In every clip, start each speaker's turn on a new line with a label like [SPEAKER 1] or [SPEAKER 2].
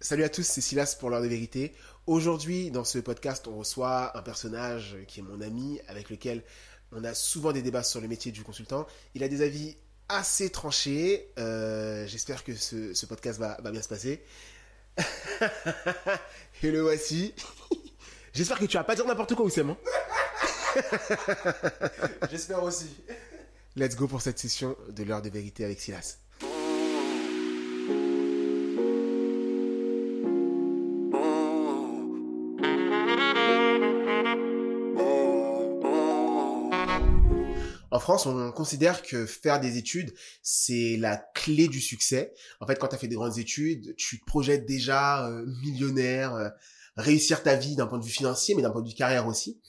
[SPEAKER 1] Salut à tous, c'est Silas pour l'heure de vérité. Aujourd'hui, dans ce podcast, on reçoit un personnage qui est mon ami, avec lequel on a souvent des débats sur le métier du consultant. Il a des avis assez tranchés. Euh, J'espère que ce, ce podcast va, va bien se passer. Et le voici. J'espère que tu vas pas dire n'importe quoi, Oussem. hein.
[SPEAKER 2] J'espère aussi.
[SPEAKER 1] Let's go pour cette session de l'heure de vérité avec Silas. En France, on considère que faire des études, c'est la clé du succès. En fait, quand tu as fait des grandes études, tu te projettes déjà euh, millionnaire, euh, réussir ta vie d'un point de vue financier, mais d'un point de vue carrière aussi.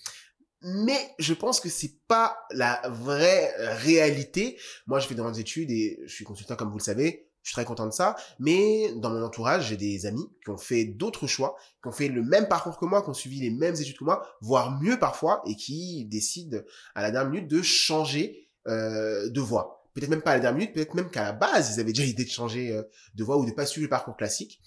[SPEAKER 1] Mais je pense que c'est pas la vraie euh, réalité. Moi, je fais des grandes études et je suis consultant, comme vous le savez. Je suis très content de ça. Mais dans mon entourage, j'ai des amis qui ont fait d'autres choix, qui ont fait le même parcours que moi, qui ont suivi les mêmes études que moi, voire mieux parfois, et qui décident à la dernière minute de changer euh, de voie. Peut-être même pas à la dernière minute, peut-être même qu'à la base, ils avaient déjà l'idée de changer euh, de voie ou de pas suivre le parcours classique.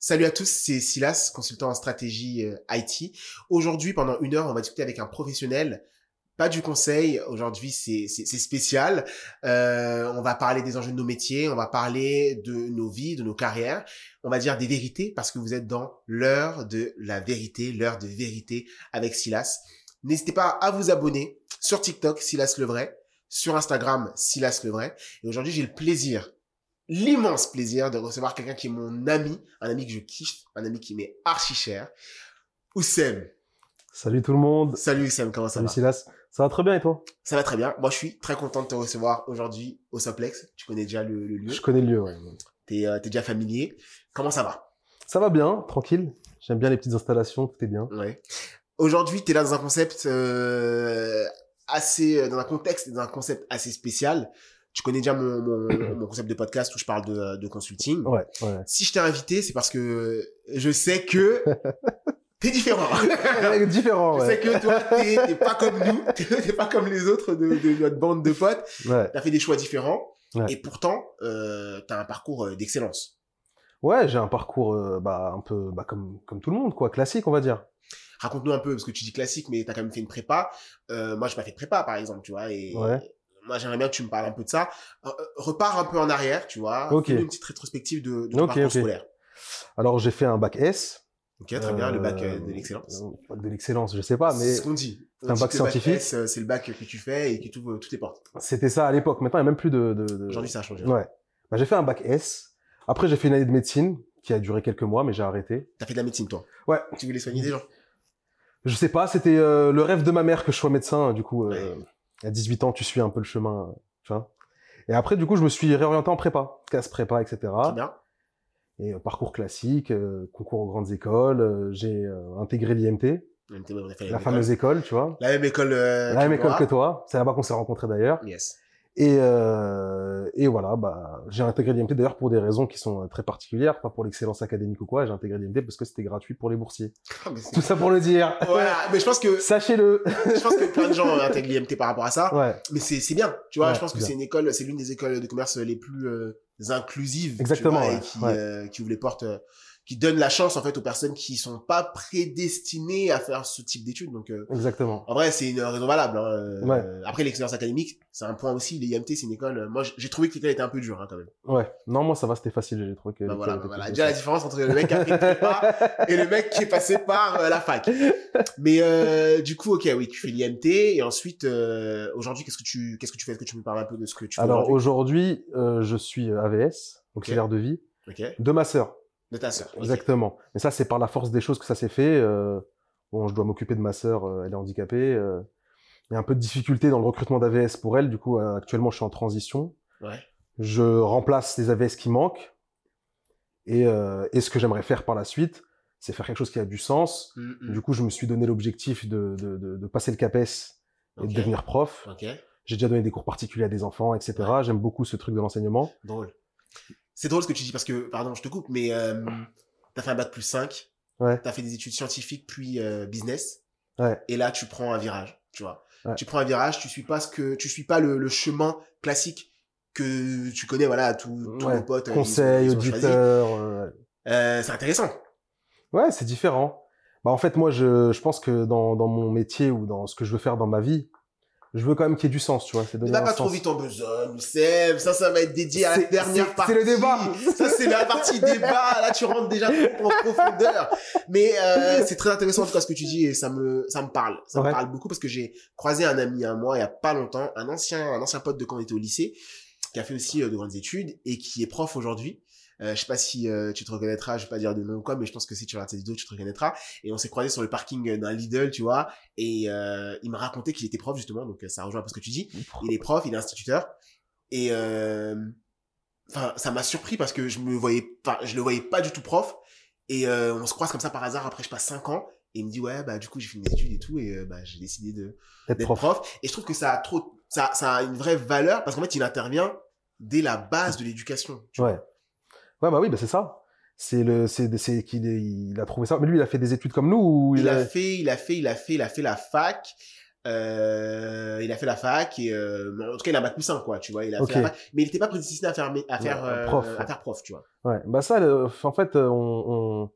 [SPEAKER 1] Salut à tous, c'est Silas, consultant en stratégie euh, IT. Aujourd'hui, pendant une heure, on va discuter avec un professionnel, pas du conseil. Aujourd'hui, c'est c'est- c'est spécial. Euh, on va parler des enjeux de nos métiers, on va parler de nos vies, de nos carrières. On va dire des vérités parce que vous êtes dans l'heure de la vérité, l'heure de vérité avec Silas. N'hésitez pas à vous abonner sur TikTok, Silas Le Vrai, sur Instagram, Silas Le Vrai. Et aujourd'hui, j'ai le plaisir, l'immense plaisir de recevoir quelqu'un qui est mon ami, un ami que je kiffe, un ami qui m'est archi cher. Oussem.
[SPEAKER 2] Salut tout le monde.
[SPEAKER 1] Salut Oussem, comment ça
[SPEAKER 2] Salut
[SPEAKER 1] va
[SPEAKER 2] Silas. Ça va très bien et toi
[SPEAKER 1] Ça va très bien. Moi, je suis très content de te recevoir aujourd'hui au Soplex. Tu connais déjà le, le lieu.
[SPEAKER 2] Je connais le lieu, ouais.
[SPEAKER 1] T'es euh, t'es déjà familier. Comment ça va
[SPEAKER 2] Ça va bien, tranquille. J'aime bien les petites installations, tout est bien.
[SPEAKER 1] Ouais. Aujourd'hui, tu es là dans un concept euh, assez, euh, dans un contexte, dans un concept assez spécial. Tu connais déjà mon, mon, mon concept de podcast où je parle de, euh, de consulting.
[SPEAKER 2] Ouais, ouais.
[SPEAKER 1] Si je t'ai invité, c'est parce que je sais que t'es différent.
[SPEAKER 2] Ouais, Différent,
[SPEAKER 1] Je sais
[SPEAKER 2] ouais.
[SPEAKER 1] que toi, t'es t'es pas comme nous, t'es pas comme les autres de, de notre bande de potes.
[SPEAKER 2] Ouais,
[SPEAKER 1] T'as fait des choix différents
[SPEAKER 2] Ouais.
[SPEAKER 1] et pourtant, euh, t'as un parcours euh, d'excellence.
[SPEAKER 2] ouais j'ai un parcours euh, bah, un peu bah, comme, comme tout le monde, quoi, classique, on va dire.
[SPEAKER 1] Raconte-nous un peu, parce que tu dis classique, mais t'as quand même fait une prépa. Euh, moi, j'ai pas fait de prépa, par exemple, tu vois. Et
[SPEAKER 2] Ouais.
[SPEAKER 1] moi, j'aimerais bien que tu me parles un peu de ça. Euh, euh, repars un peu en arrière, tu vois.
[SPEAKER 2] Ok.
[SPEAKER 1] Fais une petite rétrospective de, de ton
[SPEAKER 2] Ok,
[SPEAKER 1] parcours
[SPEAKER 2] ok.
[SPEAKER 1] scolaire.
[SPEAKER 2] Alors, j'ai fait un bac S.
[SPEAKER 1] Ok, très bien, le bac euh,
[SPEAKER 2] Euh,
[SPEAKER 1] de l'excellence.
[SPEAKER 2] euh, Bac de l'excellence, je sais pas, mais
[SPEAKER 1] C'est ce qu'on dit.
[SPEAKER 2] c'est
[SPEAKER 1] On
[SPEAKER 2] un
[SPEAKER 1] dit
[SPEAKER 2] bac
[SPEAKER 1] que le
[SPEAKER 2] scientifique.
[SPEAKER 1] S, euh, c'est le bac que euh, tu fais et qui t'ouvre toutes les portes.
[SPEAKER 2] c'était ça à l'époque. Maintenant, il n'y a même plus de. de, de-
[SPEAKER 1] Aujourd'hui, ça a changé.
[SPEAKER 2] Ouais. Bah, j'ai fait un bac S. Après, j'ai fait une année de médecine qui a duré quelques mois, mais j'ai arrêté.
[SPEAKER 1] T'as fait de la médecine, toi.
[SPEAKER 2] Ouais.
[SPEAKER 1] Tu voulais soigner des gens.
[SPEAKER 2] Je sais pas, c'était euh, le rêve de ma mère que je sois médecin. Du coup, euh, à 18 ans, tu suis un peu le chemin, euh, tu vois. Et après, du coup, je me suis réorienté en prépa, classe prépa, etc.
[SPEAKER 1] Très bien.
[SPEAKER 2] Et euh, parcours classique, euh, concours aux grandes écoles. euh, j'ai euh, intégré l'IMT,
[SPEAKER 1] On était- on a fait
[SPEAKER 2] la
[SPEAKER 1] même
[SPEAKER 2] fameuse école, tu vois.
[SPEAKER 1] école. La même école. euh,
[SPEAKER 2] la même
[SPEAKER 1] que
[SPEAKER 2] école
[SPEAKER 1] moi.
[SPEAKER 2] que toi. C'est là-bas qu'on s'est rencontrés d'ailleurs.
[SPEAKER 1] Yes.
[SPEAKER 2] Et, euh, et voilà, bah, j'ai intégré l'IMT d'ailleurs pour des raisons qui sont euh, très particulières, pas pour l'excellence académique ou quoi. J'ai intégré l'IMT parce que c'était gratuit pour les boursiers.
[SPEAKER 1] Ah, mais c'est-
[SPEAKER 2] Tout ça pour le dire.
[SPEAKER 1] voilà, mais je pense que
[SPEAKER 2] Sachez-le.
[SPEAKER 1] je pense que plein de gens euh, intègrent l'IMT par rapport à ça,
[SPEAKER 2] Ouais.
[SPEAKER 1] mais c'est c'est bien. Tu vois,
[SPEAKER 2] Ouais,
[SPEAKER 1] je pense que
[SPEAKER 2] bien.
[SPEAKER 1] c'est une école, c'est l'une des écoles de commerce les plus euh, inclusives, tu
[SPEAKER 2] Exactement,
[SPEAKER 1] vois, et
[SPEAKER 2] ouais,
[SPEAKER 1] qui
[SPEAKER 2] ouais.
[SPEAKER 1] euh, qui ouvre les portes, euh, qui donne la chance en fait aux personnes qui sont pas prédestinées à faire ce type d'études. Donc euh,
[SPEAKER 2] Exactement.
[SPEAKER 1] en vrai, c'est une raison valable. hein, euh,
[SPEAKER 2] Ouais.
[SPEAKER 1] Après, l'excellence académique, c'est un point aussi. L'IMT, c'est une école. euh, Moi, j'ai trouvé que l'école était un peu dure hein, quand même.
[SPEAKER 2] Ouais, non, moi ça va, c'était facile, j'ai trouvé que.
[SPEAKER 1] Bah,
[SPEAKER 2] l'école
[SPEAKER 1] voilà,
[SPEAKER 2] était
[SPEAKER 1] voilà.
[SPEAKER 2] plus
[SPEAKER 1] Déjà la
[SPEAKER 2] facile.
[SPEAKER 1] différence entre le mec qui a fait une prépa et le mec qui est passé par euh, la fac. Mais euh, du coup, ok, oui, tu fais l'IMT et ensuite, euh, aujourd'hui, qu'est-ce que tu, qu'est-ce que tu fais Est-ce que tu me parles un peu de ce que tu fais
[SPEAKER 2] Alors
[SPEAKER 1] aujourd'hui
[SPEAKER 2] aujourd'hui, euh, je suis euh, AVS, auxiliaire de vie,
[SPEAKER 1] Ok,
[SPEAKER 2] de ma sœur.
[SPEAKER 1] de ta sœur. ok.
[SPEAKER 2] Exactement. Mais ça, c'est par la force des choses que ça s'est fait. euh, bon, je dois m'occuper de ma sœur, euh, elle est handicapée. euh, il y a un peu de difficulté dans le recrutement d'AVS pour elle, du coup, euh, actuellement, je suis en transition.
[SPEAKER 1] Ouais.
[SPEAKER 2] Je remplace les AVS qui manquent. Et, euh, et ce que j'aimerais faire par la suite, c'est faire quelque chose qui a du sens.
[SPEAKER 1] Mm, mm.
[SPEAKER 2] Du coup, je me suis donné l'objectif de, de, de, de passer le CAPES E et
[SPEAKER 1] Ok.
[SPEAKER 2] de devenir prof.
[SPEAKER 1] Ok,
[SPEAKER 2] J'ai déjà donné des cours particuliers à des enfants, etc. J'aime beaucoup ce truc de l'enseignement.
[SPEAKER 1] drôle. C'est drôle ce que tu dis parce que, pardon, je te coupe, mais euh, t'as fait un bac plus 5,
[SPEAKER 2] Ouais.
[SPEAKER 1] t'as fait des études scientifiques puis euh, business,
[SPEAKER 2] Ouais.
[SPEAKER 1] et là, tu prends un virage, tu vois.
[SPEAKER 2] Ouais.
[SPEAKER 1] Tu prends un virage, tu suis pas ce que, tu suis pas le, le chemin classique que tu connais, voilà, tous tous
[SPEAKER 2] Ouais.
[SPEAKER 1] nos potes. euh, ils ont-
[SPEAKER 2] Conseil,
[SPEAKER 1] ils ont choisi.
[SPEAKER 2] auditeur. euh,
[SPEAKER 1] Euh, c'est intéressant.
[SPEAKER 2] Ouais, c'est différent. Bah, en fait, moi, je, je pense que dans, dans mon métier ou dans ce que je veux faire dans ma vie, je veux quand même qu'il y ait du sens, tu vois. C'est
[SPEAKER 1] Ne
[SPEAKER 2] donner
[SPEAKER 1] va
[SPEAKER 2] un
[SPEAKER 1] pas trop
[SPEAKER 2] sens.
[SPEAKER 1] vite en besogne, Seb. Ça, ça va être dédié à la
[SPEAKER 2] C'est-
[SPEAKER 1] dernière
[SPEAKER 2] c'est-
[SPEAKER 1] partie.
[SPEAKER 2] c'est le débat.
[SPEAKER 1] Ça, c'est la partie débat. Là, tu rentres déjà trop en profondeur. Mais euh, c'est très intéressant en tout cas ce que tu dis et ça me ça me parle. Ça me
[SPEAKER 2] Ouais.
[SPEAKER 1] parle beaucoup parce que j'ai croisé un ami à moi il y a pas longtemps, un ancien un ancien pote de quand on était au lycée, qui a fait aussi euh, de grandes études et qui est prof aujourd'hui. Euh, je sais pas si euh, tu te reconnaîtras, je vais pas dire de nom ou quoi, mais je pense que si tu regardes cette vidéo, tu te reconnaîtras. Et on s'est croisé sur le parking euh, d'un Lidl, tu vois, et euh, il m'a raconté qu'il était prof justement, donc euh, ça rejoint un peu ce que tu dis il est prof, il est instituteur. Et euh, enfin, ça m'a surpris parce que je me voyais pas, je le voyais pas du tout prof. Et euh, on se croise comme ça par hasard après je passe 5 ans et il me dit ouais bah du coup j'ai fait mes études et tout et euh, bah j'ai décidé de
[SPEAKER 2] Être
[SPEAKER 1] d'être
[SPEAKER 2] prof.
[SPEAKER 1] prof. Et je trouve que ça a trop, ça, ça a une vraie valeur parce qu'en fait il intervient dès la base de l'éducation.
[SPEAKER 2] Ouais. Ouais, bah oui, bah c'est ça. C'est le, c'est, c'est qu'il est- il a trouvé ça. Mais lui, il a fait des études comme nous ou
[SPEAKER 1] Il a fait, il a fait, il a fait, il a fait la fac. Euh, il a fait la fac et euh, en tout cas il a bac plus 5 quoi tu vois il a
[SPEAKER 2] Ok.
[SPEAKER 1] fait la fac mais il était pas prédestiné à faire mé- à faire
[SPEAKER 2] Ouais,
[SPEAKER 1] euh,
[SPEAKER 2] prof.
[SPEAKER 1] à faire prof tu vois
[SPEAKER 2] Ouais. Bah ça, le- en fait, euh, on, on-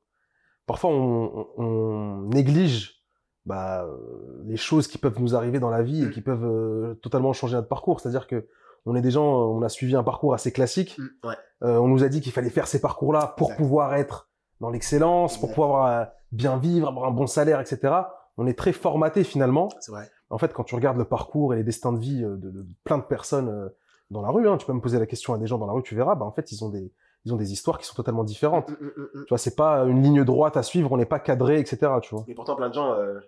[SPEAKER 2] parfois on, on- on néglige bah, euh, les choses qui peuvent nous arriver dans la vie et
[SPEAKER 1] Mm.
[SPEAKER 2] qui peuvent euh, totalement changer notre parcours. C'est-à-dire que on est des gens, on a suivi un parcours assez classique.
[SPEAKER 1] Mm, ouais
[SPEAKER 2] Euh, on nous a dit qu'il fallait faire ces parcours-là pour
[SPEAKER 1] Exact.
[SPEAKER 2] pouvoir être dans l'excellence, pour
[SPEAKER 1] Exact.
[SPEAKER 2] pouvoir euh, bien vivre, avoir un bon salaire, etc. On est très formaté finalement.
[SPEAKER 1] c'est vrai
[SPEAKER 2] En fait, quand tu regardes le parcours et les destins de vie euh, de, de plein de personnes euh, dans la rue, hein, tu peux me poser la question à des gens dans la rue, tu verras, bah, en fait, ils ont des, ils ont des histoires qui sont totalement différentes.
[SPEAKER 1] Mm, mm, mm, mm.
[SPEAKER 2] Tu vois, c'est pas une ligne droite à suivre, on n'est pas cadré, etc. Tu vois.
[SPEAKER 1] Mais pourtant, plein de gens, euh,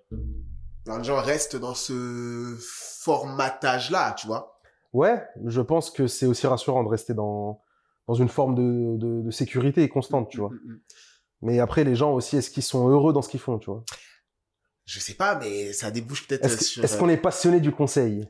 [SPEAKER 1] plein de gens restent dans ce formatage-là, tu vois.
[SPEAKER 2] Ouais, je pense que c'est aussi rassurant de rester dans, dans une forme de, de, de sécurité constante, tu vois.
[SPEAKER 1] Mm, mm, mm.
[SPEAKER 2] Mais après, les gens aussi, est-ce qu'ils sont heureux dans ce qu'ils font, tu vois
[SPEAKER 1] Je sais pas, mais ça débouche peut-être
[SPEAKER 2] Est-ce
[SPEAKER 1] euh,
[SPEAKER 2] que-
[SPEAKER 1] sur.
[SPEAKER 2] est-ce qu'on est passionné du conseil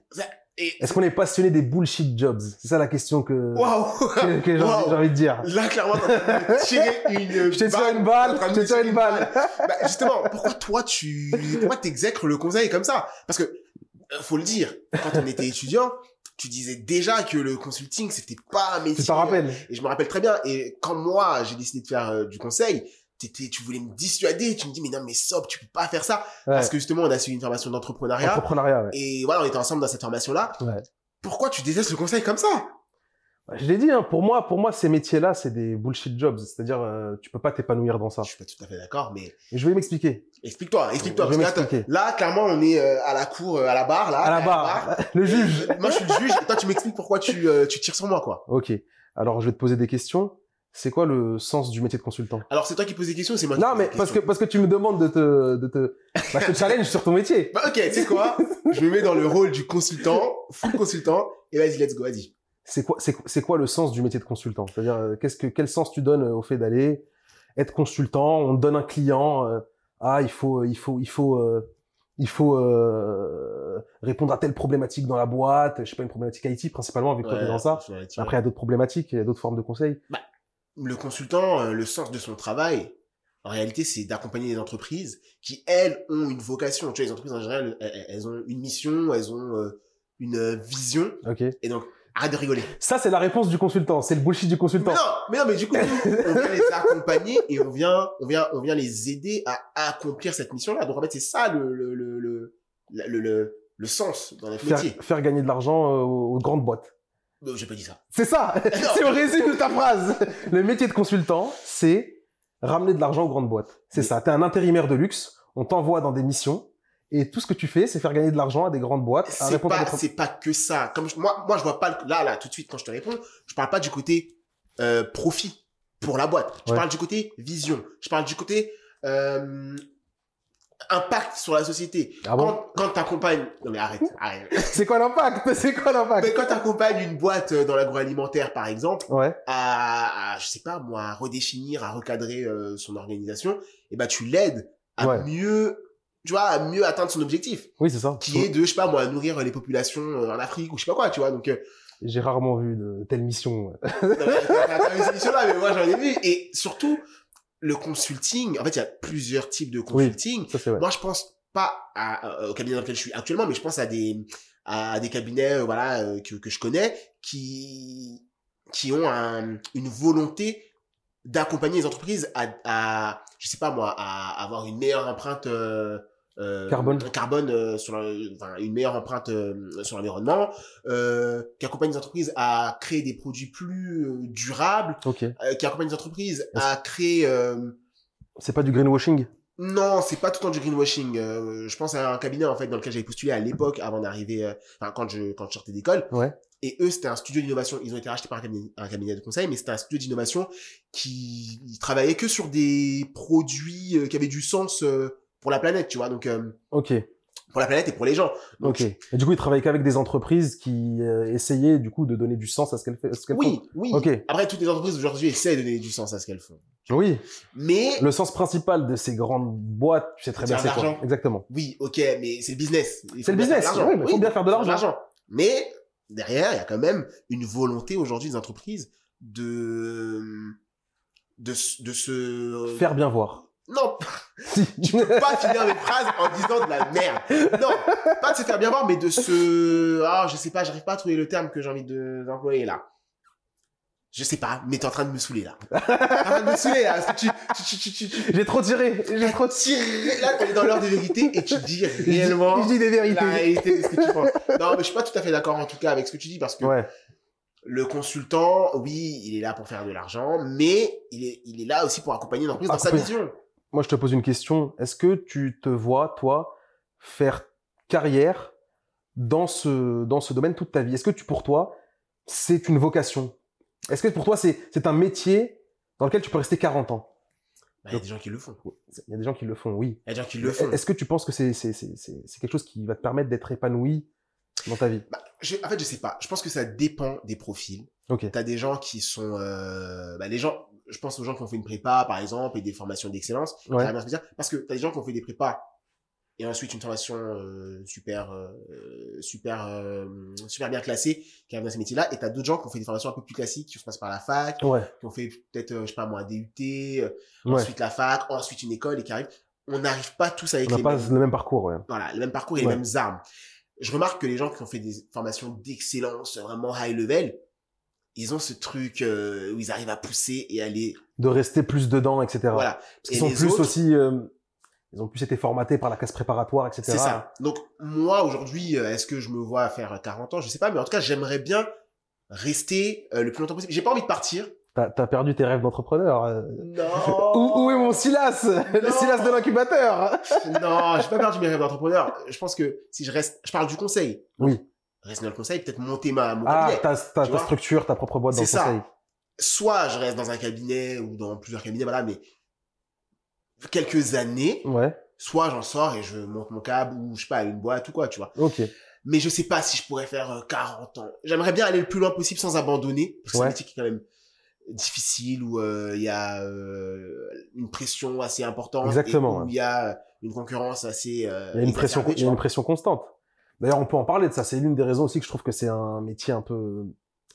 [SPEAKER 1] Et...
[SPEAKER 2] Est-ce qu'on est passionné des bullshit jobs C'est ça la question que,
[SPEAKER 1] Waouh
[SPEAKER 2] que, que j'ai envie-
[SPEAKER 1] Wow.
[SPEAKER 2] j'ai envie de dire.
[SPEAKER 1] Là, clairement, t'es en train de me tirer une.
[SPEAKER 2] Je t'ai tiré une
[SPEAKER 1] t'es en
[SPEAKER 2] balle,
[SPEAKER 1] train de
[SPEAKER 2] je t'ai
[SPEAKER 1] me
[SPEAKER 2] tiré
[SPEAKER 1] tirer
[SPEAKER 2] une balle.
[SPEAKER 1] Bah, justement, pourquoi toi, tu. Pourquoi t'exècres le conseil comme ça Parce que, euh, faut le dire, quand on était étudiant, tu disais déjà que le consulting, c'était pas un métier.
[SPEAKER 2] Tu t'en rappelles
[SPEAKER 1] Et je me rappelle très bien. Et quand moi, j'ai décidé de faire euh, du conseil, t'étais, tu voulais me dissuader. Tu me dis, mais non, mais Sob, tu peux pas faire ça. Parce que justement, on a suivi une formation d'entrepreneuriat.
[SPEAKER 2] Entrepreneuriat, ouais.
[SPEAKER 1] Et voilà, on était ensemble dans cette formation-là.
[SPEAKER 2] Ouais.
[SPEAKER 1] Pourquoi tu détestes le conseil comme ça
[SPEAKER 2] Je l'ai dit, hein, pour moi, pour moi, ces métiers-là, c'est des bullshit jobs. C'est-à-dire, euh, tu peux pas t'épanouir dans ça.
[SPEAKER 1] Je suis pas tout à fait d'accord, mais
[SPEAKER 2] Et je vais m'expliquer.
[SPEAKER 1] explique-toi, explique-toi.
[SPEAKER 2] Je vais
[SPEAKER 1] parce que là,
[SPEAKER 2] m'expliquer.
[SPEAKER 1] Là, clairement, on est euh, à la cour, euh, à la barre, là.
[SPEAKER 2] À la barre, le juge.
[SPEAKER 1] Moi, je suis le juge. Et toi, tu m'expliques pourquoi tu, euh, tu tires sur moi, quoi.
[SPEAKER 2] Ok. Alors, je vais te poser des questions. C'est quoi le sens du métier de consultant
[SPEAKER 1] Alors, c'est toi qui poses des questions, ou c'est moi. qui
[SPEAKER 2] Non,
[SPEAKER 1] pose
[SPEAKER 2] mais
[SPEAKER 1] des
[SPEAKER 2] parce que
[SPEAKER 1] questions
[SPEAKER 2] parce que tu me demandes de te de te, bah, je te challenge sur ton métier.
[SPEAKER 1] Bah, ok, tu sais quoi Je me mets dans le rôle du consultant, full consultant. Et vas-y, let's go, vas-y.
[SPEAKER 2] C'est quoi c'est c'est quoi le sens du métier de consultant C'est-à-dire, euh, qu'est-ce que quel sens tu donnes euh, au fait d'aller être consultant On te donne un client. euh, ah, il faut il faut il faut euh, il faut euh, répondre à telle problématique dans la boîte. Je sais pas une problématique IT principalement vu que toi, t'es dans ça.
[SPEAKER 1] je vais tirer.
[SPEAKER 2] Après, il y a d'autres problématiques, il y a d'autres formes de conseils.
[SPEAKER 1] le consultant, euh, le sens de son travail, en réalité, c'est d'accompagner les entreprises qui, elles, ont une vocation. Tu vois, les entreprises, en général, elles, elles- elles ont une mission, elles ont euh, une euh, vision.
[SPEAKER 2] Ok.
[SPEAKER 1] Et donc, arrête de rigoler.
[SPEAKER 2] Ça, c'est la réponse du consultant. C'est le bullshit du
[SPEAKER 1] Mais
[SPEAKER 2] consultant.
[SPEAKER 1] non, mais non, mais du coup, nous, on vient les accompagner et on vient, on vient, on vient les aider à accomplir cette mission-là. Donc, en fait, c'est ça le, le, le, le, la- le, le, le sens dans notre
[SPEAKER 2] Faire,
[SPEAKER 1] métier.
[SPEAKER 2] faire gagner de l'argent euh, aux aux grandes boîtes.
[SPEAKER 1] Non, J'ai pas dit ça.
[SPEAKER 2] C'est ça C'est le résumé de ta phrase Le métier de consultant, c'est ramener de l'argent aux grandes boîtes. C'est
[SPEAKER 1] Oui.
[SPEAKER 2] ça. T'es un intérimaire de luxe, on t'envoie dans des missions, et tout ce que tu fais, c'est faire gagner de l'argent à des grandes boîtes, à
[SPEAKER 1] c'est
[SPEAKER 2] répondre à
[SPEAKER 1] pas,
[SPEAKER 2] des
[SPEAKER 1] c'est pas que ça. Comme je- moi, moi, je vois pas le- là, là, tout de suite quand je te réponds, je parle pas du côté euh, profit pour la boîte. Je
[SPEAKER 2] Ouais.
[SPEAKER 1] parle du côté vision. Je parle du côté euh, impact sur la société.
[SPEAKER 2] Ah bon
[SPEAKER 1] quand quand t'accompagnes, non mais arrête, arrête.
[SPEAKER 2] C'est quoi l'impact C'est quoi
[SPEAKER 1] mais
[SPEAKER 2] l'impact
[SPEAKER 1] quand t'accompagnes une boîte euh, dans l'agroalimentaire, par exemple,
[SPEAKER 2] Ouais,
[SPEAKER 1] à, à, je sais pas moi, à redéfinir, à recadrer euh, son organisation, et ben tu l'aides à
[SPEAKER 2] Ouais.
[SPEAKER 1] mieux, tu vois, à mieux atteindre son objectif
[SPEAKER 2] oui, c'est ça.
[SPEAKER 1] qui est de, je sais pas moi, nourrir les populations euh, en Afrique ou je sais pas quoi, tu vois. Donc, euh,
[SPEAKER 2] J'ai rarement vu de telles missions.
[SPEAKER 1] non, mais euh, t'as- t'as vu cette émission-là, mais moi j'en ai vu. Et surtout, le consulting, en fait, il y a plusieurs types de consulting.
[SPEAKER 2] Ça, c'est vrai.
[SPEAKER 1] Moi, je pense pas à, à- au cabinet dans lequel je suis actuellement, mais je pense à des, à des cabinets, euh, voilà, euh, que, que je connais qui, qui ont un- une volonté d'accompagner les entreprises à, à, je sais pas moi, à avoir une meilleure empreinte euh, euh,
[SPEAKER 2] Carbone.
[SPEAKER 1] carbone euh, sur le- enfin, une meilleure empreinte euh, sur l'environnement, euh, qui accompagne les entreprises à créer des produits plus euh, durables,
[SPEAKER 2] Ok.
[SPEAKER 1] euh, qui accompagne les entreprises
[SPEAKER 2] Est-ce-
[SPEAKER 1] à créer euh,
[SPEAKER 2] C'est pas du greenwashing
[SPEAKER 1] non, c'est pas tout le temps du greenwashing. Euh, je pense à un cabinet en fait dans lequel j'avais postulé à l'époque avant d'arriver, euh, enfin quand je quand je sortais d'école.
[SPEAKER 2] Ouais.
[SPEAKER 1] Et eux, c'était un studio d'innovation. Ils ont été rachetés par un cabinet, un cabinet de conseil, mais c'était un studio d'innovation qui ils travaillait que sur des produits euh, qui avaient du sens euh, pour la planète, tu vois. Donc euh,
[SPEAKER 2] Ok.
[SPEAKER 1] pour la planète et pour les gens. Donc,
[SPEAKER 2] Ok. Et du coup, ils travaillaient qu'avec des entreprises qui euh, essayaient du coup de donner du sens à ce qu'elles fait- à ce qu'elles
[SPEAKER 1] Oui, oui.
[SPEAKER 2] font. Ok.
[SPEAKER 1] Après, toutes les entreprises aujourd'hui essaient de donner du sens à ce qu'elles font.
[SPEAKER 2] Oui.
[SPEAKER 1] Mais
[SPEAKER 2] Le sens principal de ces grandes boîtes, tu sais très
[SPEAKER 1] C'est
[SPEAKER 2] bien
[SPEAKER 1] faire
[SPEAKER 2] c'est
[SPEAKER 1] de
[SPEAKER 2] quoi.
[SPEAKER 1] l'argent.
[SPEAKER 2] Exactement.
[SPEAKER 1] oui, ok, mais c'est le business. Il
[SPEAKER 2] C'est
[SPEAKER 1] faut
[SPEAKER 2] le
[SPEAKER 1] bien faire de
[SPEAKER 2] business.
[SPEAKER 1] l'argent.
[SPEAKER 2] ouais, mais faut bien faire de
[SPEAKER 1] faire de
[SPEAKER 2] l'argent.
[SPEAKER 1] l'argent. Mais derrière, il y a quand même une volonté aujourd'hui des entreprises de de s- de se
[SPEAKER 2] Faire bien voir.
[SPEAKER 1] non
[SPEAKER 2] Si.
[SPEAKER 1] pas finir mes phrases en disant de la merde non pas de se faire bien voir mais de se ah je sais pas j'arrive pas à trouver le terme que j'ai envie de- d'employer là je sais pas mais t'es en train de me saouler là t'es en train de me saouler là parce que tu tu tu tu, tu, tu-
[SPEAKER 2] J'ai trop tiré. J'ai trop.
[SPEAKER 1] tires- là on est dans l'heure de vérité et tu dis
[SPEAKER 2] Je dis-
[SPEAKER 1] réellement
[SPEAKER 2] Je dis des
[SPEAKER 1] la
[SPEAKER 2] vérités.
[SPEAKER 1] réalité de ce que tu penses non mais je suis pas tout à fait d'accord en tout cas avec ce que tu dis parce que
[SPEAKER 2] Ouais.
[SPEAKER 1] le consultant, oui, il est là pour faire de l'argent, mais il est, il est là aussi pour accompagner l'entreprise dans sa
[SPEAKER 2] Accompagner.
[SPEAKER 1] vision.
[SPEAKER 2] Moi, je te pose une question. Est-ce que tu te vois, toi, faire carrière dans ce, dans ce domaine toute ta vie Est-ce que tu, pour toi, c'est une vocation Est-ce que pour toi, c'est c'est un métier dans lequel tu peux rester 40 ans
[SPEAKER 1] Bah, il y a des gens qui le font.
[SPEAKER 2] Il y a des gens qui le font, oui.
[SPEAKER 1] Il y a des gens qui le font.
[SPEAKER 2] Est-ce que tu penses que c'est c'est- c'est- c'est- c'est quelque chose qui va te permettre d'être épanoui dans ta vie
[SPEAKER 1] Bah, je- en fait, je sais pas. Je pense que ça dépend des profils.
[SPEAKER 2] Ok.
[SPEAKER 1] T'as des gens qui sont, euh, bah, les gens, je pense aux gens qui ont fait une prépa, par exemple, et des formations d'excellence.
[SPEAKER 2] Ouais.
[SPEAKER 1] Ça va bien se dire, Parce que t'as des gens qui ont fait des prépas et ensuite une formation euh, super, euh, super, euh, super bien classée qui arrivent dans ces métiers-là. Et t'as d'autres gens qui ont fait des formations un peu plus classiques, qui se passent par la fac,
[SPEAKER 2] Ouais.
[SPEAKER 1] qui ont fait peut-être, euh, je sais pas moi, un DUT, euh,
[SPEAKER 2] ouais.
[SPEAKER 1] ensuite la fac, ensuite une école et qui arrive. On n'arrive pas tous avec
[SPEAKER 2] On
[SPEAKER 1] les
[SPEAKER 2] n'a pas
[SPEAKER 1] mêmes,
[SPEAKER 2] le même parcours, ouais.
[SPEAKER 1] voilà, le même parcours et
[SPEAKER 2] Ouais.
[SPEAKER 1] les mêmes armes. Je remarque que les gens qui ont fait des formations d'excellence, vraiment high level, ils ont ce truc euh, où ils arrivent à pousser et à aller.
[SPEAKER 2] De rester plus dedans, etc.
[SPEAKER 1] Voilà,
[SPEAKER 2] Parce qu'ils
[SPEAKER 1] Et
[SPEAKER 2] sont
[SPEAKER 1] les
[SPEAKER 2] plus
[SPEAKER 1] autres-
[SPEAKER 2] aussi. euh, ils ont plus été formatés par la classe préparatoire, etc.
[SPEAKER 1] c'est ça. Donc moi aujourd'hui, euh, est-ce que je me vois faire 40 ans Je sais pas, mais en tout cas, j'aimerais bien rester euh, le plus longtemps possible. J'ai pas envie de partir.
[SPEAKER 2] T'as t'as perdu tes rêves d'entrepreneur. euh.
[SPEAKER 1] Non.
[SPEAKER 2] Où, où est mon Silas Le
[SPEAKER 1] Non.
[SPEAKER 2] Silas de l'incubateur
[SPEAKER 1] non, j'ai pas perdu mes rêves d'entrepreneur. Euh, Je pense que si je reste, je parle du conseil.
[SPEAKER 2] Oui.
[SPEAKER 1] Rester dans le conseil, peut-être monter ma mon
[SPEAKER 2] Ah,
[SPEAKER 1] cabinet.
[SPEAKER 2] ta, ta,
[SPEAKER 1] tu
[SPEAKER 2] ta
[SPEAKER 1] vois.
[SPEAKER 2] structure, ta propre boîte dans le
[SPEAKER 1] C'est ça.
[SPEAKER 2] conseil.
[SPEAKER 1] soit je reste dans un cabinet ou dans plusieurs cabinets, voilà, mais quelques années,
[SPEAKER 2] Ouais,
[SPEAKER 1] soit j'en sors et je monte mon câble ou je sais pas, une boîte ou quoi, tu vois.
[SPEAKER 2] ok.
[SPEAKER 1] Mais je sais pas si je pourrais faire euh, 40 ans. J'aimerais bien aller le plus loin possible sans abandonner, parce que c'est
[SPEAKER 2] Ouais.
[SPEAKER 1] un métier qui est quand même difficile où euh, il y a euh, une pression assez importante.
[SPEAKER 2] Exactement,
[SPEAKER 1] et où
[SPEAKER 2] ouais.
[SPEAKER 1] il y a une concurrence assez. euh,
[SPEAKER 2] Il y a une pression,
[SPEAKER 1] exacerbée,
[SPEAKER 2] il y
[SPEAKER 1] tu
[SPEAKER 2] a
[SPEAKER 1] vois.
[SPEAKER 2] une pression constante. D'ailleurs, on peut en parler de ça. C'est l'une des raisons aussi que je trouve que c'est un métier un peu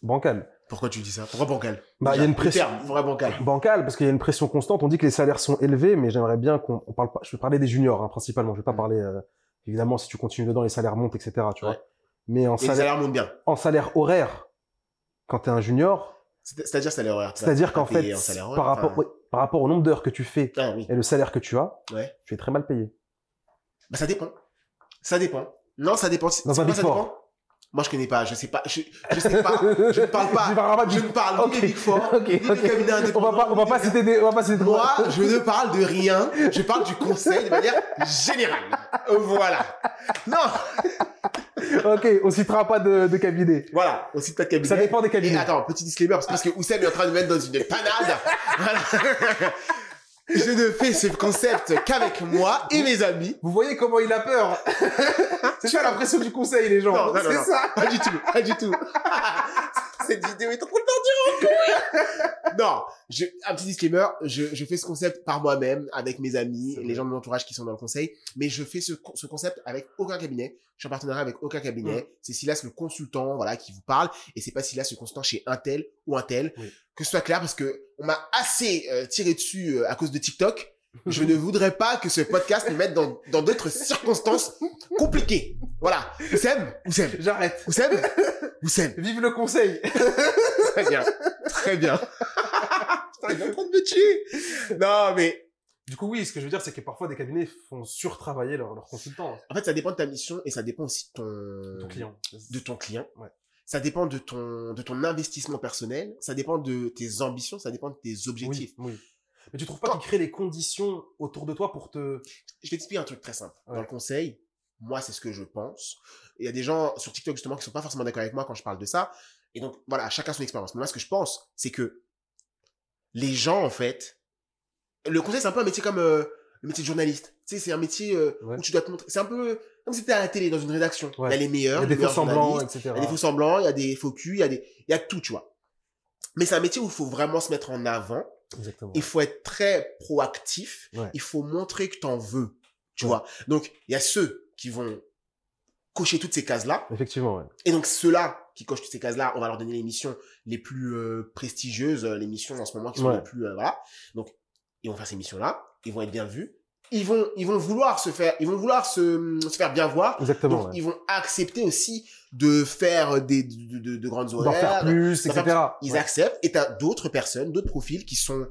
[SPEAKER 2] bancal.
[SPEAKER 1] Pourquoi tu dis ça Pourquoi bancal
[SPEAKER 2] Bah, il y a une
[SPEAKER 1] Le
[SPEAKER 2] pression-
[SPEAKER 1] terme, Pourquoi bancal
[SPEAKER 2] Bancal, parce qu'il y a une pression constante. On dit que les salaires sont élevés, mais j'aimerais bien qu'on on parle pas. Je vais parler des juniors hein, principalement. Je vais pas
[SPEAKER 1] Mm.
[SPEAKER 2] parler. euh, évidemment, si tu continues dedans, les salaires montent, etc. Tu
[SPEAKER 1] Ouais.
[SPEAKER 2] vois. Mais en
[SPEAKER 1] Et les
[SPEAKER 2] salaire,
[SPEAKER 1] salaires montent bien.
[SPEAKER 2] en salaire horaire, quand t'es un junior,
[SPEAKER 1] C'est- C'est-à-dire salaire horaire. tu vois.
[SPEAKER 2] C'est-à-dire qu'en
[SPEAKER 1] Bah, T'es
[SPEAKER 2] fait,
[SPEAKER 1] en salaire horaire,
[SPEAKER 2] par, rapport,
[SPEAKER 1] enfin-
[SPEAKER 2] oui, par rapport au nombre d'heures que tu fais
[SPEAKER 1] Ah oui.
[SPEAKER 2] et le salaire que tu as,
[SPEAKER 1] Ouais.
[SPEAKER 2] tu es très mal payé.
[SPEAKER 1] Bah, ça dépend. Ça dépend. Non, ça dépend. C'est-
[SPEAKER 2] Dans
[SPEAKER 1] c'est
[SPEAKER 2] un
[SPEAKER 1] quoi, ça
[SPEAKER 2] Big Four.
[SPEAKER 1] dépend Moi, je connais pas. Je sais pas. Je, je sais pas. je ne parle pas.
[SPEAKER 2] Tu parles pas
[SPEAKER 1] Je
[SPEAKER 2] du-
[SPEAKER 1] ne parle ni
[SPEAKER 2] Ok.
[SPEAKER 1] des Big Four,
[SPEAKER 2] Ok,
[SPEAKER 1] ni des
[SPEAKER 2] ok.
[SPEAKER 1] cabinets
[SPEAKER 2] On
[SPEAKER 1] indépendants,
[SPEAKER 2] va pas, on va
[SPEAKER 1] ni
[SPEAKER 2] pas
[SPEAKER 1] des-
[SPEAKER 2] citer des, on va pas citer des-
[SPEAKER 1] Moi, je ne parle de rien. Je parle du conseil de manière générale. Voilà. Non.
[SPEAKER 2] Ok, on citera pas de, de cabinet.
[SPEAKER 1] Voilà. Aussi peut-être cabinet.
[SPEAKER 2] Ça dépend des
[SPEAKER 1] Et
[SPEAKER 2] cabinets.
[SPEAKER 1] attends, petit disclaimer, parce que, parce que Oussem est en train de me mettre dans une panade. Voilà. Je ne fais ce concept qu'avec moi et mes amis.
[SPEAKER 2] Vous voyez comment il a peur. C'est ça la pression du conseil, les gens.
[SPEAKER 1] Non, non, non,
[SPEAKER 2] C'est
[SPEAKER 1] non.
[SPEAKER 2] ça.
[SPEAKER 1] Pas du tout, pas du tout. Cette vidéo est trop tendue en couille. Non, je, un petit disclaimer, je, je fais ce concept par moi-même, avec mes amis, les gens de mon entourage qui sont dans le conseil, mais je fais ce, co- ce concept avec aucun cabinet. Je suis en partenariat avec aucun cabinet. C'est Silas le consultant, voilà, qui vous parle, et c'est pas Silas le consultant chez un tel ou un tel.
[SPEAKER 2] Oui.
[SPEAKER 1] Que ce soit clair, parce que on m'a assez euh, tiré dessus euh, à cause de TikTok. Je ne voudrais pas que ce podcast me mette dans dans d'autres circonstances compliquées. Voilà. Oussem, Oussem,
[SPEAKER 2] J'arrête.
[SPEAKER 1] Oussem Oussem
[SPEAKER 2] Vive le conseil.
[SPEAKER 1] Très bien. Très bien. putain, il est en train de me tuer. Non, mais
[SPEAKER 2] Du coup, oui, ce que je veux dire, c'est que parfois des cabinets font surtravailler leurs leurs consultants,
[SPEAKER 1] en fait, ça dépend de ta mission et ça dépend aussi de ton,
[SPEAKER 2] ton client.
[SPEAKER 1] Euh, de ton client.
[SPEAKER 2] Ouais.
[SPEAKER 1] Ça dépend de ton, de ton investissement personnel. Ça dépend de tes ambitions. Ça dépend de tes objectifs.
[SPEAKER 2] Oui, oui. Mais tu trouves pas qu'ils créent les conditions autour de toi pour te.
[SPEAKER 1] je vais t'expliquer un truc très simple.
[SPEAKER 2] Ouais.
[SPEAKER 1] Dans le conseil, moi, c'est ce que je pense. Il y a des gens sur TikTok, justement, qui sont pas forcément d'accord avec moi quand je parle de ça. Et donc, voilà, chacun son expérience. Mais moi, ce que je pense, c'est que les gens, en fait, le conseil, c'est un peu un métier comme euh, le métier de journaliste. Tu sais, c'est un métier euh,
[SPEAKER 2] Ouais.
[SPEAKER 1] où tu dois te montrer. C'est un peu comme si t'étais à la télé, dans une rédaction.
[SPEAKER 2] Ouais.
[SPEAKER 1] Il y a les
[SPEAKER 2] Il y
[SPEAKER 1] meilleurs,
[SPEAKER 2] a
[SPEAKER 1] les
[SPEAKER 2] des faux
[SPEAKER 1] meilleurs journalistes.
[SPEAKER 2] semblants, etc.
[SPEAKER 1] Il y a des faux semblants, il y a des faux culs, il y a des, il y a tout, tu vois. Mais c'est un métier où il faut vraiment se mettre en avant.
[SPEAKER 2] Exactement.
[SPEAKER 1] Il faut être très proactif.
[SPEAKER 2] Ouais.
[SPEAKER 1] Il faut montrer que t'en veux, tu
[SPEAKER 2] Ouais.
[SPEAKER 1] vois. Donc, il y a ceux qui vont cocher toutes ces cases-là.
[SPEAKER 2] Effectivement, ouais.
[SPEAKER 1] Et donc, ceux-là qui cochent toutes ces cases-là, on va leur donner les missions les plus euh, prestigieuses, euh, les missions en ce moment qui sont
[SPEAKER 2] Ouais.
[SPEAKER 1] les plus, euh, voilà. Donc, ils vont faire ces missions-là. Ils vont être bien vus. Ils vont, ils vont vouloir se faire, ils vont vouloir se, se faire bien voir.
[SPEAKER 2] Exactement.
[SPEAKER 1] Donc,
[SPEAKER 2] ouais.
[SPEAKER 1] ils vont accepter aussi de faire des, de, de- de grandes
[SPEAKER 2] D'en faire
[SPEAKER 1] horaires.
[SPEAKER 2] plus,
[SPEAKER 1] d'en
[SPEAKER 2] etc.
[SPEAKER 1] faire Ils
[SPEAKER 2] Ouais.
[SPEAKER 1] acceptent. Et t'as d'autres personnes, d'autres profils qui sont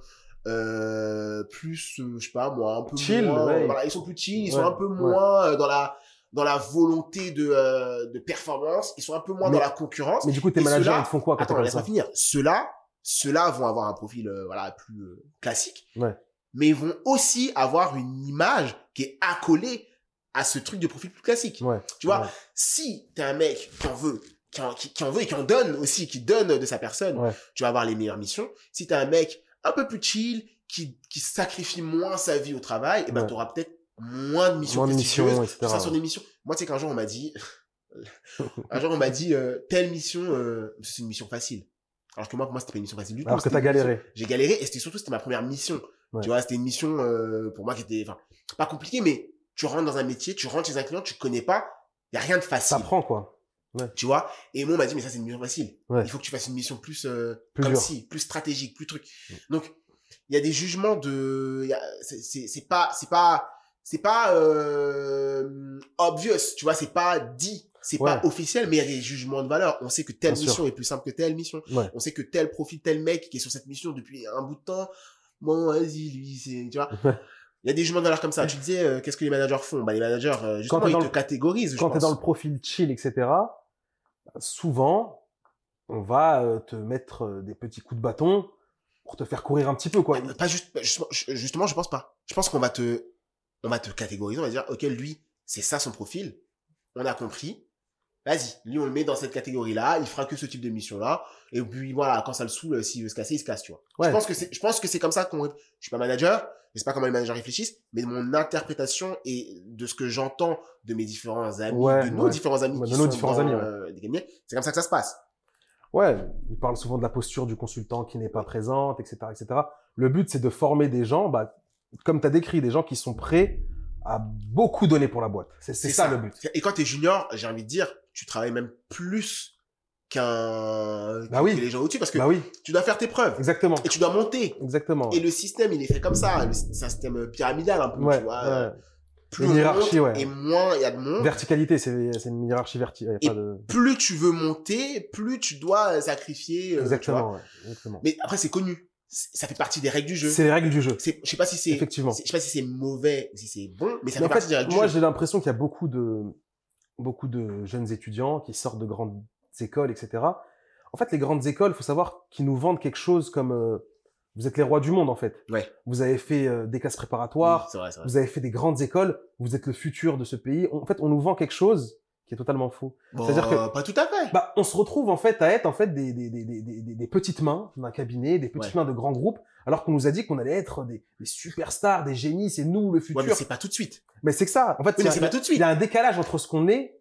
[SPEAKER 1] euh, plus, euh, je sais pas moi, un peu
[SPEAKER 2] Chill,
[SPEAKER 1] moins-
[SPEAKER 2] ouais.
[SPEAKER 1] voilà, ils sont plus chill, ils sont
[SPEAKER 2] Ouais,
[SPEAKER 1] un peu
[SPEAKER 2] ouais.
[SPEAKER 1] moins euh, dans la dans la volonté de, euh, de performance, ils sont un peu moins
[SPEAKER 2] Mais-
[SPEAKER 1] dans la concurrence.
[SPEAKER 2] Mais du coup, tes
[SPEAKER 1] Et
[SPEAKER 2] managers,
[SPEAKER 1] ceux-là-
[SPEAKER 2] ils te font quoi quand
[SPEAKER 1] Attends,
[SPEAKER 2] t'appelles
[SPEAKER 1] laisse-moi
[SPEAKER 2] ça
[SPEAKER 1] finir. Ceux-là, ceux-là vont avoir un profil euh, voilà plus euh, classique,
[SPEAKER 2] Ouais.
[SPEAKER 1] mais ils vont aussi avoir une image qui est accolée à ce truc de profil plus classique.
[SPEAKER 2] Ouais.
[SPEAKER 1] Tu vois,
[SPEAKER 2] Ouais.
[SPEAKER 1] si t'es un mec qui en veut, qui en, qui, qui en veut et qui en donne aussi, qui donne de sa personne,
[SPEAKER 2] Ouais.
[SPEAKER 1] tu vas avoir les meilleures missions. Si t'es un mec un peu plus chill, qui, qui sacrifie moins sa vie au travail, et ben
[SPEAKER 2] Ouais.
[SPEAKER 1] t'auras peut-être moins de missions
[SPEAKER 2] Moins de
[SPEAKER 1] prestigieuses.
[SPEAKER 2] missions,
[SPEAKER 1] Tu seras sur
[SPEAKER 2] etc.
[SPEAKER 1] des missions. Moi, tu sais qu'un jour on m'a dit, un jour on m'a dit euh, telle mission, euh, c'est une mission facile. Alors que moi, pour moi, c'était pas une mission facile du tout.
[SPEAKER 2] Alors que
[SPEAKER 1] c'était
[SPEAKER 2] t'as
[SPEAKER 1] une mission-
[SPEAKER 2] galéré.
[SPEAKER 1] j'ai galéré et c'était surtout c'était ma première mission
[SPEAKER 2] Ouais.
[SPEAKER 1] tu vois c'était une mission euh, pour moi qui était enfin pas compliquée mais tu rentres dans un métier tu rentres chez un client tu connais pas il y a rien de facile
[SPEAKER 2] T'apprends, quoi.
[SPEAKER 1] tu vois et moi on m'a dit mais ça c'est une mission facile
[SPEAKER 2] Ouais.
[SPEAKER 1] il faut que tu fasses une mission plus euh,
[SPEAKER 2] Plus
[SPEAKER 1] comme
[SPEAKER 2] dur.
[SPEAKER 1] si plus stratégique plus truc
[SPEAKER 2] Mm.
[SPEAKER 1] donc il y a des jugements de il y a- c'est- c'est c'est pas c'est pas c'est pas euh, obvious tu vois c'est pas dit c'est
[SPEAKER 2] Ouais.
[SPEAKER 1] pas officiel mais il y a des jugements de valeur on sait que telle
[SPEAKER 2] Bien sûr.
[SPEAKER 1] mission est plus simple que telle mission
[SPEAKER 2] Ouais.
[SPEAKER 1] on sait que tel profil, tel mec qui est sur cette mission depuis un bout de temps, bon, vas-y, lui, c'est, tu vois.
[SPEAKER 2] Ouais.
[SPEAKER 1] Il y a des jugements de valeur comme ça. Tu disais, euh, qu'est-ce que les managers font Bah, les managers, euh, justement,
[SPEAKER 2] t'es
[SPEAKER 1] ils
[SPEAKER 2] dans
[SPEAKER 1] te
[SPEAKER 2] le-
[SPEAKER 1] catégorisent,
[SPEAKER 2] Quand
[SPEAKER 1] je
[SPEAKER 2] t'es
[SPEAKER 1] pense.
[SPEAKER 2] dans le profil chill, etc., souvent, on va euh, te mettre euh, des petits coups de bâton pour te faire courir un petit peu, quoi.
[SPEAKER 1] Ah, Pas juste, pas- justement, je- justement, je pense pas. Je pense qu'on va te, on va te catégoriser, on va dire, ok, lui, c'est ça son profil, on a compris. Vas-y, lui, on le met dans cette catégorie-là, il fera que ce type de mission-là, et puis voilà, quand ça le saoule, euh, s'il veut se casser, il se casse, tu vois.
[SPEAKER 2] Ouais.
[SPEAKER 1] Je pense que c'est, je pense que c'est comme ça qu'on, je suis pas manager, je sais pas comment les managers réfléchissent, mais de mon interprétation et de ce que j'entends de mes différents amis,
[SPEAKER 2] Ouais,
[SPEAKER 1] de nos
[SPEAKER 2] ouais.
[SPEAKER 1] différents amis,
[SPEAKER 2] Ouais,
[SPEAKER 1] qui
[SPEAKER 2] de nos
[SPEAKER 1] sont
[SPEAKER 2] différents
[SPEAKER 1] dans,
[SPEAKER 2] amis, ouais.
[SPEAKER 1] euh, des cabinets, c'est comme ça que ça se passe.
[SPEAKER 2] Ouais, il parle souvent de la posture du consultant qui n'est pas présente, etc., etc. Le but, c'est de former des gens, bah, comme tu as décrit, des gens qui sont prêts à beaucoup donner pour la boîte. C'est c'est ça, le but.
[SPEAKER 1] Et quand t'es junior, j'ai envie de dire, tu travailles même plus qu'un
[SPEAKER 2] Bah oui.
[SPEAKER 1] que les gens au-dessus parce que
[SPEAKER 2] Bah oui,
[SPEAKER 1] tu dois faire tes preuves
[SPEAKER 2] exactement,
[SPEAKER 1] et tu dois monter.
[SPEAKER 2] exactement.
[SPEAKER 1] Et le système, il est fait comme ça. Le- C'est un système euh, pyramidal un peu,
[SPEAKER 2] Ouais,
[SPEAKER 1] tu vois.
[SPEAKER 2] ouais.
[SPEAKER 1] Plus
[SPEAKER 2] Une
[SPEAKER 1] on
[SPEAKER 2] hiérarchie,
[SPEAKER 1] monte,
[SPEAKER 2] ouais.
[SPEAKER 1] et moins il y a de monde.
[SPEAKER 2] Verticalité, c'est c'est une hiérarchie verticale.
[SPEAKER 1] Et euh, Plus tu veux monter, plus tu dois sacrifier. euh, tu vois.
[SPEAKER 2] Exactement, ouais, exactement.
[SPEAKER 1] Mais après, c'est connu. C'est- Ça fait partie des règles du jeu.
[SPEAKER 2] C'est les règles du jeu.
[SPEAKER 1] C'est- Je sais pas si c'est,
[SPEAKER 2] Effectivement.
[SPEAKER 1] c'est- je sais pas si c'est mauvais ou si c'est bon, mais ça fait
[SPEAKER 2] Mais en
[SPEAKER 1] partie des
[SPEAKER 2] fait,
[SPEAKER 1] règles
[SPEAKER 2] moi,
[SPEAKER 1] du jeu.
[SPEAKER 2] j'ai l'impression qu'il y a beaucoup de, beaucoup de jeunes étudiants qui sortent de grandes écoles, etc. En fait, les grandes écoles, faut savoir qu'ils nous vendent quelque chose comme euh, vous êtes les rois du monde, en fait.
[SPEAKER 1] Ouais.
[SPEAKER 2] Vous avez fait euh, des classes
[SPEAKER 1] Oui,
[SPEAKER 2] préparatoires,
[SPEAKER 1] c'est vrai, c'est vrai.
[SPEAKER 2] vous avez fait des grandes écoles, vous êtes le futur de ce pays. On- en fait, on nous vend quelque chose qui est totalement faux.
[SPEAKER 1] Bon,
[SPEAKER 2] c'est-à-dire que-
[SPEAKER 1] pas tout à fait.
[SPEAKER 2] Bah, on se retrouve en fait à être en fait des, des, des, des, des- des petites mains d'un cabinet, des petites mains de grands groupes, alors qu'on nous a dit qu'on allait être des, des superstars, des génies, c'est nous le futur.
[SPEAKER 1] Ouais, mais c'est pas tout de suite.
[SPEAKER 2] mais c'est que ça. En fait,
[SPEAKER 1] Oui,
[SPEAKER 2] il y
[SPEAKER 1] mais
[SPEAKER 2] a-
[SPEAKER 1] c'est pas tout de
[SPEAKER 2] il
[SPEAKER 1] suite.
[SPEAKER 2] y a un décalage entre ce qu'on est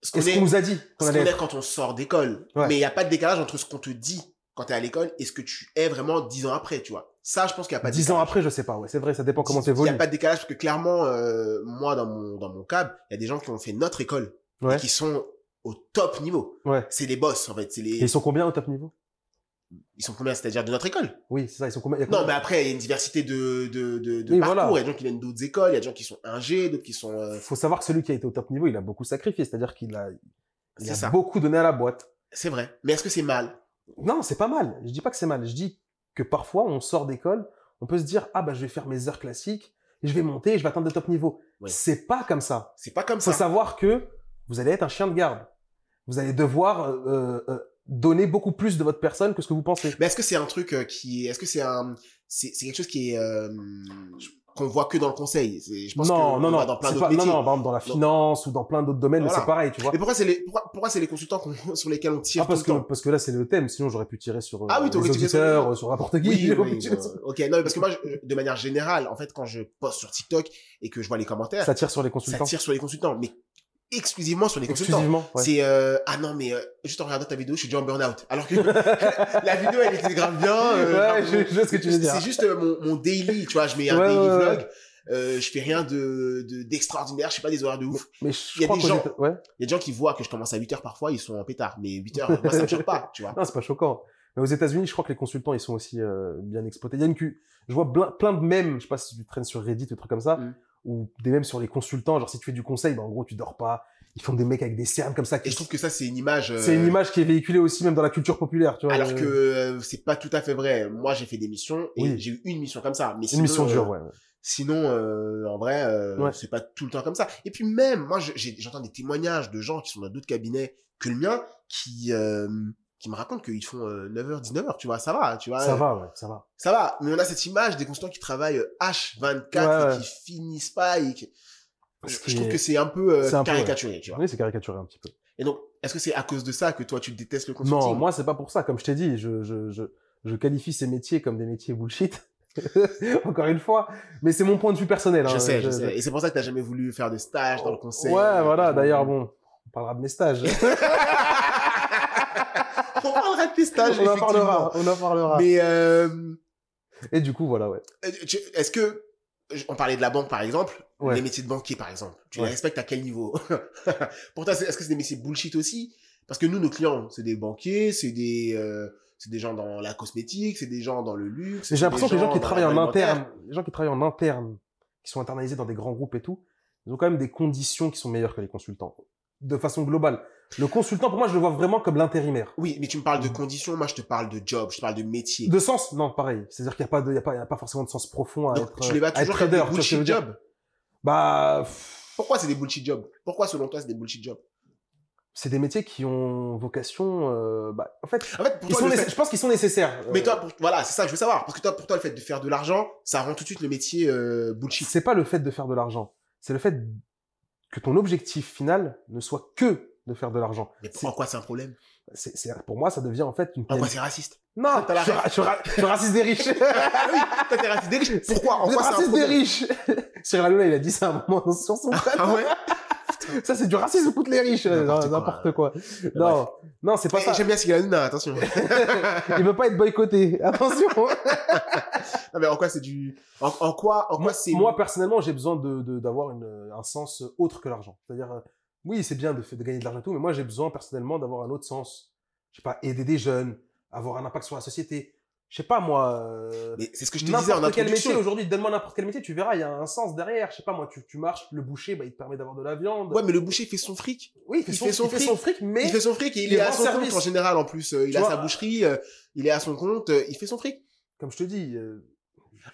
[SPEAKER 1] Ce
[SPEAKER 2] et
[SPEAKER 1] qu'on
[SPEAKER 2] ce
[SPEAKER 1] est-
[SPEAKER 2] qu'on nous a dit qu'on
[SPEAKER 1] ce
[SPEAKER 2] allait
[SPEAKER 1] qu'on est
[SPEAKER 2] être.
[SPEAKER 1] quand on sort d'école.
[SPEAKER 2] Ouais.
[SPEAKER 1] Mais il n'y a pas de décalage entre ce qu'on te dit quand tu es à l'école et ce que tu es vraiment dix ans après, tu vois. Ça, je pense qu'il n'y a pas de
[SPEAKER 2] Dix ans après, je sais pas. Ouais, c'est vrai, ça dépend comment
[SPEAKER 1] Il n'y a
[SPEAKER 2] t'évolues.
[SPEAKER 1] pas de décalage parce que clairement, euh, moi, dans mon, dans mon cab, il y a des gens qui ont fait notre école
[SPEAKER 2] Ouais.
[SPEAKER 1] et qui sont au top niveau.
[SPEAKER 2] Ouais.
[SPEAKER 1] C'est les boss, en fait. C'est
[SPEAKER 2] Et
[SPEAKER 1] les...
[SPEAKER 2] ils sont combien au top niveau
[SPEAKER 1] Ils sont combien, c'est-à-dire de notre école
[SPEAKER 2] Oui, c'est ça. Ils sont combien, il y a
[SPEAKER 1] Non,
[SPEAKER 2] combien
[SPEAKER 1] mais après, il y a une diversité de, de, de, de
[SPEAKER 2] Oui,
[SPEAKER 1] parcours. Il
[SPEAKER 2] voilà.
[SPEAKER 1] y a des gens qui viennent d'autres écoles, il y a des gens qui sont ingés, d'autres qui sont... euh,
[SPEAKER 2] Faut savoir que celui qui a été au top niveau, il a beaucoup sacrifié, c'est-à-dire qu'il a, il
[SPEAKER 1] C'est
[SPEAKER 2] a
[SPEAKER 1] ça,
[SPEAKER 2] beaucoup donné à la boîte.
[SPEAKER 1] c'est vrai. Mais est-ce que c'est mal
[SPEAKER 2] Non, c'est pas mal. Je dis pas que c'est mal. Je dis que parfois on sort d'école, on peut se dire ah bah je vais faire mes heures classiques, je vais monter, et je vais atteindre le top niveau.
[SPEAKER 1] Ouais.
[SPEAKER 2] C'est pas comme ça.
[SPEAKER 1] C'est pas comme
[SPEAKER 2] Faut
[SPEAKER 1] ça.
[SPEAKER 2] savoir que vous allez être un chien de garde. Vous allez devoir euh, euh, donner beaucoup plus de votre personne que ce que vous pensez.
[SPEAKER 1] Mais est-ce que c'est un truc euh, qui, est-ce que c'est un, c'est c'est quelque chose qui est euh, qu'on voit que dans le conseil. C'est- Je pense
[SPEAKER 2] non,
[SPEAKER 1] que
[SPEAKER 2] non,
[SPEAKER 1] on
[SPEAKER 2] non,
[SPEAKER 1] va dans plein
[SPEAKER 2] c'est
[SPEAKER 1] d'autres
[SPEAKER 2] pas- non,
[SPEAKER 1] métiers.
[SPEAKER 2] non, par exemple, dans la finance ou dans plein d'autres domaines,
[SPEAKER 1] Voilà.
[SPEAKER 2] c'est pareil, tu vois.
[SPEAKER 1] Mais pourquoi c'est les, pourquoi, pourquoi c'est les consultants qu'on- sur lesquels on tire
[SPEAKER 2] Ah, parce
[SPEAKER 1] tout
[SPEAKER 2] que,
[SPEAKER 1] le temps
[SPEAKER 2] parce que là, c'est le thème. Sinon, j'aurais pu tirer sur euh,
[SPEAKER 1] Ah oui,
[SPEAKER 2] les
[SPEAKER 1] t'aurais tiré sur-
[SPEAKER 2] auditeurs, euh, sur n'importe qui.
[SPEAKER 1] Oui,
[SPEAKER 2] j'aurais
[SPEAKER 1] oui,
[SPEAKER 2] pu tirer
[SPEAKER 1] euh,
[SPEAKER 2] sur-
[SPEAKER 1] ok, non, mais parce que moi, je- de manière générale, en fait, quand je poste sur TikTok et que je vois les commentaires,
[SPEAKER 2] Ça tire sur les
[SPEAKER 1] ça
[SPEAKER 2] consultants.
[SPEAKER 1] tire sur les consultants, mais exclusivement sur les consultants.
[SPEAKER 2] Exclusivement. ouais.
[SPEAKER 1] C'est euh, ah non mais euh, juste en regardant ta vidéo, je suis déjà en burn-out. Alors que la vidéo elle était grave bien. euh,
[SPEAKER 2] Ouais,
[SPEAKER 1] grave-
[SPEAKER 2] je- je vois ce que tu veux dire.
[SPEAKER 1] C'est juste euh, mon, mon daily, tu vois, je mets un
[SPEAKER 2] Ouais,
[SPEAKER 1] daily
[SPEAKER 2] ouais, ouais.
[SPEAKER 1] vlog. Euh, je fais rien de de- d'extraordinaire, je sais pas des horaires de ouf.
[SPEAKER 2] Mais
[SPEAKER 1] Il y
[SPEAKER 2] je
[SPEAKER 1] a
[SPEAKER 2] crois
[SPEAKER 1] des
[SPEAKER 2] qu'aux
[SPEAKER 1] gens-
[SPEAKER 2] Éta- ouais.
[SPEAKER 1] Il y a des gens qui voient que je commence à 8 heures parfois, ils sont en pétard. Mais 8 heures, moi ça me choque pas, tu vois.
[SPEAKER 2] Non, c'est pas choquant. Mais aux États-Unis, je crois que les consultants, ils sont aussi euh, bien exploités. Il y a une cu- Je vois plein, plein de mèmes, je sais pas si tu traînes sur Reddit ou des trucs comme ça,
[SPEAKER 1] Mm.
[SPEAKER 2] ou des mèmes sur les consultants. Genre, si tu fais du conseil, ben, en gros, tu dors pas. Ils font des mecs avec des cernes comme ça.
[SPEAKER 1] Et
[SPEAKER 2] Qui...
[SPEAKER 1] je trouve que ça c'est une image. euh,
[SPEAKER 2] C'est une image qui est véhiculée aussi, même dans la culture populaire, tu vois.
[SPEAKER 1] Alors
[SPEAKER 2] euh,
[SPEAKER 1] que euh, c'est pas tout à fait vrai. Moi j'ai fait des missions et
[SPEAKER 2] Oui.
[SPEAKER 1] j'ai eu une mission comme ça. Mais
[SPEAKER 2] Une mission
[SPEAKER 1] dure
[SPEAKER 2] dure, ouais. ouais.
[SPEAKER 1] Sinon, euh, en vrai, euh,
[SPEAKER 2] Ouais.
[SPEAKER 1] c'est pas tout le temps comme ça. Et puis même, moi, je- j'ai- j'entends des témoignages de gens qui sont dans d'autres cabinets que le mien, qui euh, qui me racontent qu'ils font euh, 9h, 19h, tu vois, ça va, tu vois.
[SPEAKER 2] Ça
[SPEAKER 1] euh,
[SPEAKER 2] va, ouais, ça va.
[SPEAKER 1] Ça va, mais on a cette image des consultants qui travaillent euh, H24
[SPEAKER 2] Ouais,
[SPEAKER 1] et
[SPEAKER 2] ouais.
[SPEAKER 1] qui finissent pas et qui... Je,
[SPEAKER 2] Ce
[SPEAKER 1] je
[SPEAKER 2] qui
[SPEAKER 1] trouve
[SPEAKER 2] est-
[SPEAKER 1] que c'est un peu euh,
[SPEAKER 2] c'est un peu, ouais.
[SPEAKER 1] caricaturé, tu vois.
[SPEAKER 2] Oui, c'est caricaturé un petit peu.
[SPEAKER 1] Et donc, est-ce que c'est à cause de ça que toi, tu détestes le consulting
[SPEAKER 2] Non, moi, c'est pas pour ça. Comme je t'ai dit, je, je, je, je qualifie ces métiers comme des métiers bullshit. Encore une fois. Mais c'est mon point de vue personnel.
[SPEAKER 1] Je
[SPEAKER 2] hein.
[SPEAKER 1] sais, je, sais. Et c'est pour ça que t'as jamais voulu faire de stage dans le conseil.
[SPEAKER 2] Oh, Ouais,
[SPEAKER 1] euh,
[SPEAKER 2] voilà.
[SPEAKER 1] je-
[SPEAKER 2] D'ailleurs, bon, on parlera de mes stages.
[SPEAKER 1] On parlera de tes stages,
[SPEAKER 2] on en
[SPEAKER 1] effectivement.
[SPEAKER 2] parlera. On en parlera.
[SPEAKER 1] Mais euh,
[SPEAKER 2] Et du coup, voilà, ouais.
[SPEAKER 1] Euh, tu- Est-ce que on parlait de la banque par exemple,
[SPEAKER 2] Ouais.
[SPEAKER 1] les métiers de banquier par exemple, tu
[SPEAKER 2] Ouais.
[SPEAKER 1] les respectes à quel niveau Pour toi, c'est- est-ce que c'est des métiers bullshit aussi Parce que nous, nos clients, c'est des banquiers, c'est des euh, c'est des gens dans la cosmétique, c'est des gens dans le luxe.
[SPEAKER 2] J'ai
[SPEAKER 1] c'est
[SPEAKER 2] l'impression que
[SPEAKER 1] des
[SPEAKER 2] les gens qui
[SPEAKER 1] dans
[SPEAKER 2] travaillent en
[SPEAKER 1] l'alimentaire.
[SPEAKER 2] interne, les gens qui travaillent en interne, qui sont internalisés dans des grands groupes et tout, ils ont quand même des conditions qui sont meilleures que les consultants. De façon globale. Le consultant, pour moi, je le vois vraiment comme l'intérimaire.
[SPEAKER 1] Oui, mais tu me parles de conditions, moi je te parle de job, je te parle de métier.
[SPEAKER 2] Mm. De sens Non, pareil. C'est-à-dire qu'il n'y a, pas de- il y a, pas- il y a pas forcément de sens profond à
[SPEAKER 1] Donc
[SPEAKER 2] être,
[SPEAKER 1] tu les
[SPEAKER 2] euh,
[SPEAKER 1] bats
[SPEAKER 2] à être
[SPEAKER 1] toujours comme
[SPEAKER 2] trader.
[SPEAKER 1] des
[SPEAKER 2] tu vois ce que je veux
[SPEAKER 1] bullshit
[SPEAKER 2] dire.
[SPEAKER 1] jobs.
[SPEAKER 2] Bah, pff,
[SPEAKER 1] Pourquoi c'est des bullshit jobs Pourquoi selon toi c'est des bullshit jobs
[SPEAKER 2] c'est des métiers qui ont vocation. euh, bah, en fait,
[SPEAKER 1] En fait, pour
[SPEAKER 2] ils
[SPEAKER 1] toi,
[SPEAKER 2] sont
[SPEAKER 1] le
[SPEAKER 2] nécess-
[SPEAKER 1] fait-
[SPEAKER 2] je pense qu'ils sont nécessaires.
[SPEAKER 1] mais
[SPEAKER 2] Euh,
[SPEAKER 1] toi, pour- voilà, c'est ça que je veux savoir. Parce que toi, pour toi, le fait de faire de l'argent, ça rend tout de suite le métier euh, bullshit.
[SPEAKER 2] c'est pas le fait de faire de l'argent. C'est le fait que ton objectif final ne soit que de faire de l'argent.
[SPEAKER 1] Mais
[SPEAKER 2] C'est-
[SPEAKER 1] pourquoi quoi, c'est un problème
[SPEAKER 2] c'est- c'est- pour moi, ça devient en fait une.
[SPEAKER 1] En quoi
[SPEAKER 2] pénalité.
[SPEAKER 1] c'est raciste
[SPEAKER 2] Non,
[SPEAKER 1] T'as la
[SPEAKER 2] je, je, ra- je raciste des riches.
[SPEAKER 1] Ah oui, toi t'es raciste des riches. Pourquoi En
[SPEAKER 2] Je
[SPEAKER 1] quoi c'est un
[SPEAKER 2] raciste des
[SPEAKER 1] problème
[SPEAKER 2] riches. Cyril Hanouna, il a dit ça à un moment sur son.
[SPEAKER 1] Ah ouais
[SPEAKER 2] Ça, c'est du racisme contre les riches. euh,
[SPEAKER 1] N'importe quoi.
[SPEAKER 2] N'importe quoi. Non, non, c'est pas
[SPEAKER 1] Eh,
[SPEAKER 2] ça.
[SPEAKER 1] J'aime bien Cyril Hanouna, attention. non
[SPEAKER 2] Il veut pas être boycotté. Attention.
[SPEAKER 1] mais en quoi c'est du... En, en quoi, en
[SPEAKER 2] moi,
[SPEAKER 1] quoi c'est...
[SPEAKER 2] moi, personnellement, j'ai besoin de de- d'avoir une- un sens autre que l'argent. C'est-à-dire, euh, oui, c'est bien de, f- de gagner de l'argent et tout, mais moi, j'ai besoin personnellement d'avoir un autre sens. Je sais pas, aider des jeunes, avoir un impact sur la société. Je sais pas, moi. euh,
[SPEAKER 1] Mais c'est ce que je te disais en
[SPEAKER 2] N'importe quel métier
[SPEAKER 1] introduction.
[SPEAKER 2] aujourd'hui, donne-moi n'importe quel métier, tu verras, il y a un sens derrière. Je sais pas, moi, tu, tu marches, le boucher, bah, il te permet d'avoir de la viande.
[SPEAKER 1] Ouais, mais le boucher fait son fric.
[SPEAKER 2] oui, il fait,
[SPEAKER 1] il
[SPEAKER 2] son,
[SPEAKER 1] fait son
[SPEAKER 2] il fait
[SPEAKER 1] fric.
[SPEAKER 2] son fric, mais
[SPEAKER 1] Il fait son fric et il,
[SPEAKER 2] Il
[SPEAKER 1] est à
[SPEAKER 2] rend
[SPEAKER 1] son
[SPEAKER 2] service.
[SPEAKER 1] compte en général en plus. Euh, Il
[SPEAKER 2] Tu
[SPEAKER 1] a
[SPEAKER 2] vois.
[SPEAKER 1] sa boucherie, euh, il est à son compte, euh, il fait son fric.
[SPEAKER 2] comme je te dis, euh,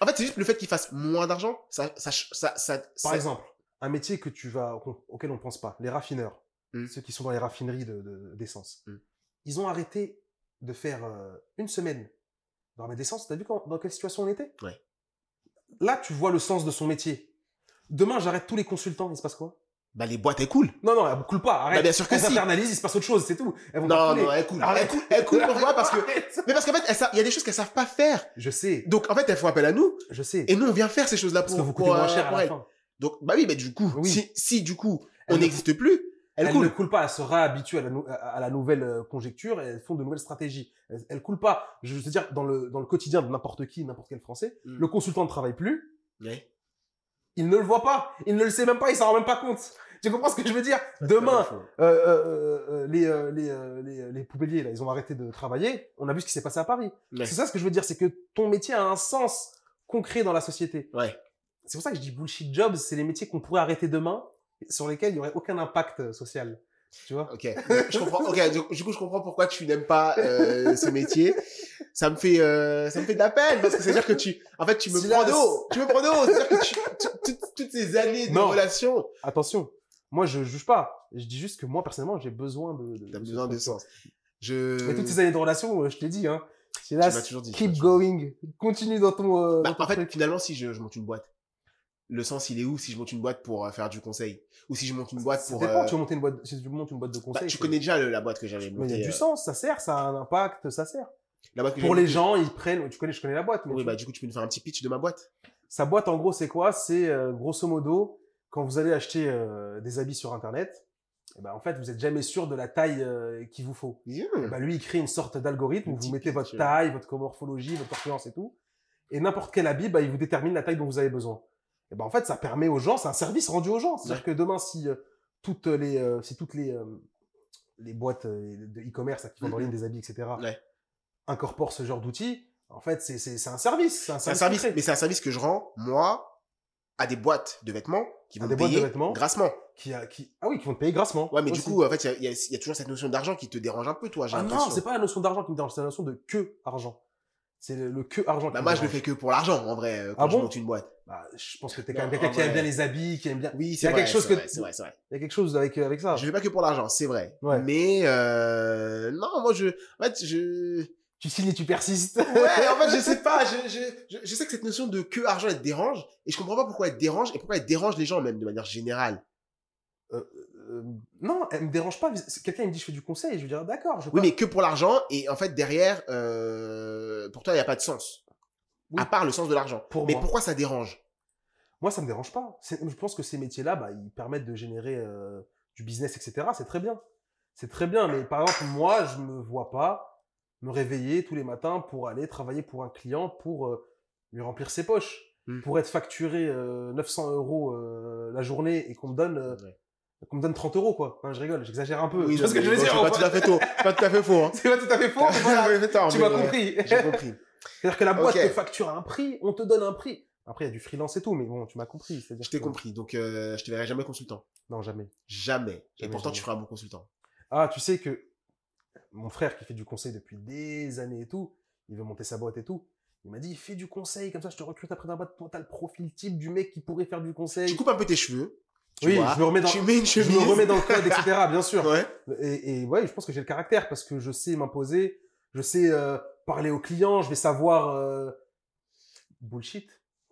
[SPEAKER 1] En fait, c'est juste le fait qu'il fasse moins d'argent. Ça, ça, ça, ça,
[SPEAKER 2] par
[SPEAKER 1] ça-
[SPEAKER 2] exemple, un métier que tu vas, qu'on- auquel on pense pas, les raffineurs,
[SPEAKER 1] Mm.
[SPEAKER 2] ceux qui sont dans les raffineries de- de- d'essence,
[SPEAKER 1] Mm.
[SPEAKER 2] ils ont arrêté de faire euh, une semaine de remettre d'essence. T'as vu quand- dans quelle situation on était
[SPEAKER 1] Ouais.
[SPEAKER 2] Là, tu vois le sens de son métier. Demain, j'arrête tous les consultants, il se passe quoi
[SPEAKER 1] Bah les boîtes, elles coulent.
[SPEAKER 2] Non, non, elle coule pas, arrête.
[SPEAKER 1] Bah, bien sûr que
[SPEAKER 2] Elles
[SPEAKER 1] si.
[SPEAKER 2] s'internalisent, il se passe autre chose, c'est tout. Elles vont pas
[SPEAKER 1] Non,
[SPEAKER 2] couler.
[SPEAKER 1] non, elles coulent.
[SPEAKER 2] Arrête.
[SPEAKER 1] Elles coulent, elles coulent pourquoi Parce que...
[SPEAKER 2] Arrête.
[SPEAKER 1] Mais parce qu'en fait, elles sa- il y a des choses qu'elles savent pas faire.
[SPEAKER 2] Je sais,
[SPEAKER 1] Donc en fait, elles font appel à nous
[SPEAKER 2] je sais.
[SPEAKER 1] et nous, on vient faire ces choses-là
[SPEAKER 2] Parce
[SPEAKER 1] pour
[SPEAKER 2] que vous
[SPEAKER 1] pour,
[SPEAKER 2] coûtez moins
[SPEAKER 1] euh,
[SPEAKER 2] cher à
[SPEAKER 1] pour
[SPEAKER 2] la
[SPEAKER 1] elles.
[SPEAKER 2] fin.
[SPEAKER 1] Donc, bah oui, mais du coup,
[SPEAKER 2] Oui.
[SPEAKER 1] si, si du coup,
[SPEAKER 2] Elle
[SPEAKER 1] on
[SPEAKER 2] ne-
[SPEAKER 1] n'existe plus, elle
[SPEAKER 2] Elles ne
[SPEAKER 1] coule.
[SPEAKER 2] coulent pas, elles se réhabituent à la, nou- à- à la nouvelle euh, conjecture et elles font de nouvelles stratégies. Elles, elles coulent pas. Je veux dire, dans le, dans le quotidien de n'importe qui, n'importe quel Français,
[SPEAKER 1] Mm.
[SPEAKER 2] le consultant ne travaille plus,
[SPEAKER 1] Ouais.
[SPEAKER 2] il ne le voit pas, il ne le sait même pas, il s'en rend même pas compte. Tu comprends ce que je veux dire Demain, euh, euh, euh, les, euh, les, euh, les, les poubelliers, là, ils ont arrêté de travailler, on a vu ce qui s'est passé à Paris.
[SPEAKER 1] Ouais.
[SPEAKER 2] C'est ça ce que je veux dire, c'est que ton métier a un sens concret dans la société.
[SPEAKER 1] Ouais.
[SPEAKER 2] C'est pour ça que je dis bullshit jobs, c'est les métiers qu'on pourrait arrêter demain, sur lesquels il n'y aurait aucun impact euh, social. Tu vois
[SPEAKER 1] Ok, je comprends. Ok, du, du coup, je comprends pourquoi tu n'aimes pas euh, ce métier. Ça me fait, euh, ça me fait de la peine parce que c'est à dire que tu, en fait, tu me
[SPEAKER 2] Silas.
[SPEAKER 1] prends de haut. Tu me prends de haut. C'est à dire que tu, tu- toutes- toutes ces années de
[SPEAKER 2] Non.
[SPEAKER 1] relation,
[SPEAKER 2] Attention, moi je juge pas. Je dis juste que moi personnellement j'ai besoin de. de-
[SPEAKER 1] t'as
[SPEAKER 2] de-
[SPEAKER 1] besoin de sens. Je.
[SPEAKER 2] Mais toutes ces années de relation, euh, je t'ai dit, hein. C'est
[SPEAKER 1] tu
[SPEAKER 2] là,
[SPEAKER 1] m'as toujours dit. tu m'as
[SPEAKER 2] keep
[SPEAKER 1] toujours dit.
[SPEAKER 2] going. Continue dans ton. euh,
[SPEAKER 1] Bah,
[SPEAKER 2] dans ton
[SPEAKER 1] en fait,
[SPEAKER 2] truc.
[SPEAKER 1] finalement, si je, je monte une boîte, le sens il est où si je monte une boîte pour euh, faire du conseil ou si je monte une boîte
[SPEAKER 2] Ça
[SPEAKER 1] pour.
[SPEAKER 2] dépend,
[SPEAKER 1] euh,
[SPEAKER 2] tu veux monter une boîte, si tu montes une boîte de
[SPEAKER 1] bah,
[SPEAKER 2] conseil.
[SPEAKER 1] tu
[SPEAKER 2] c'est-
[SPEAKER 1] connais déjà le- la boîte que j'avais
[SPEAKER 2] Mais il y a
[SPEAKER 1] montée.
[SPEAKER 2] du
[SPEAKER 1] euh,
[SPEAKER 2] sens, ça sert, ça a un impact, ça sert.
[SPEAKER 1] La boîte que
[SPEAKER 2] Pour
[SPEAKER 1] j'avais montée.
[SPEAKER 2] les gens, ils prennent, tu connais, je connais la boîte. Mais
[SPEAKER 1] Oui,
[SPEAKER 2] tu-
[SPEAKER 1] bah du coup, tu peux nous faire un petit pitch de ma boîte.
[SPEAKER 2] Sa boîte, en gros, c'est quoi C'est euh, grosso modo, quand vous allez acheter euh, des habits sur Internet, eh ben, en fait, vous n'êtes jamais sûr de la taille euh, qu'il vous faut.
[SPEAKER 1] Yeah.
[SPEAKER 2] Eh ben, lui, il crée une sorte d'algorithme où
[SPEAKER 1] Petit
[SPEAKER 2] vous mettez
[SPEAKER 1] pitch,
[SPEAKER 2] votre
[SPEAKER 1] euh.
[SPEAKER 2] taille, votre morphologie, votre corpulence et tout. Et n'importe quel habit, bah, il vous détermine la taille dont vous avez besoin. Et ben, en fait, ça permet aux gens, c'est un service rendu aux gens. C'est-à-dire que demain, si euh, toutes les, euh, si toutes les, euh, les boîtes euh, de e-commerce là, qui vendent en
[SPEAKER 1] Mhm.
[SPEAKER 2] ligne des habits, etc.,
[SPEAKER 1] Ouais.
[SPEAKER 2] incorporent ce genre d'outils, en fait, c'est- c'est c'est un service.
[SPEAKER 1] C'est un service, mais c'est un service que je rends, moi, à des boîtes de vêtements qui
[SPEAKER 2] À
[SPEAKER 1] vont
[SPEAKER 2] des
[SPEAKER 1] me
[SPEAKER 2] boîtes de
[SPEAKER 1] payer
[SPEAKER 2] vêtements.
[SPEAKER 1] grassement.
[SPEAKER 2] qui, a- qui- ah oui, qui vont te payer grassement.
[SPEAKER 1] Ouais, mais du
[SPEAKER 2] aussi.
[SPEAKER 1] coup, en fait, il y a- il y, a- il y a toujours cette notion d'argent qui te dérange un peu, toi, j'ai
[SPEAKER 2] Ah non, c'est
[SPEAKER 1] l'impression.
[SPEAKER 2] pas la notion d'argent qui me dérange, c'est la notion de que argent. C'est le, le que argent.
[SPEAKER 1] Bah,
[SPEAKER 2] qui
[SPEAKER 1] moi,
[SPEAKER 2] me
[SPEAKER 1] je le
[SPEAKER 2] dérange.
[SPEAKER 1] fais que pour l'argent, en vrai, euh, quand
[SPEAKER 2] Ah
[SPEAKER 1] je
[SPEAKER 2] bon
[SPEAKER 1] monte une boîte.
[SPEAKER 2] Bah, je pense que t'es quand même
[SPEAKER 1] Non,
[SPEAKER 2] quelqu'un qui
[SPEAKER 1] ouais.
[SPEAKER 2] aime bien les habits, qui aime bien.
[SPEAKER 1] Oui,
[SPEAKER 2] Il y
[SPEAKER 1] c'est
[SPEAKER 2] a
[SPEAKER 1] vrai.
[SPEAKER 2] quelque chose
[SPEAKER 1] c'est
[SPEAKER 2] que-
[SPEAKER 1] vrai, c'est vrai, c'est vrai.
[SPEAKER 2] Il y a quelque chose avec euh, avec ça.
[SPEAKER 1] Je fais pas que pour l'argent, c'est vrai.
[SPEAKER 2] Ouais.
[SPEAKER 1] Mais, euh, non, moi, je, en fait, je,
[SPEAKER 2] Tu signes et tu persistes.
[SPEAKER 1] ouais, en fait, je sais pas, je, je, je, je sais que cette notion de que argent, elle te dérange, et je comprends pas pourquoi elle te dérange, et pourquoi elle dérange les gens, même, de manière générale.
[SPEAKER 2] Euh, euh, non, elle me dérange pas. C'est- Quelqu'un il me dit je fais du conseil, je lui dirais d'accord. Je veux
[SPEAKER 1] Oui,
[SPEAKER 2] pas-
[SPEAKER 1] mais que pour l'argent, et en fait, derrière, euh, pour toi, il n'y a pas de sens.
[SPEAKER 2] Oui.
[SPEAKER 1] À part le sens de l'argent.
[SPEAKER 2] Pour
[SPEAKER 1] mais
[SPEAKER 2] moi.
[SPEAKER 1] pourquoi ça dérange
[SPEAKER 2] moi ça me dérange pas. C'est- Je pense que ces métiers-là, bah, ils permettent de générer euh, du business, etc. C'est très bien. C'est très bien. Mais par exemple, moi, je me vois pas me réveiller tous les matins pour aller travailler pour un client pour euh, lui remplir ses poches,
[SPEAKER 1] Mm.
[SPEAKER 2] pour être facturé euh, 900 euros euh, la journée et qu'on me donne euh,
[SPEAKER 1] Ouais.
[SPEAKER 2] qu'on me donne 30 euros quoi. Non, je rigole, j'exagère un peu.
[SPEAKER 1] Oui,
[SPEAKER 2] tu vois
[SPEAKER 1] non,
[SPEAKER 2] ce que
[SPEAKER 1] mais
[SPEAKER 2] je veux
[SPEAKER 1] bon,
[SPEAKER 2] dire
[SPEAKER 1] C'est
[SPEAKER 2] ou
[SPEAKER 1] pas
[SPEAKER 2] pas
[SPEAKER 1] tout à fait faux. hein. pas tout à fait faux. Hein.
[SPEAKER 2] C'est pas tout à fait faux. mais voilà.
[SPEAKER 1] Ouais, mais attends,
[SPEAKER 2] tu
[SPEAKER 1] mais
[SPEAKER 2] m'as
[SPEAKER 1] ouais,
[SPEAKER 2] compris.
[SPEAKER 1] J'ai compris.
[SPEAKER 2] C'est-à-dire que la boîte
[SPEAKER 1] Ok.
[SPEAKER 2] te facture un prix, on te donne un prix. Après, il y a du freelance et tout, mais bon, tu m'as compris. c'est-à-dire
[SPEAKER 1] Je t'ai
[SPEAKER 2] que-
[SPEAKER 1] compris. Donc, euh, je te verrai jamais consultant.
[SPEAKER 2] Non, jamais.
[SPEAKER 1] Jamais. Et
[SPEAKER 2] Jamais,
[SPEAKER 1] pourtant,
[SPEAKER 2] jamais.
[SPEAKER 1] tu feras un bon consultant.
[SPEAKER 2] Ah, tu sais que mon frère qui fait du conseil depuis des années et tout, il veut monter sa boîte et tout. Il m'a dit, fais du conseil, comme ça je te recrute après ta boîte, toi t'as le profil type du mec qui pourrait faire du conseil.
[SPEAKER 1] Tu coupes un peu tes cheveux. tu
[SPEAKER 2] oui,
[SPEAKER 1] vois.
[SPEAKER 2] je me remets dans,
[SPEAKER 1] Tu mets une
[SPEAKER 2] je me
[SPEAKER 1] chemise.
[SPEAKER 2] remets dans le code, etc. Bien sûr.
[SPEAKER 1] Ouais.
[SPEAKER 2] Et, et ouais, je pense que j'ai le caractère parce que je sais m'imposer, je sais euh, parler aux clients, je vais savoir euh, bullshit.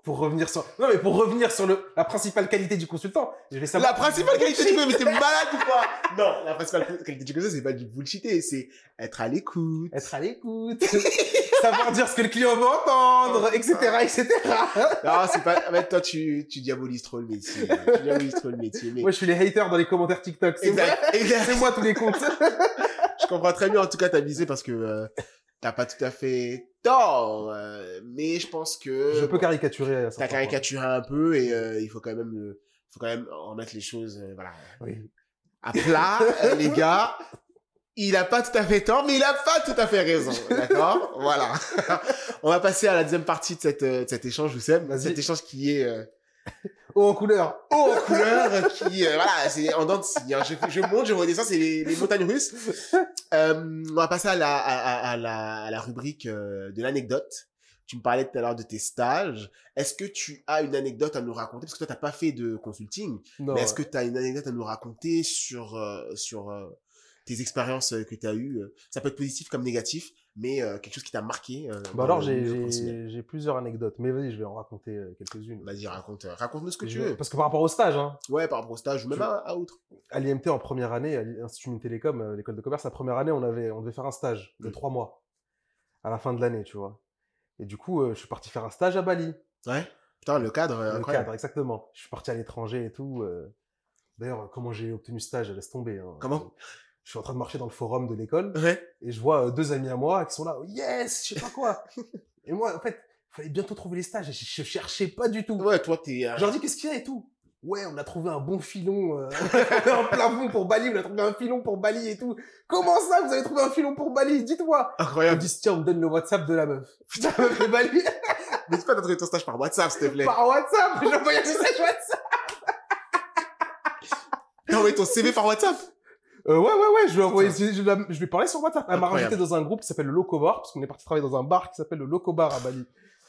[SPEAKER 2] Pour revenir sur, non mais pour revenir sur le, la principale qualité du consultant, je vais savoir.
[SPEAKER 1] La principale qualité du conseil, mais t'es malade ou quoi Non, la principale qualité du conseil, c'est pas du bullshiter, c'est être à l'écoute.
[SPEAKER 2] être à l'écoute, savoir dire ce que le client veut
[SPEAKER 1] Oh,
[SPEAKER 2] entendre, etc., etc.
[SPEAKER 1] Non, c'est pas. En fait, toi, tu, tu diabolises trop le métier. Tu diabolises trop le métier. Mais...
[SPEAKER 2] Moi, je suis les haters dans les commentaires TikTok. C'est moi,
[SPEAKER 1] Exact, Euh, exact.
[SPEAKER 2] c'est moi tous les comptes.
[SPEAKER 1] je comprends très bien en tout cas ta visée parce que euh, t'as pas tout à fait tort, euh, mais je pense que
[SPEAKER 2] Je peux
[SPEAKER 1] bon,
[SPEAKER 2] caricaturer. à certains
[SPEAKER 1] t'as
[SPEAKER 2] points.
[SPEAKER 1] caricaturé un peu et euh, il faut quand même le- faut quand même remettre les choses euh, voilà
[SPEAKER 2] Oui.
[SPEAKER 1] à plat euh, les gars. Il a pas tout à fait tort, mais il a pas tout à fait raison, d'accord Voilà. On va passer à la deuxième partie de cette euh, de cet échange, Oussem.
[SPEAKER 2] Vas-y.
[SPEAKER 1] Cet échange qui est euh,
[SPEAKER 2] Oh, en couleur.
[SPEAKER 1] haut en couleur, qui euh, voilà, c'est en dents de scie, hein. Je, je monte, je redescends, c'est les, les montagnes russes. Euh, on va passer à la, à, à- à la, à la rubrique euh, de l'anecdote. Tu me parlais tout à l'heure de tes stages. Est-ce que tu as une anecdote à nous raconter Parce que toi, t'as pas fait de consulting.
[SPEAKER 2] Non,
[SPEAKER 1] mais est-ce que tu as une anecdote à nous raconter sur euh, sur euh, tes expériences euh, que tu as eues euh, Ça peut être positif comme négatif, mais euh, quelque chose qui t'a marqué. euh,
[SPEAKER 2] Bah
[SPEAKER 1] dans
[SPEAKER 2] alors,
[SPEAKER 1] le
[SPEAKER 2] j'ai-
[SPEAKER 1] milieu professionnel.
[SPEAKER 2] j'ai j'ai plusieurs anecdotes, mais vas-y, je vais en raconter euh, quelques-unes.
[SPEAKER 1] Vas-y, raconte, euh, raconte-nous ce que tu
[SPEAKER 2] Je-
[SPEAKER 1] veux.
[SPEAKER 2] Parce que par rapport au stage, hein,
[SPEAKER 1] Ouais, par rapport au stage ou même
[SPEAKER 2] Je-
[SPEAKER 1] à, à autre.
[SPEAKER 2] à l'IMT en première année, à l'Institut Mines Télécom, euh, l'école de commerce, la première année, on, avait, on devait faire un stage de
[SPEAKER 1] Mm.
[SPEAKER 2] trois mois à la fin de l'année, tu vois. Et du coup, euh, je suis parti faire un stage à Bali.
[SPEAKER 1] Ouais. Putain, le cadre, euh,
[SPEAKER 2] Le
[SPEAKER 1] incroyable.
[SPEAKER 2] cadre, exactement. Je suis parti à l'étranger et tout. euh. D'ailleurs, comment j'ai obtenu ce stage, laisse tomber. hein.
[SPEAKER 1] Comment
[SPEAKER 2] Je suis en train de marcher dans le forum de l'école
[SPEAKER 1] Ouais.
[SPEAKER 2] et je vois euh, deux amis à moi qui sont là. Yes, je sais pas quoi. et moi, en fait, il fallait bientôt trouver les stages et je, je cherchais pas du tout.
[SPEAKER 1] Ouais, toi, t'es. euh,
[SPEAKER 2] Je leur dis qu'est-ce qu'il y a et tout. Ouais, on a trouvé un bon filon, euh, un plafond pour Bali, on a trouvé un filon pour Bali et tout. Comment ça, vous avez trouvé un filon pour Bali Dites-moi. Ils me
[SPEAKER 1] Incroyable.
[SPEAKER 2] disent, tiens, on me donne le WhatsApp de la meuf. Putain, la meuf de Bali,
[SPEAKER 1] Mais dis pas d'entrer ton stage par WhatsApp, s'il te plaît.
[SPEAKER 2] par WhatsApp, j'ai envoyé un message WhatsApp.
[SPEAKER 1] T'as envoyé ton CV par WhatsApp.
[SPEAKER 2] Euh, ouais, ouais, ouais, je vais, envoyer-
[SPEAKER 1] Putain.
[SPEAKER 2] je, je vais- je vais parler sur WhatsApp. Elle m'a
[SPEAKER 1] Incroyable.
[SPEAKER 2] rajouté dans un groupe qui s'appelle le Loco Bar, parce qu'on est parti travailler dans un bar qui s'appelle le Loco Bar à Bali.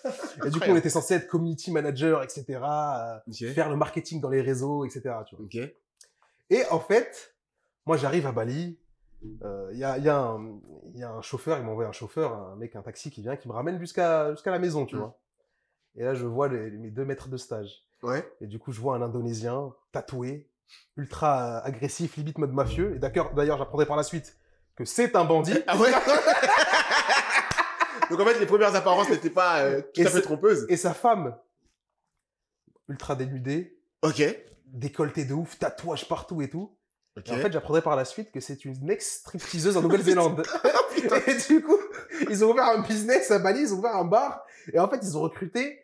[SPEAKER 2] Et du coup, on
[SPEAKER 1] Incroyable.
[SPEAKER 2] était censé être community manager, etc., euh,
[SPEAKER 1] Ok.
[SPEAKER 2] faire le marketing dans les réseaux, etc. Tu vois.
[SPEAKER 1] Ok.
[SPEAKER 2] Et en fait, moi j'arrive à Bali, euh, il y, a, y a un- y a un chauffeur, il m'envoie un chauffeur, un mec, un taxi qui vient, qui me ramène jusqu'à jusqu'à la maison, tu
[SPEAKER 1] Mm.
[SPEAKER 2] vois. Et là, je vois les- mes deux maîtres de stage.
[SPEAKER 1] Ouais.
[SPEAKER 2] Et du coup, je vois un Indonésien tatoué, ultra euh, agressif, limite mode mafieux. Et d'accord- d'ailleurs, j'apprendrai par la suite que c'est un bandit.
[SPEAKER 1] Ah ouais Donc en fait, les premières apparences n'étaient pas euh, tout
[SPEAKER 2] Et
[SPEAKER 1] à fait
[SPEAKER 2] c'est-
[SPEAKER 1] trompeuses.
[SPEAKER 2] Et sa femme, ultra dénudée,
[SPEAKER 1] Ok.
[SPEAKER 2] décolletée de ouf, tatouage partout et tout.
[SPEAKER 1] Ok.
[SPEAKER 2] Et en fait, j'apprendrai par la suite que c'est une ex-stripteaseuse en Nouvelle-Zélande.
[SPEAKER 1] Ah,
[SPEAKER 2] et du coup, ils ont ouvert un business à Bali, ils ont ouvert un bar. Et en fait, ils ont recruté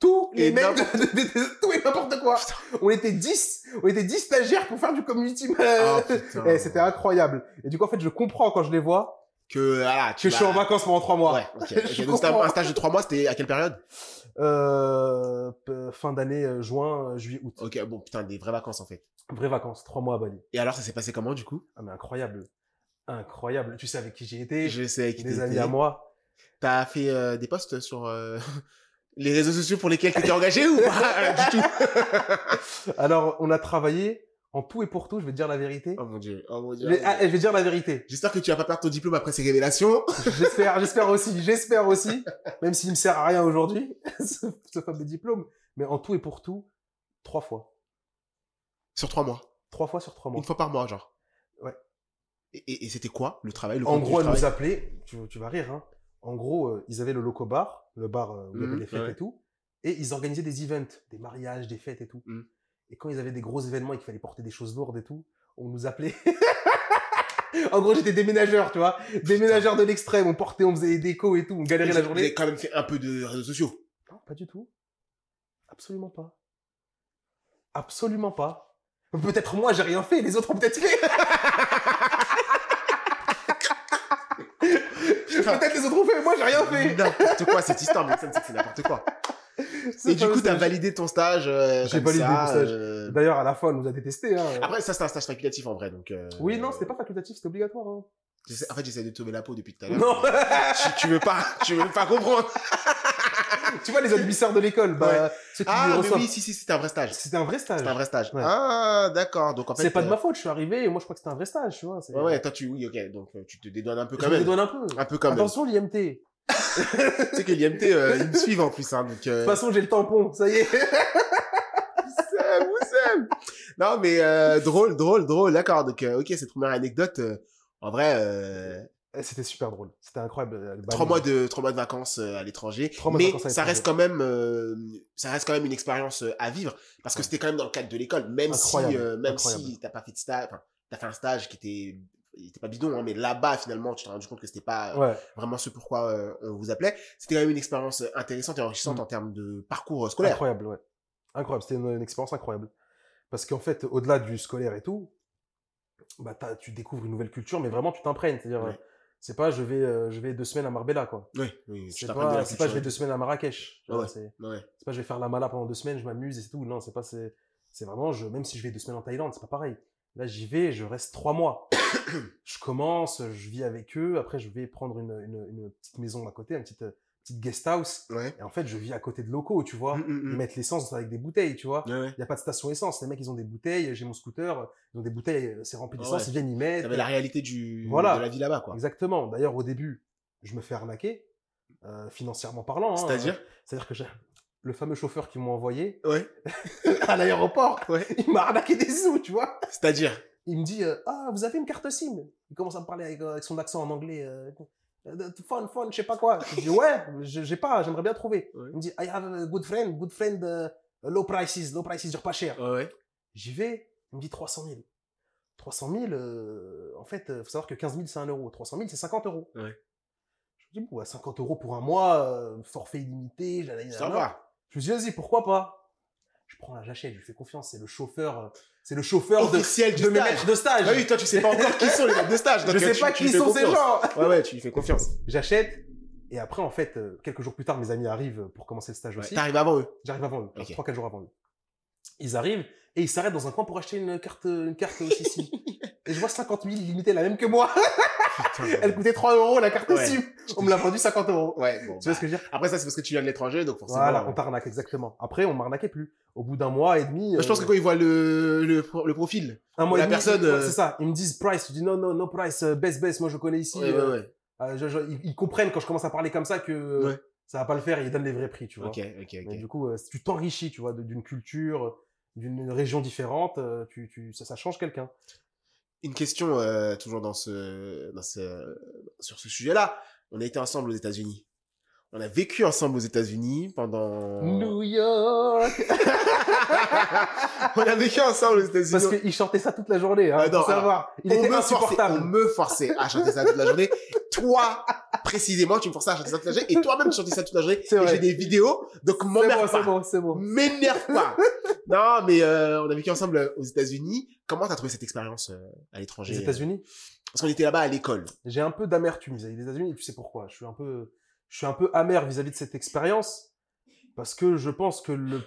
[SPEAKER 2] tous les
[SPEAKER 1] Et
[SPEAKER 2] mecs de,
[SPEAKER 1] n'importe-
[SPEAKER 2] de- de- de- tout et n'importe quoi. On était 10, on était 10 stagiaires pour faire du community. man-
[SPEAKER 1] Ah, putain.
[SPEAKER 2] Eh, C'était incroyable. Et du coup, en fait, je comprends quand je les vois
[SPEAKER 1] Que, voilà,
[SPEAKER 2] que
[SPEAKER 1] tu
[SPEAKER 2] je suis en
[SPEAKER 1] vas-
[SPEAKER 2] vacances pendant 3 mois.
[SPEAKER 1] Bah, Ouais, ok.
[SPEAKER 2] Je
[SPEAKER 1] ok. Donc c'était un
[SPEAKER 2] comprends.
[SPEAKER 1] un stage de trois mois, c'était à quelle période
[SPEAKER 2] Euh, p- fin d'année, euh, juin, euh, juillet, août.
[SPEAKER 1] Ok, bon, putain, des vraies vacances en fait.
[SPEAKER 2] Vraies vacances, 3 mois à Bali.
[SPEAKER 1] Et alors, ça s'est passé comment du coup
[SPEAKER 2] Ah, mais incroyable. Incroyable. Tu sais avec qui j'ai été.
[SPEAKER 1] Je sais qui
[SPEAKER 2] Des
[SPEAKER 1] t'étais.
[SPEAKER 2] amis à moi.
[SPEAKER 1] T'as fait euh, des posts sur euh, les réseaux sociaux pour lesquels t'étais engagé ou pas Euh, du tout
[SPEAKER 2] Alors, on a travaillé en tout et pour tout, je vais te dire la vérité.
[SPEAKER 1] Oh mon dieu, oh mon
[SPEAKER 2] Je
[SPEAKER 1] dieu.
[SPEAKER 2] vais,
[SPEAKER 1] oh mon
[SPEAKER 2] ah,
[SPEAKER 1] Dieu.
[SPEAKER 2] je vais te dire la vérité.
[SPEAKER 1] J'espère que tu vas pas perdre ton diplôme après ces révélations.
[SPEAKER 2] J'espère, j'espère aussi, j'espère aussi, même s'il me sert à rien aujourd'hui, ce, ce fameux diplôme. Mais en tout et pour tout, trois fois.
[SPEAKER 1] Sur trois mois.
[SPEAKER 2] Trois fois sur trois mois.
[SPEAKER 1] Une fois par mois, genre.
[SPEAKER 2] Ouais.
[SPEAKER 1] Et, et- et c'était quoi le travail le
[SPEAKER 2] En
[SPEAKER 1] contenu
[SPEAKER 2] gros,
[SPEAKER 1] du
[SPEAKER 2] elle nous
[SPEAKER 1] travail
[SPEAKER 2] appelait, tu, tu vas rire, hein. En gros, euh, ils avaient le loco bar, le bar euh, où il y avait
[SPEAKER 1] Mhm,
[SPEAKER 2] les fêtes
[SPEAKER 1] ouais.
[SPEAKER 2] et tout, et ils organisaient des events, des mariages, des fêtes et tout.
[SPEAKER 1] Mhm.
[SPEAKER 2] Et quand ils avaient des gros événements et qu'il fallait porter des choses lourdes et tout, on nous appelait. en gros, j'étais déménageur, tu vois. Déménageur de l'extrême, on portait, on faisait des décos et tout, on galérait la
[SPEAKER 1] Vous avez
[SPEAKER 2] journée.
[SPEAKER 1] quand même fait un peu de réseaux sociaux.
[SPEAKER 2] Non, pas du tout. Absolument pas. Absolument pas. Peut-être moi, j'ai rien fait, les autres ont peut-être fait. peut-être les autres ont fait, moi, j'ai rien fait.
[SPEAKER 1] N'importe quoi cette histoire, mais ça c'est n'importe quoi. Et
[SPEAKER 2] C'est
[SPEAKER 1] du
[SPEAKER 2] pas
[SPEAKER 1] coup, t'as
[SPEAKER 2] possible.
[SPEAKER 1] validé ton stage. euh,
[SPEAKER 2] J'ai
[SPEAKER 1] comme
[SPEAKER 2] validé
[SPEAKER 1] ça,
[SPEAKER 2] mon stage.
[SPEAKER 1] euh,
[SPEAKER 2] D'ailleurs, à la fin, elle nous a détestés. Hein.
[SPEAKER 1] Après, ça c'est un stage facultatif en vrai, donc. euh,
[SPEAKER 2] Oui, non, c'était pas facultatif, c'était obligatoire. hein.
[SPEAKER 1] j'essaie- En fait, j'essaie de te sauver la peau depuis tout à l'heure.
[SPEAKER 2] Non,
[SPEAKER 1] tu, tu veux pas, tu veux pas comprendre.
[SPEAKER 2] tu vois, les admisseurs de l'école, bah, ceux qui
[SPEAKER 1] Ah,
[SPEAKER 2] lui
[SPEAKER 1] mais
[SPEAKER 2] reçoivent.
[SPEAKER 1] oui, si, si, c'était un vrai stage.
[SPEAKER 2] C'était un vrai stage.
[SPEAKER 1] C'était un vrai stage.
[SPEAKER 2] Ouais.
[SPEAKER 1] Ah, d'accord. Donc en fait.
[SPEAKER 2] C'est pas de
[SPEAKER 1] euh,
[SPEAKER 2] ma faute, je suis arrivé et moi, je crois que c'était un vrai stage, tu vois. c'est-
[SPEAKER 1] Ouais, ouais, toi, tu, oui, ok. Donc euh, tu te dédouanes un peu
[SPEAKER 2] Je
[SPEAKER 1] quand
[SPEAKER 2] me
[SPEAKER 1] même.
[SPEAKER 2] dédouane un peu.
[SPEAKER 1] Un peu quand même.
[SPEAKER 2] Attention, l'IMT.
[SPEAKER 1] tu sais que l'IMT, euh, ils me suivent en plus, hein. Donc.
[SPEAKER 2] De
[SPEAKER 1] Euh...
[SPEAKER 2] toute façon, j'ai le tampon, ça y est.
[SPEAKER 1] Oussem, Oussem. Non, mais euh, drôle, drôle, drôle. D'accord. Donc, euh, ok, cette première anecdote. euh, en vrai, euh,
[SPEAKER 2] Eh, C'était super drôle. C'était incroyable. euh, le Bali.
[SPEAKER 1] trois mois de trois mois de vacances euh, à l'étranger,
[SPEAKER 2] Trois mois de
[SPEAKER 1] mais
[SPEAKER 2] vacances à
[SPEAKER 1] ça
[SPEAKER 2] l'étranger.
[SPEAKER 1] reste quand même euh, ça reste quand même une expérience euh, à vivre parce que
[SPEAKER 2] Ouais.
[SPEAKER 1] c'était quand même dans le cadre de l'école, même si
[SPEAKER 2] Incroyable,
[SPEAKER 1] euh, même
[SPEAKER 2] incroyable.
[SPEAKER 1] si t'as pas fait de stage, enfin t'as fait un stage qui était il était pas bidon, hein, mais là-bas finalement tu t'es rendu compte que c'était pas euh,
[SPEAKER 2] Ouais.
[SPEAKER 1] vraiment ce pourquoi euh, on vous appelait. C'était quand même une expérience euh, intéressante et enrichissante
[SPEAKER 2] Mm.
[SPEAKER 1] en termes de parcours euh, scolaire.
[SPEAKER 2] Incroyable, ouais. Incroyable. C'était une, une expérience incroyable. Parce qu'en fait, au-delà du scolaire et tout, bah, t'as- tu découvres une nouvelle culture, mais vraiment, tu t'imprègnes. C'est-à-dire,
[SPEAKER 1] Ouais.
[SPEAKER 2] euh, c'est pas je vais, euh, je vais deux semaines à Marbella, quoi.
[SPEAKER 1] Oui, oui, tu
[SPEAKER 2] C'est
[SPEAKER 1] t'apprends de la
[SPEAKER 2] pas, c'est pas je vais
[SPEAKER 1] culture. Ah
[SPEAKER 2] deux semaines à Marrakech. tu vois,
[SPEAKER 1] Ouais.
[SPEAKER 2] C'est
[SPEAKER 1] Ouais.
[SPEAKER 2] c'est pas je vais faire la mala pendant deux semaines, je m'amuse et c'est tout. Non, c'est pas, c'est c'est vraiment, je, même si je vais deux semaines en Thaïlande, c'est pas pareil. Là, j'y vais, je reste trois mois. je commence, je vis avec eux. Après, je vais prendre une, une, une petite maison à côté, une petite, euh, petite guest house.
[SPEAKER 1] Ouais.
[SPEAKER 2] Et en fait, je vis à côté de locaux, tu vois.
[SPEAKER 1] Mm, mm,
[SPEAKER 2] Ils
[SPEAKER 1] mm.
[SPEAKER 2] mettent l'essence avec des bouteilles, tu vois.
[SPEAKER 1] Ouais, ouais.
[SPEAKER 2] Il n'y a pas de station essence. Les mecs, ils ont des bouteilles. J'ai mon scooter. Ils ont des bouteilles, euh, c'est rempli d'essence.
[SPEAKER 1] Ah Ouais.
[SPEAKER 2] Ils viennent y mettre.
[SPEAKER 1] T'avais la réalité du
[SPEAKER 2] Voilà.
[SPEAKER 1] de la vie là-bas quoi.
[SPEAKER 2] Exactement. D'ailleurs, au début, je me fais arnaquer, euh, financièrement parlant. hein.
[SPEAKER 1] C'est-à-dire
[SPEAKER 2] C'est-à-dire que j'ai- le fameux chauffeur qui m'a envoyé
[SPEAKER 1] Ouais.
[SPEAKER 2] à l'aéroport,
[SPEAKER 1] Ouais.
[SPEAKER 2] il m'a arnaqué des sous, tu vois.
[SPEAKER 1] C'est-à-dire
[SPEAKER 2] Il me dit euh, Ah, vous avez une carte SIM Il commence à me parler avec, euh, avec son accent en anglais. euh, euh, phone, phone, je sais pas quoi. Je dis Ouais, je- j'ai pas, j'aimerais bien trouver.
[SPEAKER 1] Ouais.
[SPEAKER 2] Il me dit I have a good friend, good friend, euh, low prices, low prices, genre pas cher.
[SPEAKER 1] Ouais, ouais.
[SPEAKER 2] J'y vais, il me dit 300 000. 300 000, euh, en fait, euh, faut savoir que 15 000, c'est 1 euro. 300 000, c'est 50 euros.
[SPEAKER 1] Ouais.
[SPEAKER 2] Je me dis, bon, à 50 euros pour un mois, euh, forfait illimité, j'allais
[SPEAKER 1] Ça va.
[SPEAKER 2] Je me dis, vas-y, pourquoi pas Je prends la j'achète, je lui fais confiance, c'est le chauffeur, euh, c'est le chauffeur de,
[SPEAKER 1] Officiel du
[SPEAKER 2] de mes
[SPEAKER 1] stage.
[SPEAKER 2] maîtres de stage.
[SPEAKER 1] Ah oui, toi, tu sais pas encore qui sont les mecs de stage. donc,
[SPEAKER 2] je sais
[SPEAKER 1] tu-
[SPEAKER 2] pas
[SPEAKER 1] tu
[SPEAKER 2] qui
[SPEAKER 1] fais
[SPEAKER 2] sont ces
[SPEAKER 1] confiance.
[SPEAKER 2] gens.
[SPEAKER 1] Ouais, ouais, tu lui fais confiance.
[SPEAKER 2] J'achète, et après, en fait, euh, quelques jours plus tard, mes amis arrivent pour commencer le stage
[SPEAKER 1] Ouais,
[SPEAKER 2] aussi.
[SPEAKER 1] T'arrives avant eux.
[SPEAKER 2] J'arrive avant eux,
[SPEAKER 1] Ok.
[SPEAKER 2] 3-4 jours avant eux. Ils arrivent et ils s'arrêtent dans un coin pour acheter une carte, une carte aussi. Et je vois 50 000 limitée, la même que moi. Ah, Elle coûtait 3 euros la carte
[SPEAKER 1] Ouais.
[SPEAKER 2] SIM. On me l'a vendue 50 euros.
[SPEAKER 1] Ouais, bon.
[SPEAKER 2] Tu vois ce que je veux dire
[SPEAKER 1] Après ça, c'est parce que tu viens de l'étranger, donc forcément.
[SPEAKER 2] bah.
[SPEAKER 1] euh,
[SPEAKER 2] Voilà, on t'arnaque, exactement. Après, on m'arnaquait plus. Au bout d'un mois et demi.
[SPEAKER 1] Bah, je pense que
[SPEAKER 2] euh,
[SPEAKER 1] quand ils voient le, le, pro- le profil.
[SPEAKER 2] un mois
[SPEAKER 1] la
[SPEAKER 2] et demi,
[SPEAKER 1] personne,
[SPEAKER 2] ils-
[SPEAKER 1] euh,
[SPEAKER 2] C'est ça, ils me disent price. Je dis non, non, non price, euh, baisse, baisse, moi je connais ici.
[SPEAKER 1] ouais,
[SPEAKER 2] euh,
[SPEAKER 1] ouais, ouais.
[SPEAKER 2] euh, je- je- ils, ils comprennent quand je commence à parler comme ça que euh,
[SPEAKER 1] Ouais.
[SPEAKER 2] ça va pas le faire et ils donnent les vrais prix, tu vois.
[SPEAKER 1] Ok, ok,
[SPEAKER 2] Mais
[SPEAKER 1] ok.
[SPEAKER 2] du coup, euh, tu t'enrichis, tu vois, de- d'une culture, d'une région différente, euh, tu, tu, ça, ça change quelqu'un.
[SPEAKER 1] Une question euh, toujours dans ce, dans ce, sur ce sujet-là. On a été ensemble aux États-Unis. On a vécu ensemble aux États-Unis pendant.
[SPEAKER 2] New York
[SPEAKER 1] on a vécu ensemble aux États-Unis.
[SPEAKER 2] Parce qu'il chantait ça toute la journée, hein,
[SPEAKER 1] Ah, non,
[SPEAKER 2] faut savoir. Il
[SPEAKER 1] on
[SPEAKER 2] était
[SPEAKER 1] me forçait, on
[SPEAKER 2] insupportable.
[SPEAKER 1] me forçait à chanter ça toute la journée. Toi, précisément, tu me forçais à chanter ça toute la journée, et toi-même, tu chantais ça toute la journée.
[SPEAKER 2] C'est
[SPEAKER 1] Et
[SPEAKER 2] vrai.
[SPEAKER 1] j'ai des vidéos, donc
[SPEAKER 2] C'est
[SPEAKER 1] m'emmerde
[SPEAKER 2] bon, c'est
[SPEAKER 1] pas.
[SPEAKER 2] bon, c'est bon.
[SPEAKER 1] M'énerve pas. non, mais euh, on a vécu ensemble euh, aux États-Unis. Comment t'as trouvé cette expérience euh, à l'étranger
[SPEAKER 2] Les États-Unis
[SPEAKER 1] Parce qu'on était là-bas à l'école.
[SPEAKER 2] j'ai un peu d'amertume vis-à-vis des États-Unis et tu sais pourquoi. Je suis un peu, je suis un peu amer vis-à-vis de cette expérience parce que je pense que le,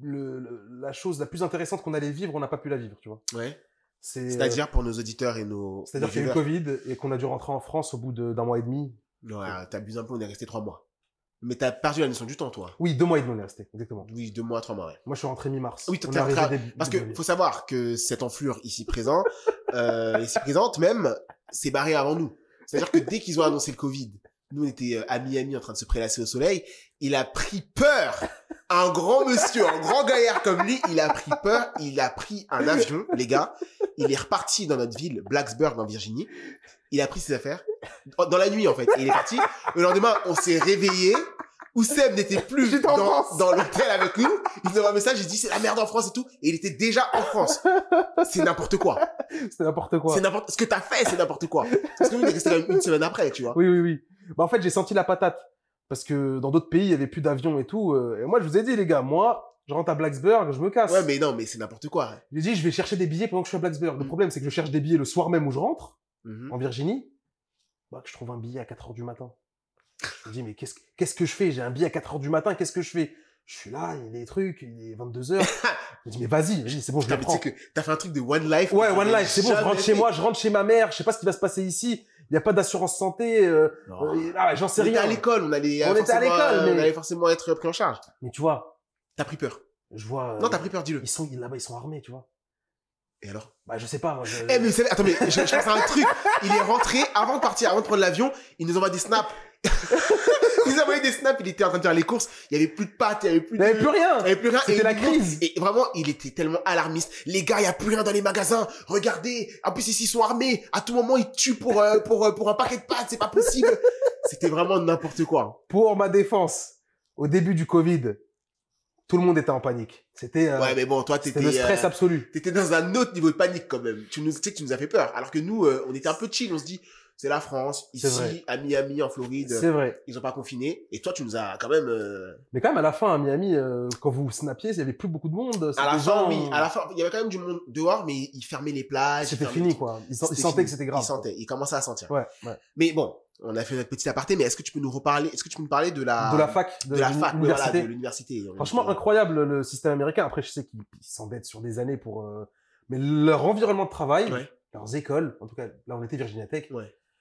[SPEAKER 2] le- le- la chose la plus intéressante qu'on allait vivre, on n'a pas pu la vivre, tu vois.
[SPEAKER 1] Ouais.
[SPEAKER 2] C'est,
[SPEAKER 1] C'est-à-dire pour nos auditeurs et nos.
[SPEAKER 2] euh, c'est-à-dire
[SPEAKER 1] nos
[SPEAKER 2] qu'il y a eu le
[SPEAKER 1] viewers.
[SPEAKER 2] Covid et qu'on a dû rentrer en France au bout de- d'un mois et demi.
[SPEAKER 1] Ouais, t'abuses un peu, on est resté trois mois. Mais t'as perdu la notion du temps, toi.
[SPEAKER 2] Oui, deux mois et demi on est resté, exactement.
[SPEAKER 1] Oui, deux mois, trois mois, ouais.
[SPEAKER 2] Moi je suis rentré mi-mars.
[SPEAKER 1] Oui, toi,
[SPEAKER 2] On est
[SPEAKER 1] t'es
[SPEAKER 2] arrivé
[SPEAKER 1] rentré
[SPEAKER 2] début-
[SPEAKER 1] Parce
[SPEAKER 2] début
[SPEAKER 1] que
[SPEAKER 2] avril.
[SPEAKER 1] faut savoir que cette enflure ici présent, euh, ici présente même, s'est barrée avant nous. C'est-à-dire que dès qu'ils ont annoncé le Covid, nous on était euh, à Miami en train de se prélasser au soleil, il a pris peur. Un grand monsieur, un grand gaillard comme lui, il a pris peur, il a pris un avion, les gars. Il est reparti dans notre ville, Blacksburg en Virginie. Il a pris ses affaires Oh, dans la nuit en fait. Et il est parti. Le lendemain, on s'est réveillé. Oussem n'était plus
[SPEAKER 2] J'étais en
[SPEAKER 1] dans,
[SPEAKER 2] France.
[SPEAKER 1] dans l'hôtel avec nous. Il nous envoie un message, il dit c'est la merde en France et tout. Et il était déjà en France. C'est n'importe quoi.
[SPEAKER 2] c'était n'importe quoi.
[SPEAKER 1] C'est n'importe ce que t'as fait, c'est n'importe quoi. Parce que nous, on est resté quand même une semaine après, tu vois.
[SPEAKER 2] Oui, oui, oui. Bah, en fait, j'ai senti la patate. Parce que dans d'autres pays, il y avait plus d'avions et tout. euh, et moi, je vous ai dit, les gars, moi, je rentre à Blacksburg, je me casse.
[SPEAKER 1] Ouais, mais non, mais c'est n'importe quoi.
[SPEAKER 2] J'ai dit, je vais chercher des billets pendant que je suis à Blacksburg. Le
[SPEAKER 1] Mm.
[SPEAKER 2] problème, c'est que je cherche des billets le soir même où je rentre,
[SPEAKER 1] Mhm.
[SPEAKER 2] en Virginie, bah, que je trouve un billet à 4 heures du matin. Je me dis, mais qu'est-ce que- qu'est-ce que je fais J'ai un billet à 4 heures du matin, qu'est-ce que je fais Je suis là, il y a des trucs, il est 22 heures. je me dis, mais vas-y, vas-y, c'est bon, je
[SPEAKER 1] Putain,
[SPEAKER 2] le
[SPEAKER 1] mais tu sais
[SPEAKER 2] prends.
[SPEAKER 1] que t'as fait un truc de One Life.
[SPEAKER 2] Ouais,
[SPEAKER 1] que
[SPEAKER 2] One
[SPEAKER 1] j'avais
[SPEAKER 2] Life, c'est bon, je
[SPEAKER 1] jamais
[SPEAKER 2] rentre chez
[SPEAKER 1] fait.
[SPEAKER 2] moi, je rentre chez ma mère, je sais pas ce qui va se passer ici, il n'y a pas d'assurance santé, euh,
[SPEAKER 1] Non.
[SPEAKER 2] euh, ah, j'en sais
[SPEAKER 1] on était
[SPEAKER 2] rien.
[SPEAKER 1] à l'école, on allait,
[SPEAKER 2] On
[SPEAKER 1] euh,
[SPEAKER 2] était à
[SPEAKER 1] forcément,
[SPEAKER 2] l'école,
[SPEAKER 1] euh, on
[SPEAKER 2] mais-
[SPEAKER 1] allait forcément être pris en charge.
[SPEAKER 2] Mais tu vois,
[SPEAKER 1] T'as pris peur.
[SPEAKER 2] je vois. euh,
[SPEAKER 1] Non, t'as pris peur, dis-le.
[SPEAKER 2] Ils sont, là-bas, ils sont armés, tu vois.
[SPEAKER 1] Et alors
[SPEAKER 2] Bah, je sais pas, moi. je-
[SPEAKER 1] Eh mais vous savez, attends mais je, je pense à un truc. Il est rentré avant de partir, avant de prendre l'avion, il nous envoie des snaps. il nous envoyait des snaps, il était en train de faire les courses, il y avait plus de pâtes, il y avait plus
[SPEAKER 2] Il
[SPEAKER 1] de
[SPEAKER 2] n'y avait plus rien.
[SPEAKER 1] il y avait plus rien.
[SPEAKER 2] C'était
[SPEAKER 1] Et
[SPEAKER 2] la
[SPEAKER 1] il nous-
[SPEAKER 2] crise.
[SPEAKER 1] Et vraiment, il était tellement alarmiste. Les gars, il y a plus rien dans les magasins. Regardez, en plus ici, ils sont armés. À tout moment, ils tuent pour euh, pour euh, pour un paquet de pâtes, c'est pas possible. C'était vraiment n'importe quoi.
[SPEAKER 2] Pour ma défense, au début du Covid, tout le monde était en panique. C'était euh,
[SPEAKER 1] Ouais, mais bon, toi
[SPEAKER 2] c'était
[SPEAKER 1] t'étais
[SPEAKER 2] le stress
[SPEAKER 1] euh,
[SPEAKER 2] absolu.
[SPEAKER 1] t'étais dans un autre niveau de panique quand même. Tu nous tu sais que tu nous as fait peur alors que nous euh, on était un peu chill, on se dit c'est la France,
[SPEAKER 2] C'est
[SPEAKER 1] ici,
[SPEAKER 2] vrai.
[SPEAKER 1] à Miami, en Floride.
[SPEAKER 2] C'est vrai.
[SPEAKER 1] ils ont pas confiné et toi tu nous as quand même euh,
[SPEAKER 2] Mais quand même, à la fin, à Miami, euh, quand vous snappiez, il n'y avait plus beaucoup de monde.
[SPEAKER 1] à la
[SPEAKER 2] C'était
[SPEAKER 1] fin
[SPEAKER 2] genre,
[SPEAKER 1] oui à la fin il y avait quand même du monde dehors mais ils fermaient les plages ils
[SPEAKER 2] C'était
[SPEAKER 1] fermaient-
[SPEAKER 2] fini, quoi. Ils, sen- ils
[SPEAKER 1] C'était
[SPEAKER 2] sentaient
[SPEAKER 1] fini.
[SPEAKER 2] que c'était grave.
[SPEAKER 1] ils sentaient ils commençaient à sentir
[SPEAKER 2] Ouais, ouais.
[SPEAKER 1] mais bon on a fait notre petit aparté mais est-ce que tu peux nous reparler est-ce que tu peux nous parler de la
[SPEAKER 2] de la fac, de,
[SPEAKER 1] Ah, de la fac ouais, voilà,
[SPEAKER 2] l'université.
[SPEAKER 1] de l'université On
[SPEAKER 2] Franchement,
[SPEAKER 1] était-
[SPEAKER 2] incroyable le système américain. Après, je sais qu'ils ils s'endettent sur des années pour. euh, Mais leur environnement de travail,
[SPEAKER 1] Ouais.
[SPEAKER 2] leurs écoles, en tout cas, là, on était Virginia Tech.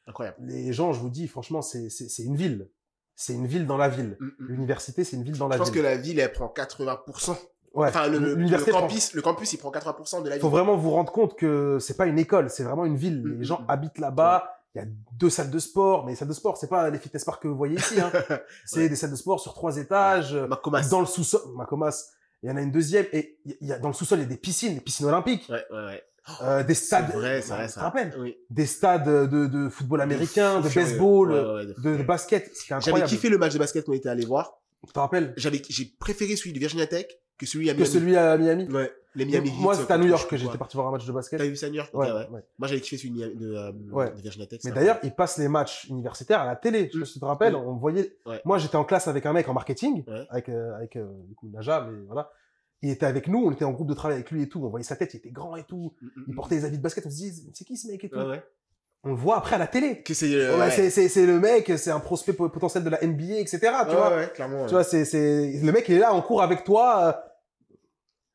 [SPEAKER 1] incroyable
[SPEAKER 2] Les gens, je vous dis, franchement, c'est c'est- c'est une ville. C'est une ville dans la ville.
[SPEAKER 1] Mm, mm.
[SPEAKER 2] L'université, c'est une ville dans la
[SPEAKER 1] je pense
[SPEAKER 2] ville.
[SPEAKER 1] que la ville elle prend 80%
[SPEAKER 2] Ouais,
[SPEAKER 1] enfin le, le- le
[SPEAKER 2] l'université prend-
[SPEAKER 1] campus le campus il prend 80% de la ville
[SPEAKER 2] faut vraiment vous rendre compte que c'est pas une école, c'est vraiment une ville.
[SPEAKER 1] Mm, mm,
[SPEAKER 2] Les gens
[SPEAKER 1] mm.
[SPEAKER 2] habitent là-bas. Il y a deux salles de sport, mais les salles de sport, c'est pas les fitness parks que vous voyez ici. Hein. c'est
[SPEAKER 1] Ouais.
[SPEAKER 2] des salles de sport sur trois étages. euh,
[SPEAKER 1] Macomas.
[SPEAKER 2] Dans le sous-sol, Macomas, il y en a une deuxième. Et il y a, dans le sous-sol, il y a des piscines, des piscines olympiques,
[SPEAKER 1] ouais ouais ouais
[SPEAKER 2] euh, des
[SPEAKER 1] Oh, c'est
[SPEAKER 2] stades.
[SPEAKER 1] vrai c'est vrai
[SPEAKER 2] Tu te
[SPEAKER 1] ça
[SPEAKER 2] rappelles
[SPEAKER 1] oui
[SPEAKER 2] Des stades de, de football américain, de
[SPEAKER 1] Furieux.
[SPEAKER 2] baseball,
[SPEAKER 1] Ouais, ouais, de
[SPEAKER 2] de, de
[SPEAKER 1] furieux.
[SPEAKER 2] basket. C'était
[SPEAKER 1] j'avais
[SPEAKER 2] incroyable.
[SPEAKER 1] kiffé le match de basket qu'on était allé voir
[SPEAKER 2] Tu te rappelles
[SPEAKER 1] j'avais j'ai préféré celui de Virginia Tech que celui à
[SPEAKER 2] que
[SPEAKER 1] Miami.
[SPEAKER 2] celui à Miami
[SPEAKER 1] Ouais, les Miami
[SPEAKER 2] Moi,
[SPEAKER 1] Heat,
[SPEAKER 2] c'était à
[SPEAKER 1] euh,
[SPEAKER 2] New
[SPEAKER 1] contre-
[SPEAKER 2] York
[SPEAKER 1] je
[SPEAKER 2] que
[SPEAKER 1] sais pas.
[SPEAKER 2] j'étais parti voir un match de basket.
[SPEAKER 1] T'as vu ça à New York Ok,
[SPEAKER 2] Ouais,
[SPEAKER 1] ouais.
[SPEAKER 2] ouais.
[SPEAKER 1] Moi, j'avais kiffé celui de, Miami- de, euh,
[SPEAKER 2] Ouais.
[SPEAKER 1] de Virginia Tech.
[SPEAKER 2] Mais
[SPEAKER 1] ça.
[SPEAKER 2] d'ailleurs, ils passent les matchs universitaires à la télé. Je sais pas si tu te rappelles,
[SPEAKER 1] Mm.
[SPEAKER 2] on voyait.
[SPEAKER 1] Ouais.
[SPEAKER 2] Moi, j'étais en classe avec un mec en marketing,
[SPEAKER 1] Ouais.
[SPEAKER 2] avec euh, avec euh, du coup Naja, mais voilà. Il était avec nous, on était en groupe de travail avec lui et tout. On voyait sa tête, il était grand et tout.
[SPEAKER 1] Mm, mm,
[SPEAKER 2] Il
[SPEAKER 1] mm.
[SPEAKER 2] portait des habits de basket. On se dit, c'est qui ce mec et tout.
[SPEAKER 1] Ouais, ouais.
[SPEAKER 2] On le voit après à la télé.
[SPEAKER 1] Que c'est. euh,
[SPEAKER 2] On a-
[SPEAKER 1] ouais.
[SPEAKER 2] c'est- C'est c'est le mec, c'est un prospect po- potentiel de la NBA, etc. Tu
[SPEAKER 1] Ouais,
[SPEAKER 2] vois,
[SPEAKER 1] ouais, clairement.
[SPEAKER 2] tu
[SPEAKER 1] ouais.
[SPEAKER 2] vois, c'est c'est le mec il est là en cours avec toi. euh,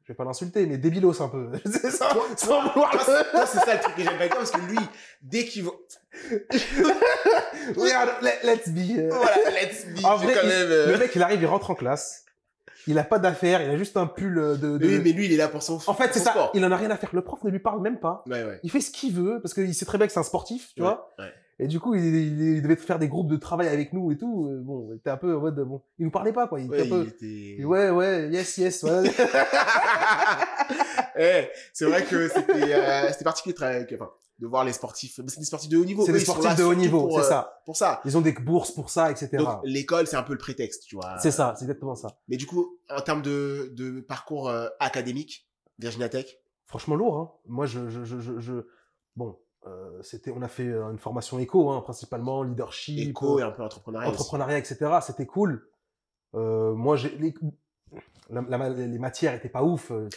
[SPEAKER 2] je vais pas l'insulter, mais débilos un peu. c'est ça, sans
[SPEAKER 1] Toi,
[SPEAKER 2] vouloir le-
[SPEAKER 1] c'est- toi, c'est ça le truc que j'aime pas avec toi, parce que lui, dès qu'il oh, va...
[SPEAKER 2] Regarde, let- let's be. euh,
[SPEAKER 1] Voilà, let's be,
[SPEAKER 2] En
[SPEAKER 1] j'ai
[SPEAKER 2] vrai,
[SPEAKER 1] quand
[SPEAKER 2] il-
[SPEAKER 1] même...
[SPEAKER 2] Le
[SPEAKER 1] euh,
[SPEAKER 2] mec, il arrive, il rentre en classe. Il a pas d'affaires, il a juste un pull euh, de. de-
[SPEAKER 1] Oui, mais lui, il est là pour son
[SPEAKER 2] En fait, c'est
[SPEAKER 1] son
[SPEAKER 2] ça.
[SPEAKER 1] sport.
[SPEAKER 2] Il en a rien à faire. Le prof ne lui parle même pas.
[SPEAKER 1] Ouais, ouais.
[SPEAKER 2] Il fait ce qu'il veut parce qu'il sait très bien que c'est un sportif, tu
[SPEAKER 1] Ouais,
[SPEAKER 2] vois.
[SPEAKER 1] ouais.
[SPEAKER 2] Et du coup, il, il- il devait faire des groupes de travail avec nous et tout. euh, Bon, t'es un peu en mode bon. Il nous parlait pas quoi. Il
[SPEAKER 1] Ouais,
[SPEAKER 2] était un peu.
[SPEAKER 1] il était...
[SPEAKER 2] Et Ouais, ouais, yes, yes. voilà.
[SPEAKER 1] Eh, c'est vrai que c'était euh, c'était particulier de travailler avec- enfin, de voir les sportifs. Mais C'est des sportifs de haut niveau.
[SPEAKER 2] c'est
[SPEAKER 1] Eux,
[SPEAKER 2] des
[SPEAKER 1] ils sont
[SPEAKER 2] sportifs
[SPEAKER 1] là
[SPEAKER 2] de haut
[SPEAKER 1] surtout
[SPEAKER 2] niveau,
[SPEAKER 1] pour,
[SPEAKER 2] c'est
[SPEAKER 1] euh,
[SPEAKER 2] ça.
[SPEAKER 1] Pour ça.
[SPEAKER 2] Ils ont des bourses pour ça, etc.
[SPEAKER 1] Donc l'école, c'est un peu le prétexte, tu vois.
[SPEAKER 2] C'est ça, c'est exactement ça.
[SPEAKER 1] Mais du coup, en termes de, de parcours euh, académique, Virginia Tech,
[SPEAKER 2] Franchement lourd. Hein. Moi, je, je, je, je, je- bon, euh, c'était, on a fait euh, une formation éco, hein, principalement leadership,
[SPEAKER 1] éco
[SPEAKER 2] euh,
[SPEAKER 1] et un peu entrepreneuriat. aussi.
[SPEAKER 2] entrepreneuriat, etc. C'était cool. Euh, moi, j'ai les, la- la ma- les matières étaient pas ouf. euh,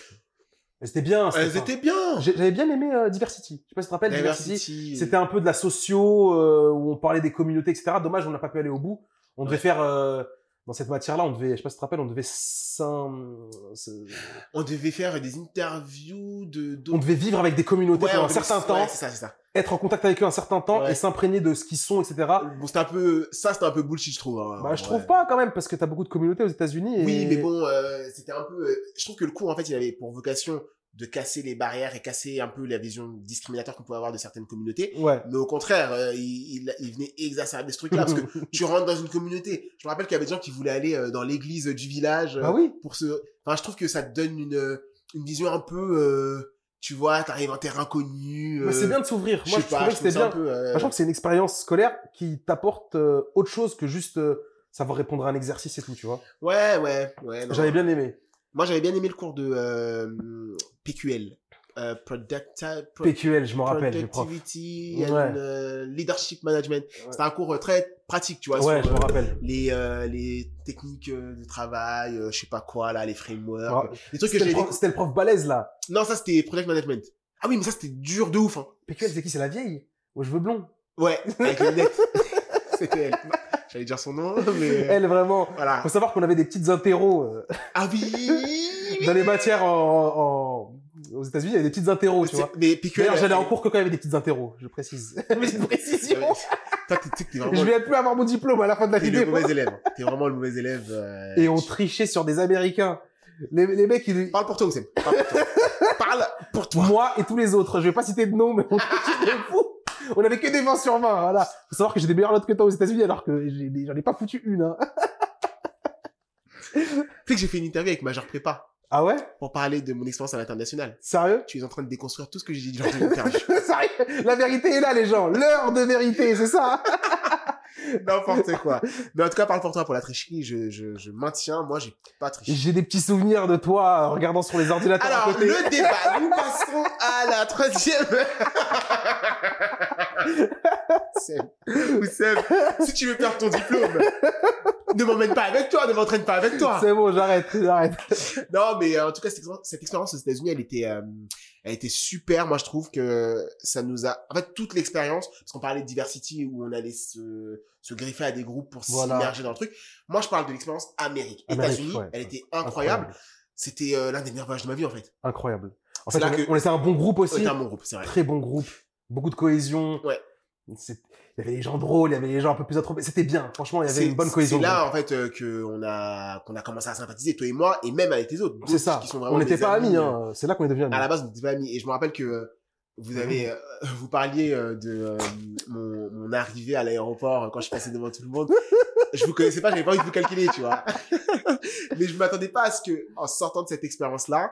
[SPEAKER 2] mais c'était bien. c'était
[SPEAKER 1] Elles
[SPEAKER 2] pas-
[SPEAKER 1] étaient bien.
[SPEAKER 2] J'ai- J'avais bien aimé euh, Diversity. Je sais pas si tu te rappelles Diversity.
[SPEAKER 1] Diversity. euh,
[SPEAKER 2] C'était un peu de la socio euh, où on parlait des communautés, etc. Dommage, on n'a pas pu aller au bout. On devait
[SPEAKER 1] Ouais.
[SPEAKER 2] faire euh, dans cette matière-là, on devait, je sais pas si tu te rappelles, on devait s'in- se-
[SPEAKER 1] On devait faire des interviews de.
[SPEAKER 2] on
[SPEAKER 1] d'autres-
[SPEAKER 2] devait vivre avec des communautés
[SPEAKER 1] Ouais, on
[SPEAKER 2] pendant un
[SPEAKER 1] devait-
[SPEAKER 2] certain
[SPEAKER 1] ouais,
[SPEAKER 2] temps,
[SPEAKER 1] c'est ça, c'est ça.
[SPEAKER 2] être en contact avec eux un certain temps
[SPEAKER 1] Ouais.
[SPEAKER 2] et s'imprégner de ce qu'ils sont, etc.
[SPEAKER 1] Bon, c'était un peu, ça, c'était un peu bullshit, je trouve. hein,
[SPEAKER 2] bah, je
[SPEAKER 1] en
[SPEAKER 2] trouve
[SPEAKER 1] vrai.
[SPEAKER 2] pas quand même parce que t'as beaucoup de communautés aux États-Unis. et-
[SPEAKER 1] Oui, mais bon, euh, c'était un peu. euh, je trouve que le cours, en fait, il avait pour vocation de casser les barrières et casser un peu la vision discriminatoire qu'on pouvait avoir de certaines communautés.
[SPEAKER 2] Ouais.
[SPEAKER 1] Mais au contraire, euh, il, il, il venait exacerber ce truc-là parce que tu rentres dans une communauté. Je me rappelle qu'il y avait des gens qui voulaient aller euh, dans l'église du village euh,
[SPEAKER 2] bah oui.
[SPEAKER 1] pour se. Enfin, je trouve que ça te donne une euh, une vision un peu. euh, tu vois, t'arrives en terre inconnue.
[SPEAKER 2] Mais c'est
[SPEAKER 1] euh,
[SPEAKER 2] bien de s'ouvrir.
[SPEAKER 1] je
[SPEAKER 2] Moi,
[SPEAKER 1] sais
[SPEAKER 2] je
[SPEAKER 1] pas,
[SPEAKER 2] trouvais que
[SPEAKER 1] trouve
[SPEAKER 2] c'était
[SPEAKER 1] ça
[SPEAKER 2] bien.
[SPEAKER 1] un peu, euh,
[SPEAKER 2] Moi, je trouve que c'est une expérience scolaire qui t'apporte euh, autre chose que juste euh, savoir répondre à un exercice et tout, tu vois.
[SPEAKER 1] Ouais, ouais, ouais. non.
[SPEAKER 2] J'avais bien aimé.
[SPEAKER 1] Moi, j'avais bien aimé le cours de euh, PQL. Euh, Producti- Pro-
[SPEAKER 2] PQL, je m'en rappelle, les profs.
[SPEAKER 1] Productivity and
[SPEAKER 2] Ouais.
[SPEAKER 1] euh, Leadership Management. C'était un cours euh, très pratique, tu vois,
[SPEAKER 2] Ouais, je
[SPEAKER 1] sur
[SPEAKER 2] me
[SPEAKER 1] euh,
[SPEAKER 2] rappelle.
[SPEAKER 1] les, euh, les techniques euh, de travail, euh, je sais pas quoi, là, les
[SPEAKER 2] Je
[SPEAKER 1] frameworks.
[SPEAKER 2] me rappelle.
[SPEAKER 1] Les trucs Ah, que
[SPEAKER 2] C'était le
[SPEAKER 1] j'ai
[SPEAKER 2] prof- c'était le prof balèze là.
[SPEAKER 1] Non, ça, c'était Project Management. Ah oui, mais ça, c'était dur de ouf. Hein.
[SPEAKER 2] PQL, c'est qui C'est la vieille aux cheveux blonds.
[SPEAKER 1] Ouais, avec les lunettes. c'était elle. Non, J'allais dire son nom, mais...
[SPEAKER 2] Elle vraiment.
[SPEAKER 1] Voilà.
[SPEAKER 2] Faut savoir qu'on avait des petites interros. euh,
[SPEAKER 1] Ah oui
[SPEAKER 2] dans les matières en, en- aux États-Unis, il y avait des petites interros, tu
[SPEAKER 1] C'est-
[SPEAKER 2] vois.
[SPEAKER 1] Mais euh, PQL...
[SPEAKER 2] D'ailleurs, j'allais en
[SPEAKER 1] elle-
[SPEAKER 2] cours que quand il y avait des petites interros, je précise. Petite précision.
[SPEAKER 1] Toi, tu tu sais que t'es
[SPEAKER 2] Je
[SPEAKER 1] vraiment...
[SPEAKER 2] vais plus avoir mon diplôme à la fin de la
[SPEAKER 1] T'es le
[SPEAKER 2] vidéo.
[SPEAKER 1] mauvais élève. hein. T'es vraiment le mauvais élève. euh,
[SPEAKER 2] Et on trichait sur des Américains. Les, les mecs, ils...
[SPEAKER 1] Parle pour toi, Oussem. Parle pour toi. Parle pour Ah, toi.
[SPEAKER 2] moi et tous les autres, je vais pas citer de nom, mais on trichait de fou. On avait que des 20 sur 20, voilà. Faut savoir que j'ai des meilleures notes que toi aux États-Unis, alors que j'ai- j'en ai pas foutu une. Hein.
[SPEAKER 1] Tu sais que j'ai fait une interview avec Major Prépa
[SPEAKER 2] Ah ouais
[SPEAKER 1] pour parler de mon expérience à l'international.
[SPEAKER 2] Sérieux
[SPEAKER 1] Tu es en train de déconstruire tout ce que j'ai dit lors de l'interview.
[SPEAKER 2] Sérieux La vérité est là, les gens. L'heure de vérité, c'est ça. hein.
[SPEAKER 1] N'importe quoi. Mais en tout cas, parle pour toi pour la tricherie. Je, je, je maintiens. Moi, j'ai pas triché.
[SPEAKER 2] J'ai des petits souvenirs de toi en regardant sur les ordinateurs à
[SPEAKER 1] Alors,
[SPEAKER 2] côté.
[SPEAKER 1] le débat, nous passons à la troisième. Oussem, Oussem, si tu veux perdre ton diplôme, ne m'emmène pas avec toi, ne m'entraîne pas avec toi.
[SPEAKER 2] C'est bon, j'arrête, j'arrête.
[SPEAKER 1] Non, mais euh, en tout cas, cette expérience, cette expérience aux États-Unis, elle était, euh, elle était super. Moi, je trouve que ça nous a, en fait, toute l'expérience, parce qu'on parlait de diversity où on allait se, se greffer à des groupes pour
[SPEAKER 2] Voilà.
[SPEAKER 1] s'immerger dans le truc. Moi, je parle de l'expérience Amérique,
[SPEAKER 2] Amérique,
[SPEAKER 1] États-Unis.
[SPEAKER 2] ouais.
[SPEAKER 1] Elle était incroyable. C'était euh, l'un des meilleurs voyages de ma vie, en fait.
[SPEAKER 2] Incroyable. En
[SPEAKER 1] C'est
[SPEAKER 2] fait,
[SPEAKER 1] là
[SPEAKER 2] on,
[SPEAKER 1] que-
[SPEAKER 2] on était un bon groupe aussi.
[SPEAKER 1] C'était un bon groupe, c'est vrai.
[SPEAKER 2] Très bon groupe. Beaucoup de cohésion.
[SPEAKER 1] Ouais.
[SPEAKER 2] C'est- Il y avait les gens drôles, il y avait les gens un peu plus attroupés. C'était bien. Franchement, il y avait
[SPEAKER 1] C'est-
[SPEAKER 2] une bonne cohésion.
[SPEAKER 1] C'est là, en fait, euh, que on a, qu'on a commencé à sympathiser, toi et moi, et même avec les autres.
[SPEAKER 2] C'est ça.
[SPEAKER 1] Qui sont vraiment
[SPEAKER 2] On n'était
[SPEAKER 1] des
[SPEAKER 2] pas amis.
[SPEAKER 1] euh,
[SPEAKER 2] hein. C'est là qu'on est devenus
[SPEAKER 1] à la
[SPEAKER 2] amis.
[SPEAKER 1] base, on n'était pas amis. Et je me rappelle que euh,
[SPEAKER 2] Ah
[SPEAKER 1] vous avez, euh, vous parliez euh, de euh, mon, mon arrivée à l'aéroport euh, quand je passais devant tout le monde. Je vous connaissais pas, j'avais pas envie de vous calculer, tu vois. Mais je m'attendais pas à ce que, en sortant de cette expérience-là,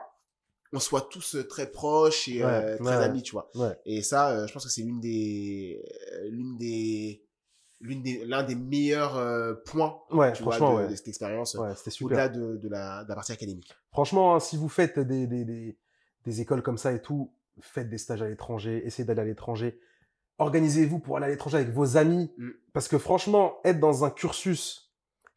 [SPEAKER 1] on soit tous euh, très proches et euh,
[SPEAKER 2] Ouais,
[SPEAKER 1] très
[SPEAKER 2] ouais.
[SPEAKER 1] amis, tu vois.
[SPEAKER 2] Ouais.
[SPEAKER 1] Et ça, euh, je pense que c'est l'une des, euh, l'une des, l'une des, l'un des meilleurs euh, points,
[SPEAKER 2] Ouais,
[SPEAKER 1] tu vois,
[SPEAKER 2] franchement,
[SPEAKER 1] de,
[SPEAKER 2] ouais.
[SPEAKER 1] de cette expérience. euh,
[SPEAKER 2] Ouais, c'était super.
[SPEAKER 1] Au-delà de, de la, de la partie académique.
[SPEAKER 2] Franchement, hein, si vous faites des, des, des, des écoles comme ça et tout, faites des stages à l'étranger, essayez d'aller à l'étranger. Organisez-vous pour aller à l'étranger avec vos amis.
[SPEAKER 1] Mm.
[SPEAKER 2] Parce que franchement, être dans un cursus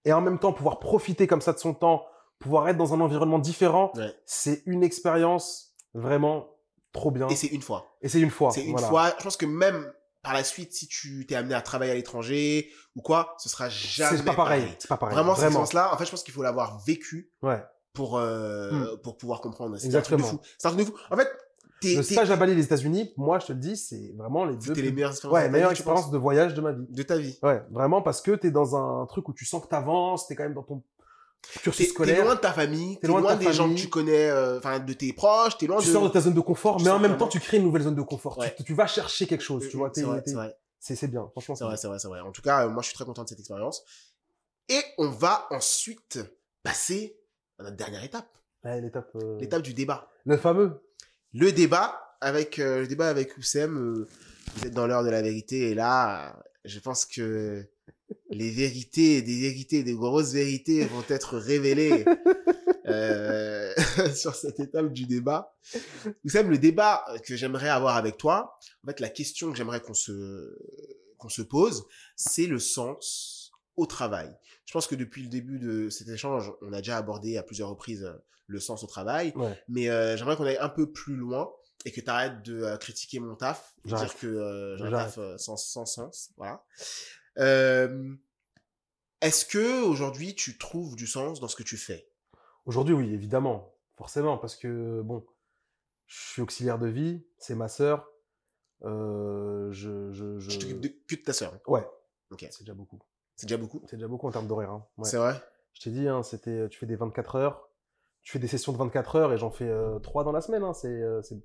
[SPEAKER 2] et en même temps pouvoir profiter comme ça de son temps, pouvoir être dans un environnement différent,
[SPEAKER 1] Ouais.
[SPEAKER 2] c'est une expérience vraiment trop bien.
[SPEAKER 1] Et c'est une fois.
[SPEAKER 2] Et c'est une fois.
[SPEAKER 1] C'est une
[SPEAKER 2] voilà.
[SPEAKER 1] fois. Je pense que même par la suite, si tu t'es amené à travailler à l'étranger ou quoi, ce sera jamais
[SPEAKER 2] C'est pas pareil. C'est pas pareil.
[SPEAKER 1] Vraiment, cette expérience-là, en fait, je pense qu'il faut l'avoir vécu
[SPEAKER 2] Ouais. Hmm.
[SPEAKER 1] pour, euh, pour pouvoir comprendre. C'est un truc de
[SPEAKER 2] Exactement.
[SPEAKER 1] fou. C'est un truc de fou. En fait, t'es,
[SPEAKER 2] Le
[SPEAKER 1] t'es-
[SPEAKER 2] stage à Bali, les États-Unis, moi, je te le dis, c'est vraiment les deux.
[SPEAKER 1] c'était les
[SPEAKER 2] plus-
[SPEAKER 1] meilleures expériences. de
[SPEAKER 2] Ouais,
[SPEAKER 1] ta
[SPEAKER 2] meilleure
[SPEAKER 1] vie, tu penses
[SPEAKER 2] expérience de voyage de ma vie.
[SPEAKER 1] de ta vie.
[SPEAKER 2] Ouais, vraiment parce que t'es dans un truc où tu sens que t'avances, t'es quand même dans ton
[SPEAKER 1] T'es,
[SPEAKER 2] cursus
[SPEAKER 1] t'es
[SPEAKER 2] scolaire.
[SPEAKER 1] loin de ta famille, t'es loin,
[SPEAKER 2] loin de ta
[SPEAKER 1] des gens que
[SPEAKER 2] famille.
[SPEAKER 1] tu connais, euh, enfin de tes proches, t'es loin
[SPEAKER 2] tu
[SPEAKER 1] de.
[SPEAKER 2] sors de ta zone de confort,
[SPEAKER 1] Tu
[SPEAKER 2] mais en
[SPEAKER 1] sors
[SPEAKER 2] même
[SPEAKER 1] vraiment.
[SPEAKER 2] temps, tu crées une nouvelle zone de confort.
[SPEAKER 1] Ouais.
[SPEAKER 2] Tu, tu vas chercher quelque chose, tu vois. t'es-
[SPEAKER 1] c'est vrai,
[SPEAKER 2] t'es-
[SPEAKER 1] c'est vrai.
[SPEAKER 2] C'est c'est bien, franchement.
[SPEAKER 1] C'est vrai, c'est vrai, c'est vrai. En tout cas, euh, moi, je suis très content de cette expérience. Et on va ensuite passer à notre dernière étape,
[SPEAKER 2] Ouais, L'étape. euh,
[SPEAKER 1] l'étape du débat.
[SPEAKER 2] Le fameux.
[SPEAKER 1] Le débat avec euh, le débat avec Oussem. euh, vous êtes dans l'heure de la vérité et là, euh, je pense que les vérités, des vérités, des grosses vérités vont être révélées euh, sur cette étape du débat. Oussem, le débat que j'aimerais avoir avec toi, en fait, la question que j'aimerais qu'on se qu'on se pose, c'est le sens au travail. Je pense que depuis le début de cet échange, on a déjà abordé à plusieurs reprises euh, le sens au travail,
[SPEAKER 2] Ouais.
[SPEAKER 1] mais euh, j'aimerais qu'on aille un peu plus loin et que tu arrêtes de euh, critiquer mon taf, et
[SPEAKER 2] J'arrête.
[SPEAKER 1] dire que euh, j'ai un
[SPEAKER 2] J'arrête.
[SPEAKER 1] taf euh, sans, sans sens, voilà. Euh, Est-ce que aujourd'hui tu trouves du sens dans ce que tu fais
[SPEAKER 2] Aujourd'hui, oui, évidemment, forcément, parce que bon, je suis auxiliaire de vie, c'est ma sœur. Euh, je, je, je-
[SPEAKER 1] Tu t'occupes de- que de ta sœur, hein.
[SPEAKER 2] Ouais.
[SPEAKER 1] Ok.
[SPEAKER 2] C'est déjà beaucoup.
[SPEAKER 1] c'est déjà beaucoup.
[SPEAKER 2] C'est déjà beaucoup en termes d'horaire. hein. Ouais.
[SPEAKER 1] C'est vrai.
[SPEAKER 2] Je t'ai dit, hein, c'était, tu fais des 24 heures, tu fais des sessions de 24 heures et j'en fais 3 dans la semaine. hein, c'est, euh, c'est-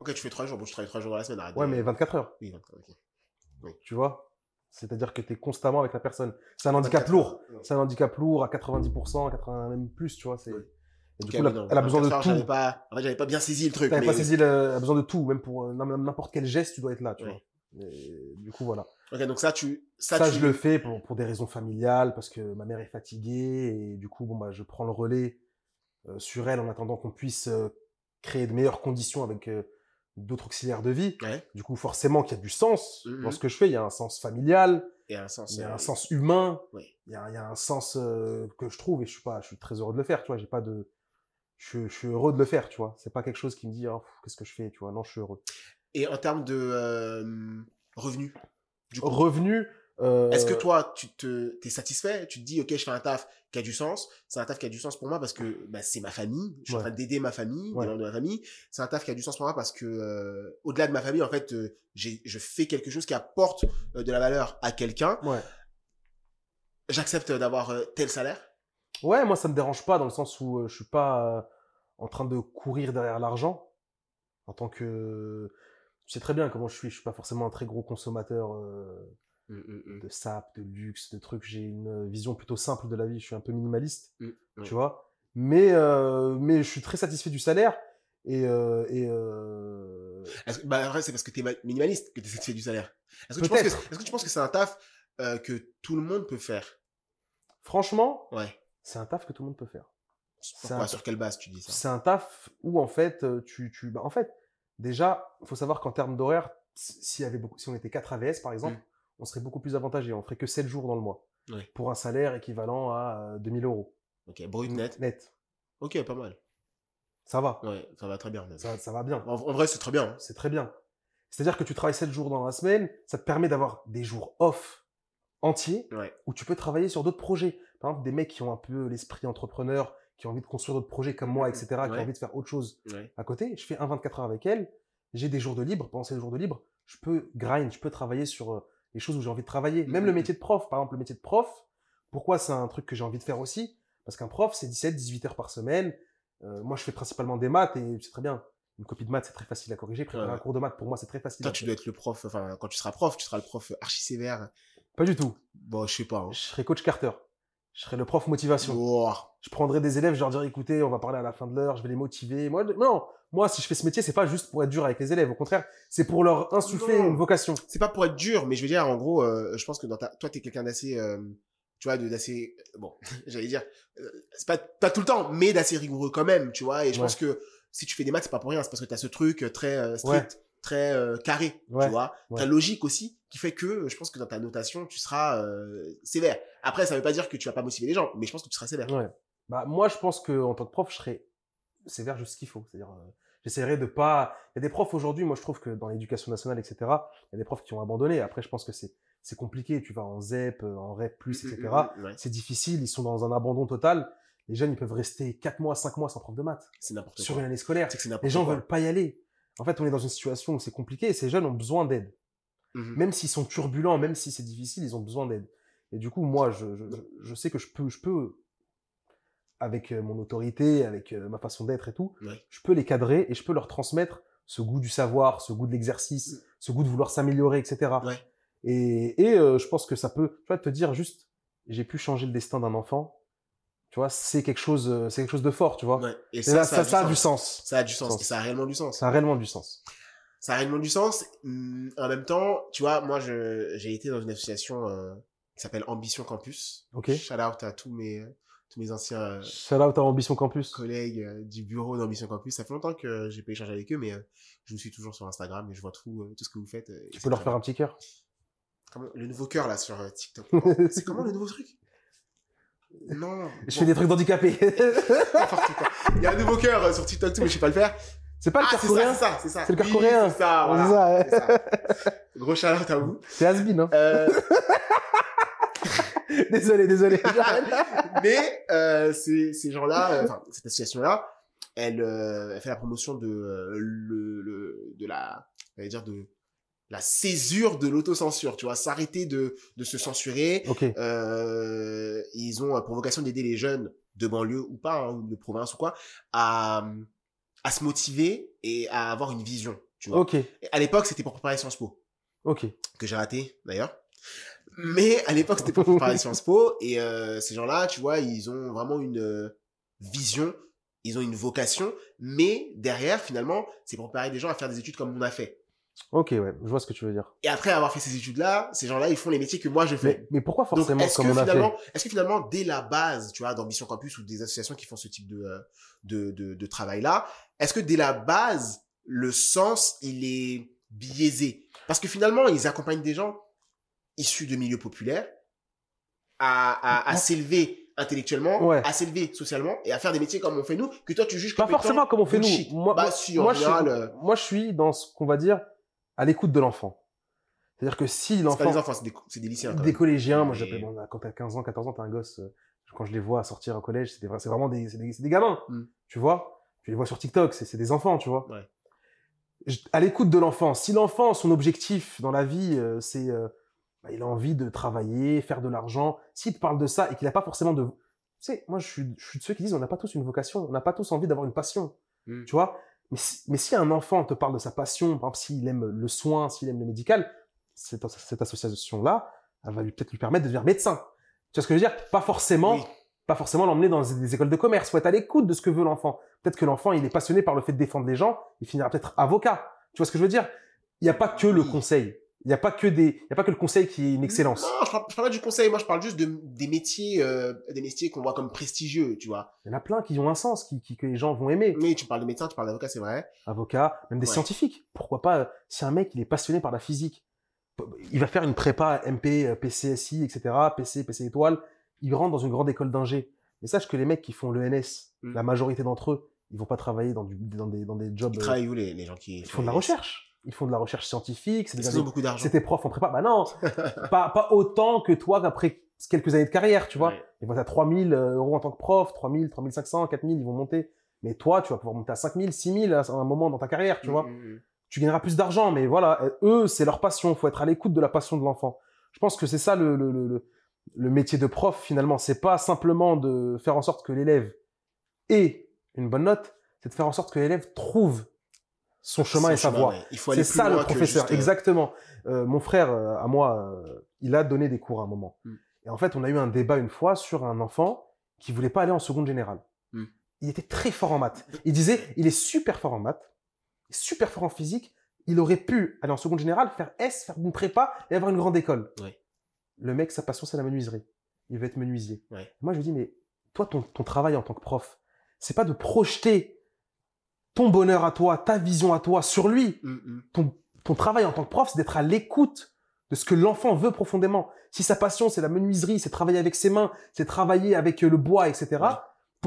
[SPEAKER 1] Ok, tu fais trois jours. Bon, je travaille trois jours dans la semaine. Arrête
[SPEAKER 2] Ouais,
[SPEAKER 1] de-
[SPEAKER 2] mais 24 heures,
[SPEAKER 1] Oui, d'accord, ok.
[SPEAKER 2] tu vois. C'est-à-dire que tu es constamment avec la personne. C'est un handicap
[SPEAKER 1] 24
[SPEAKER 2] lourd.
[SPEAKER 1] heures.
[SPEAKER 2] C'est un handicap lourd à 90%, 80 même plus, tu vois. C'est...
[SPEAKER 1] Ouais.
[SPEAKER 2] Et du
[SPEAKER 1] Ok,
[SPEAKER 2] coup, la-
[SPEAKER 1] oui, non,
[SPEAKER 2] elle a besoin de
[SPEAKER 1] 24 heures, j'avais
[SPEAKER 2] tout.
[SPEAKER 1] Pas... En fait, j'avais pas bien saisi le truc.
[SPEAKER 2] T'avais
[SPEAKER 1] mais
[SPEAKER 2] pas
[SPEAKER 1] oui.
[SPEAKER 2] saisi, le- elle a besoin de tout, même pour euh, n'im- n'importe quel geste, tu dois être là, tu
[SPEAKER 1] Ouais.
[SPEAKER 2] vois. Et du coup, voilà.
[SPEAKER 1] Ok, donc ça, tu, ça,
[SPEAKER 2] Ça,
[SPEAKER 1] tu-
[SPEAKER 2] je le fais pour, pour des raisons familiales, parce que ma mère est fatiguée, et du coup, bon, bah, je prends le relais euh, sur elle en attendant qu'on puisse euh, créer de meilleures conditions avec euh, d'autres auxiliaires de vie.
[SPEAKER 1] Ouais.
[SPEAKER 2] Du coup, forcément qu'il y a du sens
[SPEAKER 1] Mhm.
[SPEAKER 2] dans ce que je fais. Il y a un sens familial,
[SPEAKER 1] Il y a un sens.
[SPEAKER 2] il y a
[SPEAKER 1] euh,
[SPEAKER 2] un sens humain,
[SPEAKER 1] Oui.
[SPEAKER 2] il y a, il y a un sens euh, que je trouve, et je suis, pas, je suis très heureux de le faire, tu vois. J'ai pas de... Je, je suis heureux de le faire, tu vois. C'est pas quelque chose qui me dit, Ah, pff, qu'est-ce que je fais, tu vois. Non, je suis heureux.
[SPEAKER 1] Et en termes de euh, revenus, du coup,
[SPEAKER 2] revenu. euh,
[SPEAKER 1] est-ce que toi, tu te, es satisfait Tu te dis, ok, je fais un taf qui a du sens. C'est un taf qui a du sens pour moi parce que bah, c'est ma famille. Je suis en
[SPEAKER 2] Ouais.
[SPEAKER 1] train d'aider ma famille, des
[SPEAKER 2] Ouais.
[SPEAKER 1] membres de ma famille. C'est un taf qui a du sens pour moi parce que, euh, au-delà de ma famille, en fait, euh, j'ai- je fais quelque chose qui apporte euh, de la valeur à quelqu'un.
[SPEAKER 2] Ouais.
[SPEAKER 1] J'accepte euh, d'avoir euh, tel salaire.
[SPEAKER 2] Ouais, moi ça me dérange pas dans le sens où euh, je suis pas euh, en train de courir derrière l'argent. En tant que tu sais très bien comment je suis, je suis pas forcément un très gros consommateur euh,
[SPEAKER 1] Mm, mm,
[SPEAKER 2] de sap, de luxe, de trucs. J'ai une euh, vision plutôt simple de la vie. Je suis un peu minimaliste,
[SPEAKER 1] Mm, ouais.
[SPEAKER 2] tu vois. Mais euh, mais je suis très satisfait du salaire et euh, et euh,
[SPEAKER 1] Est-ce que- Bah, en vrai, c'est parce que t'es ma- minimaliste que t'es satisfait du salaire. Est-ce que, tu penses que,
[SPEAKER 2] Peut-être.
[SPEAKER 1] est-ce que tu penses que c'est un taf euh, que tout le monde peut faire
[SPEAKER 2] franchement,
[SPEAKER 1] Ouais.
[SPEAKER 2] c'est un taf que tout le monde peut faire.
[SPEAKER 1] Pourquoi
[SPEAKER 2] un-
[SPEAKER 1] Sur quelle base tu dis ça
[SPEAKER 2] C'est un taf où en fait euh, tu tu bah, en fait déjà faut savoir qu'en termes d'horaire s- s'il y avait beaucoup si on était 4 AVS par exemple
[SPEAKER 1] Mm.
[SPEAKER 2] on serait beaucoup plus avantagé on ferait que 7 jours dans le mois
[SPEAKER 1] Ouais.
[SPEAKER 2] pour un salaire équivalent à euh, 2000 euros
[SPEAKER 1] Ok, brut
[SPEAKER 2] Mmh.
[SPEAKER 1] net. Ok, pas mal.
[SPEAKER 2] ça va
[SPEAKER 1] Ouais, ça va très bien. même.
[SPEAKER 2] ça, ça va bien
[SPEAKER 1] En, en vrai, c'est très bien. hein.
[SPEAKER 2] c'est très bien c'est à dire que tu travailles 7 jours dans la semaine ça te permet d'avoir des jours off entiers
[SPEAKER 1] Ouais.
[SPEAKER 2] où tu peux travailler sur d'autres projets par exemple des mecs qui ont un peu l'esprit entrepreneur qui ont envie de construire d'autres projets comme moi etc qui
[SPEAKER 1] Ouais.
[SPEAKER 2] ont envie de faire autre chose
[SPEAKER 1] Ouais.
[SPEAKER 2] à côté, je fais un 24 heures avec elle, j'ai des jours de libre, pendant ces jours de libre, je peux grind, je peux travailler sur euh, les choses où j'ai envie de travailler. Même le
[SPEAKER 1] Mhm.
[SPEAKER 2] métier de prof, par exemple, le métier de prof, pourquoi c'est un truc que j'ai envie de faire aussi Parce qu'un prof, c'est 17-18 heures par semaine. Euh, moi, je fais principalement des maths et c'est très bien. Une copie de maths, c'est très facile à corriger. Préparer
[SPEAKER 1] Ouais, ouais.
[SPEAKER 2] un cours de maths, pour moi, c'est très facile.
[SPEAKER 1] Toi,
[SPEAKER 2] à
[SPEAKER 1] tu
[SPEAKER 2] faire.
[SPEAKER 1] dois être le prof. Enfin, quand tu seras prof, tu seras le prof archi sévère.
[SPEAKER 2] Pas du tout.
[SPEAKER 1] Bon, je sais pas. hein.
[SPEAKER 2] Je serai coach Carter. Je serai le prof motivation.
[SPEAKER 1] Ouah.
[SPEAKER 2] Je prendrai des élèves, je leur dirai écoutez, on va parler à la fin de l'heure, je vais les motiver. Moi, non, moi, si je fais ce métier, c'est pas juste pour être dur avec les élèves. Au contraire, c'est pour leur insuffler
[SPEAKER 1] Non.
[SPEAKER 2] une vocation.
[SPEAKER 1] C'est pas pour être dur, mais je veux dire, en gros, euh, je pense que dans ta... toi, t'es quelqu'un d'assez. euh, tu vois, de- d'assez. Bon, j'allais dire. euh, c'est pas, pas tout le temps, mais d'assez rigoureux quand même, tu vois. Et je
[SPEAKER 2] Ouais.
[SPEAKER 1] pense que si tu fais des maths, c'est pas pour rien. C'est parce que t'as ce truc euh, très euh, strict, très euh, carré,
[SPEAKER 2] Ouais.
[SPEAKER 1] tu vois.
[SPEAKER 2] Ouais.
[SPEAKER 1] Ta logique aussi, qui fait que euh, je pense que dans ta notation, tu seras euh, sévère. Après, ça veut pas dire que tu vas pas motiver les gens, mais je pense que tu seras sévère.
[SPEAKER 2] Ouais. Bah, moi, je pense que en tant que prof, je serais sévère juste ce qu'il faut. C'est-à-dire, euh, j'essaierai de pas. Il y a des profs aujourd'hui, moi, je trouve que dans l'éducation nationale, etc., il y a des profs qui ont abandonné. Après, je pense que c'est c'est compliqué. Tu vas en ZEP, euh, en REP+,
[SPEAKER 1] Mm,
[SPEAKER 2] etc.
[SPEAKER 1] mm, mm, ouais.
[SPEAKER 2] C'est difficile. Ils sont dans un abandon total. Les jeunes, ils peuvent rester 4 mois, 5 mois sans prof de maths
[SPEAKER 1] C'est n'importe quoi.
[SPEAKER 2] sur une année scolaire.
[SPEAKER 1] C'est que c'est n'importe
[SPEAKER 2] Les gens
[SPEAKER 1] quoi.
[SPEAKER 2] veulent pas y aller. En fait, on est dans une situation où c'est compliqué et ces jeunes ont besoin d'aide.
[SPEAKER 1] Mhm.
[SPEAKER 2] Même s'ils sont turbulents, même si c'est difficile, ils ont besoin d'aide. Et du coup, moi, je, je, je- je sais que je peux, je peux, avec euh, mon autorité, avec euh, ma façon d'être et tout,
[SPEAKER 1] Ouais.
[SPEAKER 2] je peux les cadrer et je peux leur transmettre ce goût du savoir, ce goût de l'exercice, ce goût de vouloir s'améliorer, etc.
[SPEAKER 1] Ouais.
[SPEAKER 2] Et, et euh, je pense que ça peut, tu vois, te dire juste, j'ai pu changer le destin d'un enfant. Tu vois, c'est quelque chose, euh, c'est quelque chose de fort, tu vois.
[SPEAKER 1] Mhm. Ouais. Et
[SPEAKER 2] Et là, ça, ça a du sens.
[SPEAKER 1] Ça a du sens.
[SPEAKER 2] Sens.
[SPEAKER 1] Et ça a réellement du sens.
[SPEAKER 2] Ça a réellement du sens.
[SPEAKER 1] ça a réellement du sens. Hum, En même temps, tu vois, moi, je, j'ai été dans une association euh, qui s'appelle Ambition Campus.
[SPEAKER 2] Ok.
[SPEAKER 1] Shout out à tous mes, euh, tous mes anciens euh,
[SPEAKER 2] Shout out à Ambition Campus.
[SPEAKER 1] collègues euh, du bureau d'Ambition Campus. Ça fait longtemps que euh, j'ai pas échangé avec eux, mais euh, je me suis toujours sur Instagram et je vois tout, euh, tout ce que vous faites. euh,
[SPEAKER 2] Tu peux leur faire un petit cœur.
[SPEAKER 1] Comment- le nouveau cœur, là, sur euh, TikTok. C'est
[SPEAKER 2] je
[SPEAKER 1] comment le nouveau truc Non.
[SPEAKER 2] fais des trucs d'handicapés.
[SPEAKER 1] n'importe quoi. Il y a un nouveau cœur euh, sur TikTok, tout, mais je sais pas le faire.
[SPEAKER 2] c'est pas le
[SPEAKER 1] ah,
[SPEAKER 2] cœur
[SPEAKER 1] c'est
[SPEAKER 2] coréen.
[SPEAKER 1] ça, c'est ça, c'est ça.
[SPEAKER 2] C'est le cœur
[SPEAKER 1] Oui,
[SPEAKER 2] coréen.
[SPEAKER 1] C'est ça, voilà.
[SPEAKER 2] C'est ça, hein.
[SPEAKER 1] C'est ça. Gros shout out à vous.
[SPEAKER 2] C'est Asbin. Hein.
[SPEAKER 1] Euh,
[SPEAKER 2] Désolé, désolé.
[SPEAKER 1] Mais euh, ces, ces gens-là, euh, enfin cette association-là, elle, euh, elle fait la promotion de euh, le, le- de la, j'allais dire de la césure de l'autocensure. Tu vois, s'arrêter de de se censurer.
[SPEAKER 2] ok.
[SPEAKER 1] Euh, ils ont euh, pour vocation d'aider les jeunes de banlieue ou pas, hein, ou de province ou quoi, à à se motiver et à avoir une vision. Tu vois.
[SPEAKER 2] Ok.
[SPEAKER 1] Et À l'époque, c'était pour préparer Sciences Po
[SPEAKER 2] Ok.
[SPEAKER 1] que j'ai raté d'ailleurs. Mais à l'époque, c'était pour préparer Sciences Po et euh, ces gens-là, tu vois, ils ont vraiment une euh, vision, ils ont une vocation, mais derrière, finalement, c'est pour préparer des gens à faire des études comme on a fait.
[SPEAKER 2] Ok, ouais. Je vois ce que tu veux dire.
[SPEAKER 1] Et après avoir fait ces études-là, ces gens-là, ils font les métiers que moi je fais.
[SPEAKER 2] Mais, mais pourquoi
[SPEAKER 1] Donc,
[SPEAKER 2] forcément
[SPEAKER 1] est-ce
[SPEAKER 2] comme
[SPEAKER 1] que
[SPEAKER 2] on a fait
[SPEAKER 1] finalement, est-ce que finalement, dès la base, tu vois, d'Ambition Campus ou des associations qui font ce type de, euh, de, de, de travail-là, est-ce que dès la base, le sens, il est biaisé? Parce que finalement, ils accompagnent des gens issus de milieux populaires à, à, à
[SPEAKER 2] Non.
[SPEAKER 1] s'élever intellectuellement,
[SPEAKER 2] Ouais.
[SPEAKER 1] à s'élever socialement et à faire des métiers comme on fait nous, que toi tu juges
[SPEAKER 2] Pas
[SPEAKER 1] comme étant
[SPEAKER 2] forcément comme on fait
[SPEAKER 1] bullshit.
[SPEAKER 2] nous. Moi,
[SPEAKER 1] Bah,
[SPEAKER 2] moi-
[SPEAKER 1] si, en
[SPEAKER 2] moi,
[SPEAKER 1] général,
[SPEAKER 2] je
[SPEAKER 1] euh,
[SPEAKER 2] suis, moi, je suis dans ce qu'on va dire à l'écoute de l'enfant. C'est-à-dire que si
[SPEAKER 1] C'est pas
[SPEAKER 2] l'enfant
[SPEAKER 1] des enfants, c'est des, c'est des lycéens. quand
[SPEAKER 2] des
[SPEAKER 1] même.
[SPEAKER 2] collégiens.
[SPEAKER 1] Mais-
[SPEAKER 2] Moi, j'appelle, bon, quand t'as 15 ans, 14 ans, t'es un gosse. euh, Quand je les vois sortir au collège, c'est des vra- c'est vraiment des, c'est des, c'est des gamins.
[SPEAKER 1] Mm.
[SPEAKER 2] Tu vois Tu les vois sur TikTok, c'est c'est des enfants, tu vois
[SPEAKER 1] Ouais.
[SPEAKER 2] Je- À l'écoute de l'enfant, si l'enfant, son objectif dans la vie, euh, c'est. euh, bah, il a envie de travailler, faire de l'argent. S'il te parle de ça et qu'il n'a pas forcément de. Tu sais, moi, je suis, je suis de ceux qui disent on n'a pas tous une vocation, on n'a pas tous envie d'avoir une passion.
[SPEAKER 1] Mm.
[SPEAKER 2] Tu vois mais si, mais si un enfant te parle de sa passion, par exemple, s'il aime le soin, s'il aime le médical, cette, cette association-là, elle va lui- peut-être lui permettre de devenir médecin. Tu vois ce que je veux dire Pas forcément,
[SPEAKER 1] Oui.
[SPEAKER 2] pas forcément l'emmener dans des écoles de commerce. Faut être à l'écoute de ce que veut l'enfant. Peut-être que l'enfant, il est passionné par le fait de défendre les gens, il finira peut-être avocat. Tu vois ce que je veux dire Il n'y a pas que le
[SPEAKER 1] Oui. Hmm.
[SPEAKER 2] conseil. Il n'y a pas que des, il y a pas que le conseil qui est une excellence.
[SPEAKER 1] Non, je parle, je parle pas du conseil, moi je parle juste de, des métiers, euh, des métiers qu'on voit comme prestigieux, tu vois.
[SPEAKER 2] Il y en a plein qui ont un sens, qui, qui- que les gens vont aimer.
[SPEAKER 1] Mais tu parles de médecin, tu parles d'avocat, c'est vrai.
[SPEAKER 2] Ah Avocat, même des
[SPEAKER 1] Ouais.
[SPEAKER 2] scientifiques. Pourquoi pas euh, Si un mec, il est passionné par la physique, il va faire une prépa MP, euh, PCSI, etc., PC, PC étoile. Il rentre dans une grande école d'ingé. Mais sache que les mecs qui font l'ENS,
[SPEAKER 1] Mm.
[SPEAKER 2] la majorité d'entre eux, ils vont pas travailler dans, du, dans, des, dans des jobs.
[SPEAKER 1] Ils
[SPEAKER 2] euh,
[SPEAKER 1] travaillent où les, les gens qui
[SPEAKER 2] ils font de la recherche. Ils font de la recherche scientifique. C'est des
[SPEAKER 1] Ils ont beaucoup d'argent.
[SPEAKER 2] c'est tes profs en prépa. Bah non, pas, pas autant que toi qu'après quelques années de carrière, tu vois.
[SPEAKER 1] Ouais.
[SPEAKER 2] Ils vont à 3000 euh, euros en tant que prof, 3000, 3500, 4000, ils vont monter. Mais toi, tu vas pouvoir monter à 5000, 6000 à un moment dans ta carrière, tu vois.
[SPEAKER 1] Mm, mm, mm.
[SPEAKER 2] Tu gagneras plus d'argent, mais voilà, euh, eux, c'est leur passion. Faut être à l'écoute de la passion de l'enfant. Je pense que c'est ça le, le, le, le- le métier de prof finalement. C'est pas simplement de faire en sorte que l'élève ait une bonne note, c'est de faire en sorte que l'élève trouve son chemin
[SPEAKER 1] Son
[SPEAKER 2] et sa voie.
[SPEAKER 1] ouais. Il faut aller
[SPEAKER 2] C'est
[SPEAKER 1] plus
[SPEAKER 2] ça
[SPEAKER 1] loin
[SPEAKER 2] le
[SPEAKER 1] que
[SPEAKER 2] professeur,
[SPEAKER 1] juste, euh,
[SPEAKER 2] exactement. Euh, mon frère, euh, à moi, euh, il a donné des cours à un moment.
[SPEAKER 1] Mm.
[SPEAKER 2] Et en fait, on a eu un débat une fois sur un enfant qui voulait pas aller en seconde générale.
[SPEAKER 1] Mm.
[SPEAKER 2] Il était très fort en maths. Il disait, il est super fort en maths, super fort en physique. Il aurait pu aller en seconde générale, faire S, faire une prépa et avoir une grande école.
[SPEAKER 1] Ouais.
[SPEAKER 2] Le mec, sa passion, c'est la menuiserie. Il veut être menuisier.
[SPEAKER 1] Ouais.
[SPEAKER 2] Moi, je lui dis, mais toi, ton, ton travail en tant que prof, c'est pas de projeter ton bonheur à toi, ta vision à toi sur lui
[SPEAKER 1] mm, mm.
[SPEAKER 2] ton, ton travail en tant que prof, c'est d'être à l'écoute de ce que l'enfant veut profondément. Si sa passion, c'est la menuiserie, c'est travailler avec ses mains, c'est travailler avec euh, le bois, etc.,
[SPEAKER 1] Ouais.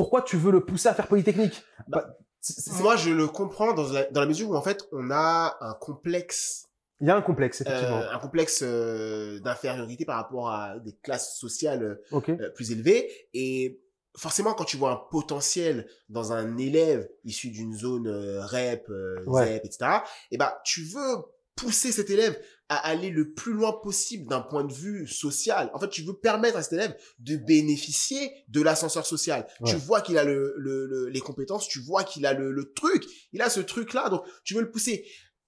[SPEAKER 2] pourquoi tu veux le pousser à faire polytechnique
[SPEAKER 1] Bah,
[SPEAKER 2] Bah, c'est- c'est-
[SPEAKER 1] Moi, je le comprends dans la, dans la mesure où, en fait, on a un complexe,
[SPEAKER 2] Il y a un complexe,
[SPEAKER 1] euh,
[SPEAKER 2] effectivement.
[SPEAKER 1] un complexe euh, d'infériorité par rapport à des classes sociales
[SPEAKER 2] ok
[SPEAKER 1] euh, plus élevées. Et forcément, quand tu vois un potentiel dans un élève issu d'une zone euh, REP, euh,
[SPEAKER 2] Ouais.
[SPEAKER 1] ZEP, etc., eh ben, tu veux pousser cet élève à aller le plus loin possible d'un point de vue social. En fait, tu veux permettre à cet élève de bénéficier de l'ascenseur social. Tu
[SPEAKER 2] Ouais.
[SPEAKER 1] vois qu'il a le, le- le- les compétences, tu vois qu'il a le, le truc, il a ce truc-là, donc tu veux le pousser.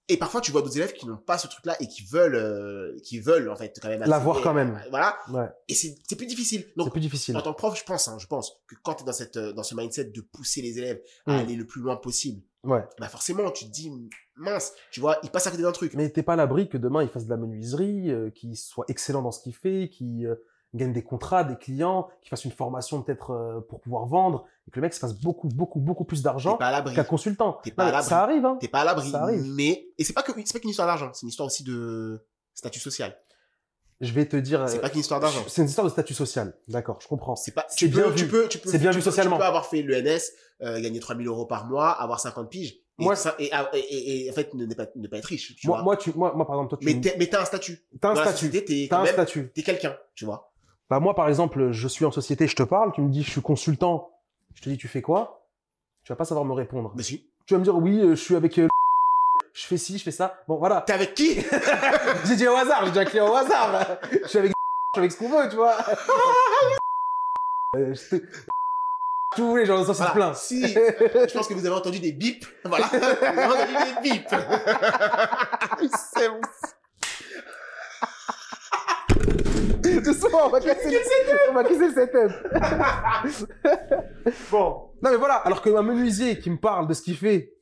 [SPEAKER 1] Et parfois, tu vois d'autres élèves qui n'ont pas ce truc-là et qui veulent, euh, qui veulent en fait quand même
[SPEAKER 2] L'avoir
[SPEAKER 1] accéder,
[SPEAKER 2] quand même.
[SPEAKER 1] euh, Voilà.
[SPEAKER 2] Ouais.
[SPEAKER 1] Et c'est c'est plus difficile. Donc,
[SPEAKER 2] C'est plus difficile.
[SPEAKER 1] en tant que prof, je pense, hein, je pense que quand tu es dans, cette, euh, dans ce mindset de pousser les élèves à
[SPEAKER 2] Mm.
[SPEAKER 1] aller le plus loin possible,
[SPEAKER 2] Ouais.
[SPEAKER 1] bah forcément, tu te dis, mince, tu vois, il passe à côté d'un truc.
[SPEAKER 2] Mais t'es pas à l'abri que demain il fasse de la menuiserie, euh, qu'il soit excellent dans ce qu'il fait, qu'il euh, gagne des contrats, des clients, qu'il fasse une formation peut-être euh, pour pouvoir vendre, et que le mec se fasse beaucoup, beaucoup, beaucoup plus
[SPEAKER 1] T'es
[SPEAKER 2] d'argent
[SPEAKER 1] pas à l'abri.
[SPEAKER 2] qu'un consultant.
[SPEAKER 1] T'es pas à
[SPEAKER 2] Non, mais
[SPEAKER 1] l'abri.
[SPEAKER 2] ça arrive, hein.
[SPEAKER 1] T'es pas à l'abri.
[SPEAKER 2] Ça arrive.
[SPEAKER 1] Mais, et c'est pas que, c'est pas qu'une histoire d'argent, c'est une histoire aussi de statut social.
[SPEAKER 2] Je vais te dire.
[SPEAKER 1] C'est
[SPEAKER 2] euh,
[SPEAKER 1] pas qu'une histoire d'argent.
[SPEAKER 2] C'est une histoire de statut social. D'accord, je comprends.
[SPEAKER 1] C'est pas,
[SPEAKER 2] c'est
[SPEAKER 1] tu
[SPEAKER 2] bien
[SPEAKER 1] peux, tu
[SPEAKER 2] vu.
[SPEAKER 1] peux, tu peux,
[SPEAKER 2] C'est bien
[SPEAKER 1] tu
[SPEAKER 2] vu
[SPEAKER 1] peux- tu
[SPEAKER 2] socialement.
[SPEAKER 1] peux avoir fait l'ENS, euh, gagner 3000 euros par mois, avoir 50 piges. Et,
[SPEAKER 2] Moi,
[SPEAKER 1] ça- et, et, et- et en fait, ne, ne pas, ne pas être riche. Tu
[SPEAKER 2] Moi,
[SPEAKER 1] vois.
[SPEAKER 2] moi, tu, moi, moi, par exemple, toi, tu
[SPEAKER 1] mais t'es- mais t'as un statut.
[SPEAKER 2] t'as un
[SPEAKER 1] Dans la
[SPEAKER 2] statut.
[SPEAKER 1] société, t'es
[SPEAKER 2] T'as
[SPEAKER 1] quand
[SPEAKER 2] un
[SPEAKER 1] même,
[SPEAKER 2] statut.
[SPEAKER 1] t'es quelqu'un, tu vois.
[SPEAKER 2] Bah, moi, par exemple, je suis en société, je te parle, tu me dis, je suis consultant. Je te dis, tu fais quoi Tu vas pas savoir me répondre.
[SPEAKER 1] Mais si.
[SPEAKER 2] Tu vas me dire, oui, euh, je suis avec. euh, je fais ci, je fais ça. Bon, voilà.
[SPEAKER 1] T'es avec qui?
[SPEAKER 2] J'ai dit au hasard, j'ai dit un client au hasard. Je suis avec je suis avec ce qu'on veut, tu vois. Euh, je te- Tout voulez, genre, ça, c'est
[SPEAKER 1] Voilà.
[SPEAKER 2] plein.
[SPEAKER 1] Si, je pense que vous avez entendu des bips. Voilà, vous avez entendu des bips. C'est bon.
[SPEAKER 2] Doucement, on va casser le, on va casser le setup.
[SPEAKER 1] Bon.
[SPEAKER 2] Non, mais voilà. Alors que un menuisier qui me parle de ce qu'il fait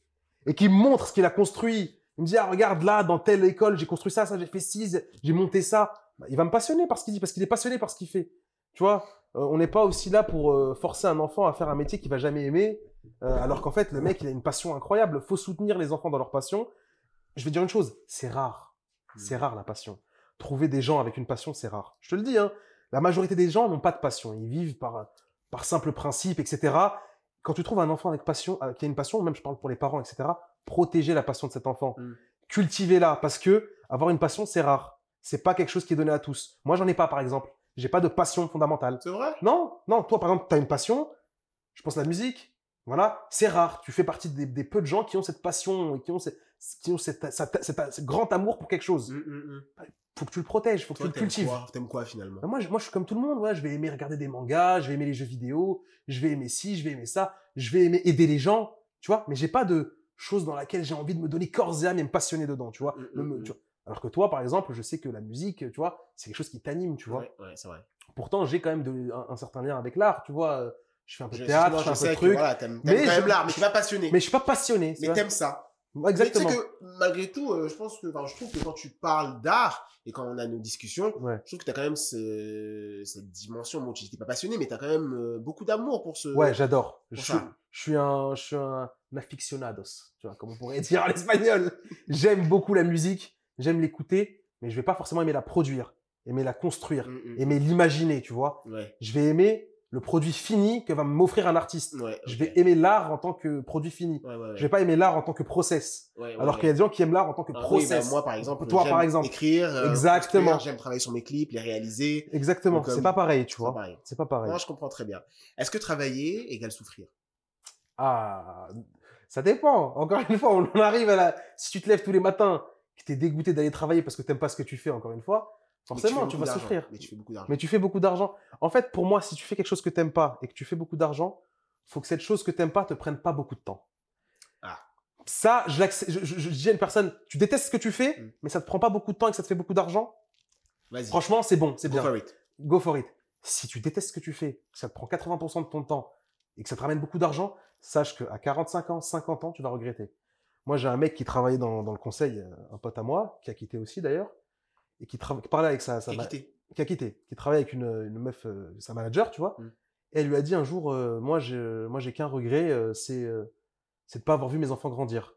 [SPEAKER 2] et qui me montre ce qu'il a construit, il me dit, ah, regarde là, dans telle école, j'ai construit ça, ça, j'ai fait ci, j'ai monté ça. Bah, il va me passionner par ce qu'il dit, parce qu'il est passionné par ce qu'il fait. Tu vois, euh, on n'est pas aussi là pour euh, forcer un enfant à faire un métier qu'il va jamais aimer, euh, alors qu'en fait, le mec, il a une passion incroyable. Faut soutenir les enfants dans leur passion. Je vais dire une chose, c'est rare. C'est rare la passion. Trouver des gens avec une passion, c'est rare. Je te le dis, hein. La majorité des gens n'ont pas de passion. Ils vivent par, par simple principe, etc. Quand tu trouves un enfant avec passion, euh, qui a une passion, même je parle pour les parents, etc., protéger la passion de cet enfant.
[SPEAKER 1] Mm.
[SPEAKER 2] Cultivez-la, parce que avoir une passion, c'est rare. C'est pas quelque chose qui est donné à tous. Moi, j'en ai pas, par exemple. J'ai pas de passion fondamentale.
[SPEAKER 1] C'est vrai?
[SPEAKER 2] Non, non, toi, par exemple, tu as une passion. Je pense à la musique. Voilà, c'est rare. Tu fais partie des, des peu de gens qui ont cette passion, et qui ont, ce- qui ont cette- cette- cette- ce grand amour pour quelque chose
[SPEAKER 1] Mm,
[SPEAKER 2] faut que tu le protèges, faut que
[SPEAKER 1] Toi,
[SPEAKER 2] tu le
[SPEAKER 1] t'aimes
[SPEAKER 2] cultives.
[SPEAKER 1] quoi? T'aimes quoi finalement?
[SPEAKER 2] Bah, moi, je, moi, je suis comme tout le monde. Ouais, je vais aimer regarder des mangas, je vais aimer les jeux vidéo, je vais aimer ci, je vais aimer ça, je vais aimer aider les gens, tu vois. Mais j'ai pas de chose dans laquelle j'ai envie de me donner corps et âme et me passionner dedans, tu vois.
[SPEAKER 1] Mm,
[SPEAKER 2] Le-
[SPEAKER 1] mm,
[SPEAKER 2] me-
[SPEAKER 1] mm.
[SPEAKER 2] tu vois. Alors que toi, par exemple, je sais que la musique, tu vois, c'est quelque chose qui t'anime, tu vois.
[SPEAKER 1] Ouais, ouais, c'est vrai.
[SPEAKER 2] Pourtant, j'ai quand même de- un, un certain lien avec l'art, tu vois. Euh, Je fais un peu
[SPEAKER 1] Je-
[SPEAKER 2] de théâtre,
[SPEAKER 1] moi,
[SPEAKER 2] je fais un
[SPEAKER 1] je
[SPEAKER 2] peu de
[SPEAKER 1] sais que,
[SPEAKER 2] trucs,
[SPEAKER 1] Voilà, t'aimes,
[SPEAKER 2] Mais
[SPEAKER 1] t'aimes quand
[SPEAKER 2] je-
[SPEAKER 1] même l'art, mais t'es pas passionné.
[SPEAKER 2] mais je suis pas passionné. tu
[SPEAKER 1] Mais
[SPEAKER 2] vois.
[SPEAKER 1] t'aimes ça. Mais
[SPEAKER 2] Ouais,
[SPEAKER 1] tu sais
[SPEAKER 2] Exactement.
[SPEAKER 1] que, malgré tout, euh, je pense que, enfin, je trouve que quand tu parles d'art et quand on a nos discussions,
[SPEAKER 2] Ouais.
[SPEAKER 1] je trouve que t'as quand même ce- cette dimension. Bon, tu dis que t'es pas passionné, mais t'as quand même euh, beaucoup d'amour pour ce.
[SPEAKER 2] Ouais, j'adore. Je,
[SPEAKER 1] pour
[SPEAKER 2] suis-
[SPEAKER 1] ça.
[SPEAKER 2] je suis un, je suis un aficionados, tu vois, comme on pourrait dire à l'espagnol. J'aime beaucoup la musique, j'aime l'écouter, mais je vais pas forcément aimer la produire, aimer la construire,
[SPEAKER 1] Mm, mm.
[SPEAKER 2] aimer l'imaginer, tu vois.
[SPEAKER 1] Ouais.
[SPEAKER 2] Je vais aimer le produit fini que va m'offrir un artiste.
[SPEAKER 1] Ouais.
[SPEAKER 2] Je
[SPEAKER 1] ok.
[SPEAKER 2] vais aimer l'art en tant que produit fini.
[SPEAKER 1] Mm. Ouais, ouais,
[SPEAKER 2] Je
[SPEAKER 1] ouais.
[SPEAKER 2] vais pas aimer l'art en tant que process.
[SPEAKER 1] Ouais, ouais,
[SPEAKER 2] Alors
[SPEAKER 1] ouais.
[SPEAKER 2] qu'il y a des gens qui aiment l'art en tant que
[SPEAKER 1] Ah oui,
[SPEAKER 2] process.
[SPEAKER 1] bah, moi, par exemple,
[SPEAKER 2] Toi,
[SPEAKER 1] j'aime
[SPEAKER 2] par exemple.
[SPEAKER 1] écrire, euh,
[SPEAKER 2] Exactement.
[SPEAKER 1] construire, j'aime travailler sur mes clips, les réaliser.
[SPEAKER 2] Exactement.
[SPEAKER 1] Donc, euh,
[SPEAKER 2] C'est pas pareil, tu
[SPEAKER 1] c'est
[SPEAKER 2] vois.
[SPEAKER 1] pareil.
[SPEAKER 2] C'est pas pareil.
[SPEAKER 1] Non, je comprends très bien. Est-ce que travailler égale souffrir
[SPEAKER 2] Ah, ça dépend. Encore une fois, on en arrive à la. Si tu te lèves tous les matins, que t'es dégoûté d'aller travailler parce que t'aimes pas ce que tu fais, encore une fois,
[SPEAKER 1] Mais fais
[SPEAKER 2] forcément, tu,
[SPEAKER 1] beaucoup
[SPEAKER 2] vas
[SPEAKER 1] d'argent.
[SPEAKER 2] souffrir.
[SPEAKER 1] Mais tu fais beaucoup d'argent.
[SPEAKER 2] Mais tu fais beaucoup d'argent. En fait, pour moi, si tu fais quelque chose que t'aimes pas et que tu fais beaucoup d'argent, faut que cette chose que t'aimes pas te prenne pas beaucoup de temps.
[SPEAKER 1] Ah.
[SPEAKER 2] Ça, je, l'accepte- je, je- je dis à une personne, tu détestes ce que tu fais,
[SPEAKER 1] Mm.
[SPEAKER 2] mais ça te prend pas beaucoup de temps et que ça te fait beaucoup d'argent.
[SPEAKER 1] Vas-y.
[SPEAKER 2] Franchement, c'est bon, c'est
[SPEAKER 1] go
[SPEAKER 2] bien
[SPEAKER 1] for it.
[SPEAKER 2] go for it. Si tu détestes ce que tu fais, que ça te prend 80% de ton temps et que ça te ramène beaucoup d'argent, sache que à 45 ans, 50 ans, tu vas regretter. Moi, j'ai un mec qui travaillait dans, dans le conseil, euh, un pote à moi, qui a quitté aussi d'ailleurs, et qui, trava- qui parlait avec sa, sa
[SPEAKER 1] T'es
[SPEAKER 2] ma-
[SPEAKER 1] quitté.
[SPEAKER 2] qui a quitté, qui travaille avec une, une meuf, euh, sa manager, tu vois.
[SPEAKER 1] Mm.
[SPEAKER 2] Et elle lui a dit un jour, euh, moi, j'ai, moi, j'ai qu'un regret, euh, c'est, euh, c'est de pas avoir vu mes enfants grandir.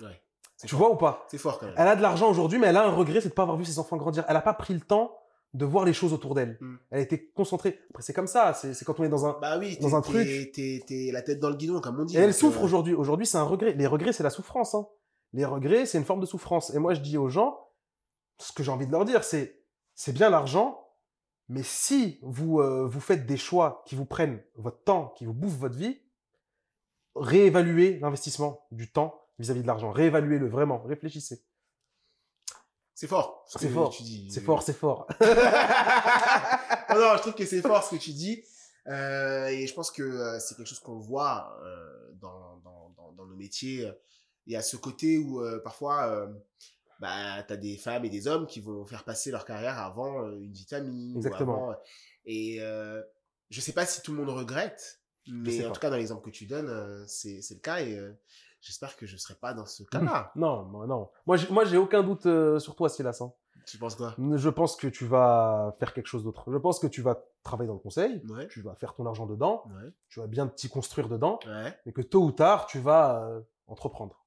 [SPEAKER 1] Ouais. C'est
[SPEAKER 2] Tu
[SPEAKER 1] fort.
[SPEAKER 2] vois ou pas
[SPEAKER 1] C'est fort quand même.
[SPEAKER 2] elle a de l'argent aujourd'hui, mais elle a un regret, c'est de pas avoir vu ses enfants grandir. Elle a pas pris le temps de voir les choses autour d'elle.
[SPEAKER 1] Mm.
[SPEAKER 2] Elle a été concentrée. Après, c'est comme ça. C'est c'est quand on est dans un.
[SPEAKER 1] Bah oui,
[SPEAKER 2] Dans
[SPEAKER 1] t'es-
[SPEAKER 2] un
[SPEAKER 1] t'es-
[SPEAKER 2] truc.
[SPEAKER 1] T'es t'es la tête dans le guidon, comme on dit.
[SPEAKER 2] Et elle
[SPEAKER 1] donc,
[SPEAKER 2] souffre
[SPEAKER 1] euh,
[SPEAKER 2] aujourd'hui. Aujourd'hui, c'est un regret. Les regrets, c'est la souffrance. hein. Les regrets, c'est une forme de souffrance. Et moi, je dis aux gens, ce que j'ai envie de leur dire, c'est c'est bien l'argent, Mais si vous, euh, vous faites des choix qui vous prennent votre temps, qui vous bouffent votre vie, réévaluez l'investissement du temps vis-à-vis de l'argent. Réévaluez-le vraiment. Réfléchissez.
[SPEAKER 1] C'est fort. ce
[SPEAKER 2] C'est
[SPEAKER 1] que
[SPEAKER 2] fort.
[SPEAKER 1] Tu dis.
[SPEAKER 2] C'est fort, c'est fort.
[SPEAKER 1] non, Oh non, je trouve que c'est fort ce que tu dis. Euh, et je pense que euh, c'est quelque chose qu'on voit euh, dans, dans, dans, dans nos métiers. Il y a ce côté où euh, parfois, euh, bah, tu as des femmes et des hommes qui vont faire passer leur carrière avant euh, une vitamine. ou
[SPEAKER 2] Exactement.
[SPEAKER 1] avant- et euh, je sais pas si tout le monde regrette, mais
[SPEAKER 2] sais
[SPEAKER 1] en
[SPEAKER 2] pas.
[SPEAKER 1] tout cas, dans l'exemple que tu donnes, euh, c'est c'est le cas. Et euh, j'espère que je serai pas dans ce cas-là.
[SPEAKER 2] Non, moi, non. Moi, j'ai- moi, j'ai aucun doute euh, sur toi, Silas. hein.
[SPEAKER 1] tu penses quoi
[SPEAKER 2] Je pense que tu vas faire quelque chose d'autre. Je pense que tu vas travailler dans le conseil.
[SPEAKER 1] Ouais.
[SPEAKER 2] Tu vas faire ton argent dedans.
[SPEAKER 1] Ouais.
[SPEAKER 2] Tu vas bien t'y construire dedans.
[SPEAKER 1] Ouais.
[SPEAKER 2] Mais que tôt ou tard, tu vas euh, entreprendre.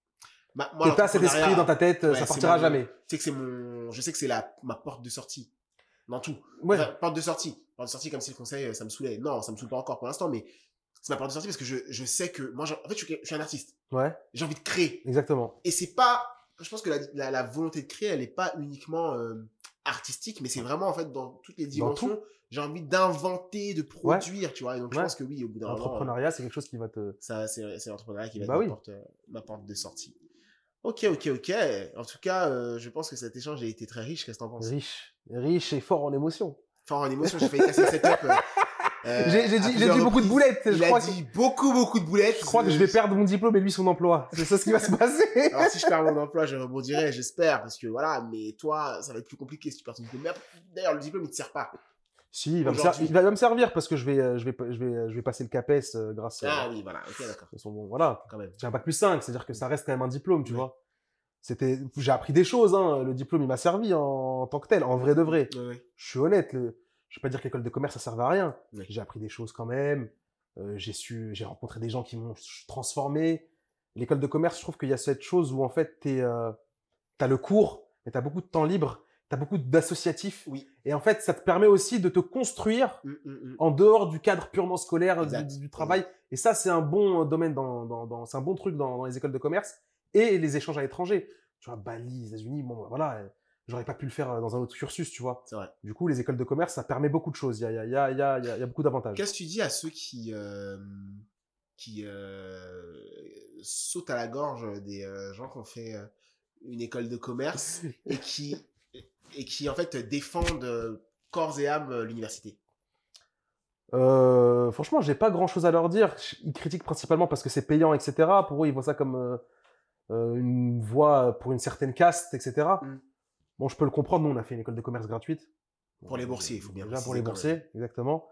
[SPEAKER 1] Bah, moi,
[SPEAKER 2] Que t'as cet
[SPEAKER 1] l'entrepreneuriat-
[SPEAKER 2] esprit dans ta tête, euh,
[SPEAKER 1] Ouais,
[SPEAKER 2] ça
[SPEAKER 1] c'est
[SPEAKER 2] partira
[SPEAKER 1] mon-
[SPEAKER 2] jamais.
[SPEAKER 1] c'est que c'est mon je sais que c'est la ma porte de sortie dans tout
[SPEAKER 2] Ouais.
[SPEAKER 1] Enfin, porte de sortie porte de sortie comme si le conseil euh, ça me saoulait non ça me saoule pas encore pour l'instant mais c'est ma porte de sortie parce que je, je sais que moi j'en- en fait je suis, je suis un artiste
[SPEAKER 2] Ouais.
[SPEAKER 1] j'ai envie de créer
[SPEAKER 2] Exactement.
[SPEAKER 1] et c'est pas je pense que la, la, la volonté de créer elle est pas uniquement euh, artistique mais c'est vraiment en fait dans toutes les dimensions j'ai envie d'inventer de produire tu vois et donc je
[SPEAKER 2] Ouais.
[SPEAKER 1] pense que oui au bout d'un moment euh,
[SPEAKER 2] L'entrepreneuriat, c'est quelque chose qui va te.
[SPEAKER 1] ça c'est c'est l'entrepreneuriat qui va
[SPEAKER 2] Bah
[SPEAKER 1] être
[SPEAKER 2] oui.
[SPEAKER 1] ma, porte, euh, ma porte de sortie ok ok ok en tout cas euh, je pense que cet échange a été très riche qu'est-ce que t'en penses
[SPEAKER 2] Riche. Riche et fort en émotion.
[SPEAKER 1] Fort en émotion, j'ai failli casser le setup. euh, euh,
[SPEAKER 2] j'ai j'ai
[SPEAKER 1] à
[SPEAKER 2] dit, j'ai
[SPEAKER 1] plusieurs
[SPEAKER 2] dit beaucoup
[SPEAKER 1] reprises.
[SPEAKER 2] de boulettes.
[SPEAKER 1] Il
[SPEAKER 2] Je
[SPEAKER 1] a
[SPEAKER 2] crois, que,
[SPEAKER 1] dit beaucoup, beaucoup de boulettes.
[SPEAKER 2] je crois que je vais perdre mon diplôme et lui son emploi. C'est ça ce qui va se passer.
[SPEAKER 1] Alors, si je perds mon emploi, je rebondirai, j'espère, parce que voilà, mais toi, ça va être plus compliqué si tu perds ton diplôme. Mais après, D'ailleurs, le diplôme, il te sert pas.
[SPEAKER 2] Si, il va, me
[SPEAKER 1] Aujourd'hui.
[SPEAKER 2] ser- il va me servir parce que je vais, euh, je vais, pa- je vais, euh, je vais passer le CAPES euh, grâce à.
[SPEAKER 1] Ah oui, voilà, ok, d'accord,
[SPEAKER 2] de son- bon, voilà.
[SPEAKER 1] quand même.
[SPEAKER 2] J'ai un bac plus 5, c'est-à-dire que ça reste quand même un diplôme, tu
[SPEAKER 1] Ouais.
[SPEAKER 2] vois. C'était, j'ai appris des choses, hein. Le diplôme, il m'a servi en, en tant que tel, en vrai de vrai.
[SPEAKER 1] Ouais, ouais.
[SPEAKER 2] Je suis honnête, le- je vais pas dire que l'école de commerce, ça servait à rien.
[SPEAKER 1] Ouais.
[SPEAKER 2] J'ai appris des choses quand même. Euh, j'ai su, j'ai rencontré des gens qui m'ont ch- transformé. L'école de commerce, je trouve qu'il y a cette chose où, en fait, t'es, euh, t'as le cours, mais t'as beaucoup de temps libre, t'as beaucoup d'associatifs.
[SPEAKER 1] Oui.
[SPEAKER 2] Et en fait, ça te permet aussi de te construire
[SPEAKER 1] Mm, mm, mm.
[SPEAKER 2] en dehors du cadre purement scolaire
[SPEAKER 1] Exact.
[SPEAKER 2] du, du travail. Et ça, c'est un bon euh, domaine dans, dans, dans- c'est un bon truc dans, dans les écoles de commerce et les échanges à l'étranger. Tu vois, Bali, les États-Unis, bon, bah, voilà, euh, j'aurais pas pu le faire euh, dans un autre cursus, tu vois.
[SPEAKER 1] C'est vrai.
[SPEAKER 2] Du coup, les écoles de commerce, ça permet beaucoup de choses. Il y a, il y a, il y a, il y a, il y a beaucoup d'avantages.
[SPEAKER 1] Qu'est-ce que tu dis à ceux qui, euh, qui euh, sautent à la gorge des euh, gens qui ont fait euh, une école de commerce et qui, et qui en fait, défendent euh, corps et âme euh, l'université
[SPEAKER 2] Euh, franchement, j'ai pas grand chose à leur dire. Ils critiquent principalement parce que c'est payant, etc. Pour eux, ils voient ça comme euh, euh, une voie pour une certaine caste, etc.
[SPEAKER 1] Mm.
[SPEAKER 2] Bon, je peux le comprendre. Nous, on a fait une école de commerce gratuite. Euh,
[SPEAKER 1] Pour les boursiers, il faut bien
[SPEAKER 2] Déjà pour
[SPEAKER 1] préciser
[SPEAKER 2] les
[SPEAKER 1] quand
[SPEAKER 2] boursiers, exactement.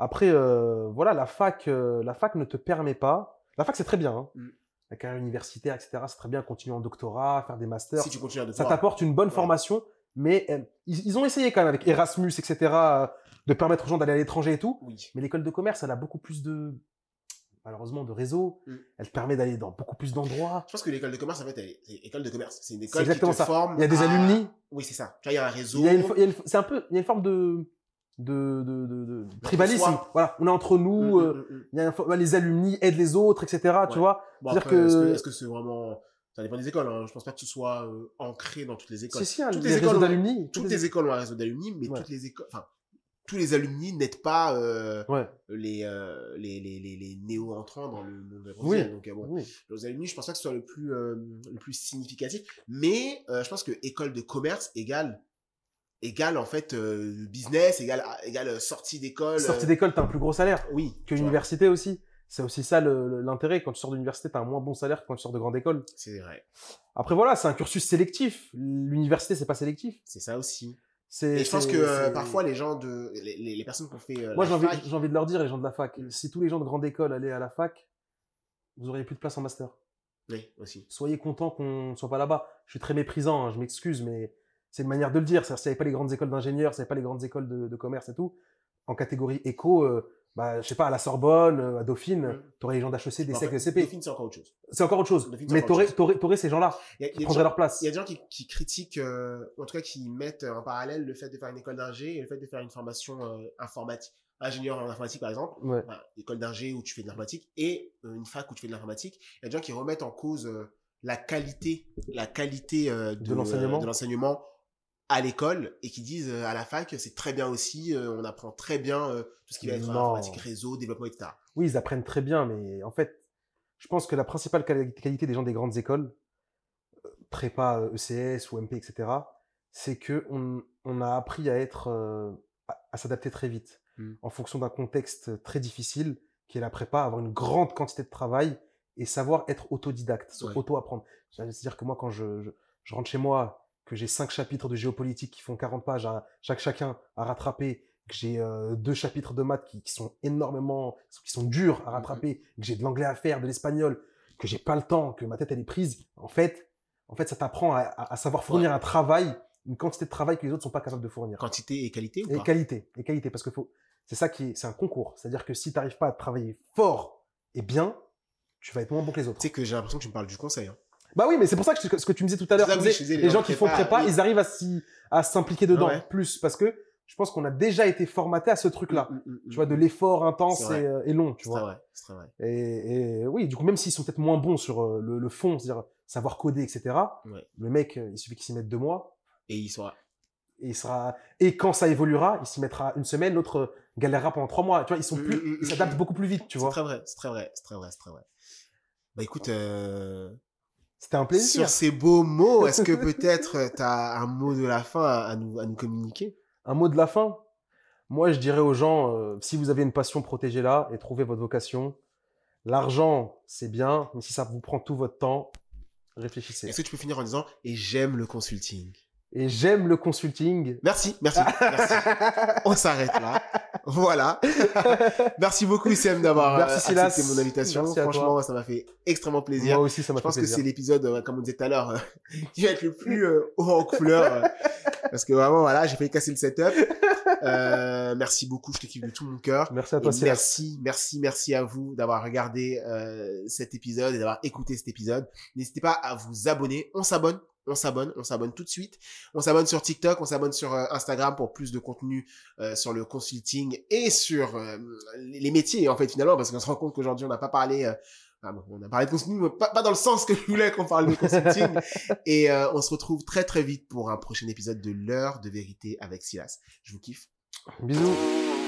[SPEAKER 2] Après, euh, voilà, la fac, euh, la fac ne te permet pas. La fac, c'est très bien. hein.
[SPEAKER 1] Mm.
[SPEAKER 2] La carrière universitaire, etc. C'est très bien. Continuer en doctorat, faire des masters.
[SPEAKER 1] Si tu continues à
[SPEAKER 2] ça
[SPEAKER 1] devoir.
[SPEAKER 2] t'apporte une bonne
[SPEAKER 1] Ouais.
[SPEAKER 2] formation, mais euh, ils, ils ont essayé quand même avec Erasmus, etc. euh, de permettre aux gens d'aller à l'étranger et tout.
[SPEAKER 1] Oui.
[SPEAKER 2] Mais l'école de commerce, elle a beaucoup plus de, malheureusement, de réseau.
[SPEAKER 1] Mm.
[SPEAKER 2] Elle te permet d'aller dans beaucoup plus d'endroits.
[SPEAKER 1] Je pense que l'école de commerce, en fait, elle est- c'est école de commerce. C'est une
[SPEAKER 2] C'est
[SPEAKER 1] école qui
[SPEAKER 2] exactement
[SPEAKER 1] te
[SPEAKER 2] ça.
[SPEAKER 1] forme.
[SPEAKER 2] Il y a des
[SPEAKER 1] à-
[SPEAKER 2] alumni.
[SPEAKER 1] Oui, c'est ça. Tu vois, il y a un réseau.
[SPEAKER 2] Il y a une fo- il y a une fo- c'est un peu, il y a une forme de, de, de, de- de tribalisme.
[SPEAKER 1] soi.
[SPEAKER 2] Voilà, on est entre
[SPEAKER 1] Mm,
[SPEAKER 2] nous.
[SPEAKER 1] mm,
[SPEAKER 2] euh,
[SPEAKER 1] mm, mm.
[SPEAKER 2] il y a une fo- les alumni aident les autres, etc.
[SPEAKER 1] Ouais.
[SPEAKER 2] Tu vois.
[SPEAKER 1] Bon,
[SPEAKER 2] c'est-à-dire
[SPEAKER 1] après, est-ce
[SPEAKER 2] que-
[SPEAKER 1] que est-ce que c'est vraiment. Ça dépend des écoles. Hein. Je pense pas que ce soit euh, ancré dans toutes les écoles.
[SPEAKER 2] C'est si, hein,
[SPEAKER 1] Toutes
[SPEAKER 2] les
[SPEAKER 1] les
[SPEAKER 2] réseaux
[SPEAKER 1] écoles ont-
[SPEAKER 2] d'alumni.
[SPEAKER 1] Toutes les écoles ont un réseau d'alumni, mais
[SPEAKER 2] Ouais.
[SPEAKER 1] toutes les écoles. Enfin, tous les alumni n'aident pas euh,
[SPEAKER 2] Ouais.
[SPEAKER 1] les, euh, les, les, les, les néo-entrants dans le monde de la
[SPEAKER 2] Oui.
[SPEAKER 1] profession. Donc, euh, bon,
[SPEAKER 2] Oui.
[SPEAKER 1] aux alumni, je pense pas que ce soit le plus, euh, le plus significatif, mais euh, je pense que école de commerce égale, égale en fait euh, business, égale, égale euh, sortie d'école.
[SPEAKER 2] Sortie
[SPEAKER 1] euh,
[SPEAKER 2] d'école, t'as un plus gros salaire
[SPEAKER 1] Oui.
[SPEAKER 2] que
[SPEAKER 1] tu vois,
[SPEAKER 2] l'université aussi. C'est aussi ça le- le- l'intérêt. Quand tu sors d'université, t'as un moins bon salaire que quand tu sors de grande école.
[SPEAKER 1] C'est vrai.
[SPEAKER 2] Après voilà, c'est un cursus sélectif. L'université, c'est pas sélectif.
[SPEAKER 1] C'est ça aussi.
[SPEAKER 2] C'est.
[SPEAKER 1] Et je pense
[SPEAKER 2] c'est-
[SPEAKER 1] que euh,
[SPEAKER 2] c'est-
[SPEAKER 1] parfois les gens de, les, les- les personnes qui ont fait euh,
[SPEAKER 2] Moi,
[SPEAKER 1] la
[SPEAKER 2] j'ai envie,
[SPEAKER 1] fac-
[SPEAKER 2] j'ai envie de leur dire, les gens de la fac,
[SPEAKER 1] Mm.
[SPEAKER 2] si tous les gens de grande école allaient à la fac, vous auriez plus de place en master.
[SPEAKER 1] Oui, aussi.
[SPEAKER 2] Soyez contents qu'on ne soit pas là-bas. Je suis très méprisant, hein, je m'excuse, mais c'est une manière de le dire. C'est-à-dire, s'il n'y avait pas les grandes écoles d'ingénieurs, s'il n'y avait pas les grandes écoles de, de commerce et tout, en catégorie éco, euh, bah, je sais pas, à la Sorbonne, euh, à Dauphine,
[SPEAKER 1] Mm.
[SPEAKER 2] t'aurais les gens d'HEC, des
[SPEAKER 1] Bon,
[SPEAKER 2] SEC,
[SPEAKER 1] après,
[SPEAKER 2] des CP.
[SPEAKER 1] Dauphine, c'est encore autre chose.
[SPEAKER 2] C'est encore autre chose.
[SPEAKER 1] Dauphine, c'est
[SPEAKER 2] mais
[SPEAKER 1] encore
[SPEAKER 2] t'aurais,
[SPEAKER 1] autre chose.
[SPEAKER 2] t'aurais, t'aurais ces gens-là
[SPEAKER 1] Il y a, il
[SPEAKER 2] qui
[SPEAKER 1] y a des
[SPEAKER 2] prendraient
[SPEAKER 1] gens,
[SPEAKER 2] leur place.
[SPEAKER 1] il y a des gens qui, qui critiquent, euh, en tout cas qui mettent euh, en parallèle le fait de faire une école d'ingé et le fait de faire une formation euh, informatique. Ingénieur en informatique, par exemple.
[SPEAKER 2] Ouais.
[SPEAKER 1] Enfin, école d'ingé où tu fais de l'informatique et euh, une fac où tu fais de l'informatique. Il y a des gens qui remettent en cause euh, la qualité, la qualité euh, de,
[SPEAKER 2] De l'enseignement.
[SPEAKER 1] de l'enseignement à l'école et qui disent euh, à la fac c'est très bien aussi, euh, on apprend très bien euh, tout ce qui va être
[SPEAKER 2] Non.
[SPEAKER 1] informatique, réseau, développement, etc.
[SPEAKER 2] Oui, ils apprennent très bien, mais en fait, je pense que la principale quali- qualité des gens des grandes écoles, euh, prépa euh, ECS ou MP, etc., c'est que on, on a appris à être, euh, à, à s'adapter très vite,
[SPEAKER 1] Mm.
[SPEAKER 2] en fonction d'un contexte très difficile, qui est la prépa, avoir une grande quantité de travail et savoir être autodidacte, se
[SPEAKER 1] Ouais.
[SPEAKER 2] auto-apprendre. C'est-à-dire que moi, quand je, je, je rentre chez moi, que j'ai cinq chapitres de géopolitique qui font 40 pages à chaque chacun à rattraper, que j'ai euh, deux chapitres de maths qui, qui sont énormément, qui sont durs à rattraper, que j'ai de l'anglais à faire, de l'espagnol, que j'ai pas le temps, que ma tête elle est prise. En fait, en fait, ça t'apprend à, à- à savoir fournir un travail, une quantité de travail que les autres sont pas capables de fournir.
[SPEAKER 1] Quantité et qualité ou
[SPEAKER 2] Et
[SPEAKER 1] pas
[SPEAKER 2] qualité, et qualité, parce que faut, c'est ça qui est, c'est un concours. C'est-à-dire que si t'arrives pas à travailler fort et bien, tu vas être moins bon que les autres.
[SPEAKER 1] Tu sais que j'ai l'impression que tu me parles du conseil. hein.
[SPEAKER 2] Bah oui, mais c'est pour ça que ce que- ce que tu me disais tout à l'heure,
[SPEAKER 1] C'est ça
[SPEAKER 2] tu
[SPEAKER 1] que oui,
[SPEAKER 2] disais,
[SPEAKER 1] je disais,
[SPEAKER 2] les, gens qui font prépa,
[SPEAKER 1] oui.
[SPEAKER 2] ils arrivent à s'y- à s'impliquer dedans
[SPEAKER 1] Ouais.
[SPEAKER 2] plus parce que je pense qu'on a déjà été formaté à ce truc-là.
[SPEAKER 1] Mm, mm, mm,
[SPEAKER 2] Tu vois, de
[SPEAKER 1] mm.
[SPEAKER 2] l'effort intense
[SPEAKER 1] C'est vrai.
[SPEAKER 2] et, euh, et long, tu
[SPEAKER 1] C'est
[SPEAKER 2] vois.
[SPEAKER 1] très vrai, c'est très vrai.
[SPEAKER 2] Et, et oui, du coup, même s'ils sont peut-être moins bons sur euh, le, le fond, c'est-à-dire savoir coder, etc.,
[SPEAKER 1] Ouais.
[SPEAKER 2] le mec, euh, il suffit qu'il s'y mette deux mois,
[SPEAKER 1] Et il sera.
[SPEAKER 2] et il sera, et quand ça évoluera, il s'y mettra une semaine, l'autre euh, galérera pendant trois mois. Tu vois, ils sont
[SPEAKER 1] Mm,
[SPEAKER 2] plus,
[SPEAKER 1] mm, mm,
[SPEAKER 2] ils s'adaptent
[SPEAKER 1] mm.
[SPEAKER 2] beaucoup plus vite, tu
[SPEAKER 1] C'est
[SPEAKER 2] vois.
[SPEAKER 1] très vrai, c'est très vrai, c'est très vrai, c'est très vrai. Bah écoute, euh,
[SPEAKER 2] C'était un plaisir.
[SPEAKER 1] sur ces beaux mots, est-ce que peut-être tu as un mot de la fin à, à nous, à nous communiquer
[SPEAKER 2] Un mot de la fin. Moi, je dirais aux gens, euh, si vous avez une passion, protégez-la et trouvez votre vocation. L'argent, c'est bien, mais si ça vous prend tout votre temps, réfléchissez.
[SPEAKER 1] Est-ce que tu peux finir en disant et j'aime le consulting
[SPEAKER 2] Et j'aime le consulting.
[SPEAKER 1] Merci, merci, merci. On s'arrête là. Voilà. merci beaucoup, Issem, d'avoir
[SPEAKER 2] Merci,
[SPEAKER 1] euh,
[SPEAKER 2] Silas.
[SPEAKER 1] accepté mon invitation.
[SPEAKER 2] Merci à toi.
[SPEAKER 1] Franchement, ça m'a fait extrêmement plaisir.
[SPEAKER 2] Moi aussi, ça m'a
[SPEAKER 1] Je
[SPEAKER 2] fait
[SPEAKER 1] pense que
[SPEAKER 2] plaisir.
[SPEAKER 1] c'est l'épisode, euh, comme on disait tout à l'heure, euh, qui va être le plus euh, haut en couleur. euh, parce que vraiment, voilà, j'ai failli casser le setup. Euh, merci beaucoup, je te kiffe de tout mon cœur.
[SPEAKER 2] Merci à
[SPEAKER 1] Et
[SPEAKER 2] toi, Silas.
[SPEAKER 1] merci, merci, merci à vous d'avoir regardé euh, cet épisode et d'avoir écouté cet épisode. N'hésitez pas à vous abonner. On s'abonne, on s'abonne, on s'abonne tout de suite. On s'abonne sur TikTok, on s'abonne sur euh, Instagram pour plus de contenu euh, sur le consulting et sur euh, les les métiers en fait finalement parce qu'on se rend compte qu'aujourd'hui on n'a pas parlé. euh, ah bon, on a parlé de consulting, mais pas, pas dans le sens que je voulais qu'on parle de consulting. et euh, on se retrouve très très vite pour un prochain épisode de l'heure de vérité avec Silas. Je vous kiffe.
[SPEAKER 2] Bisous.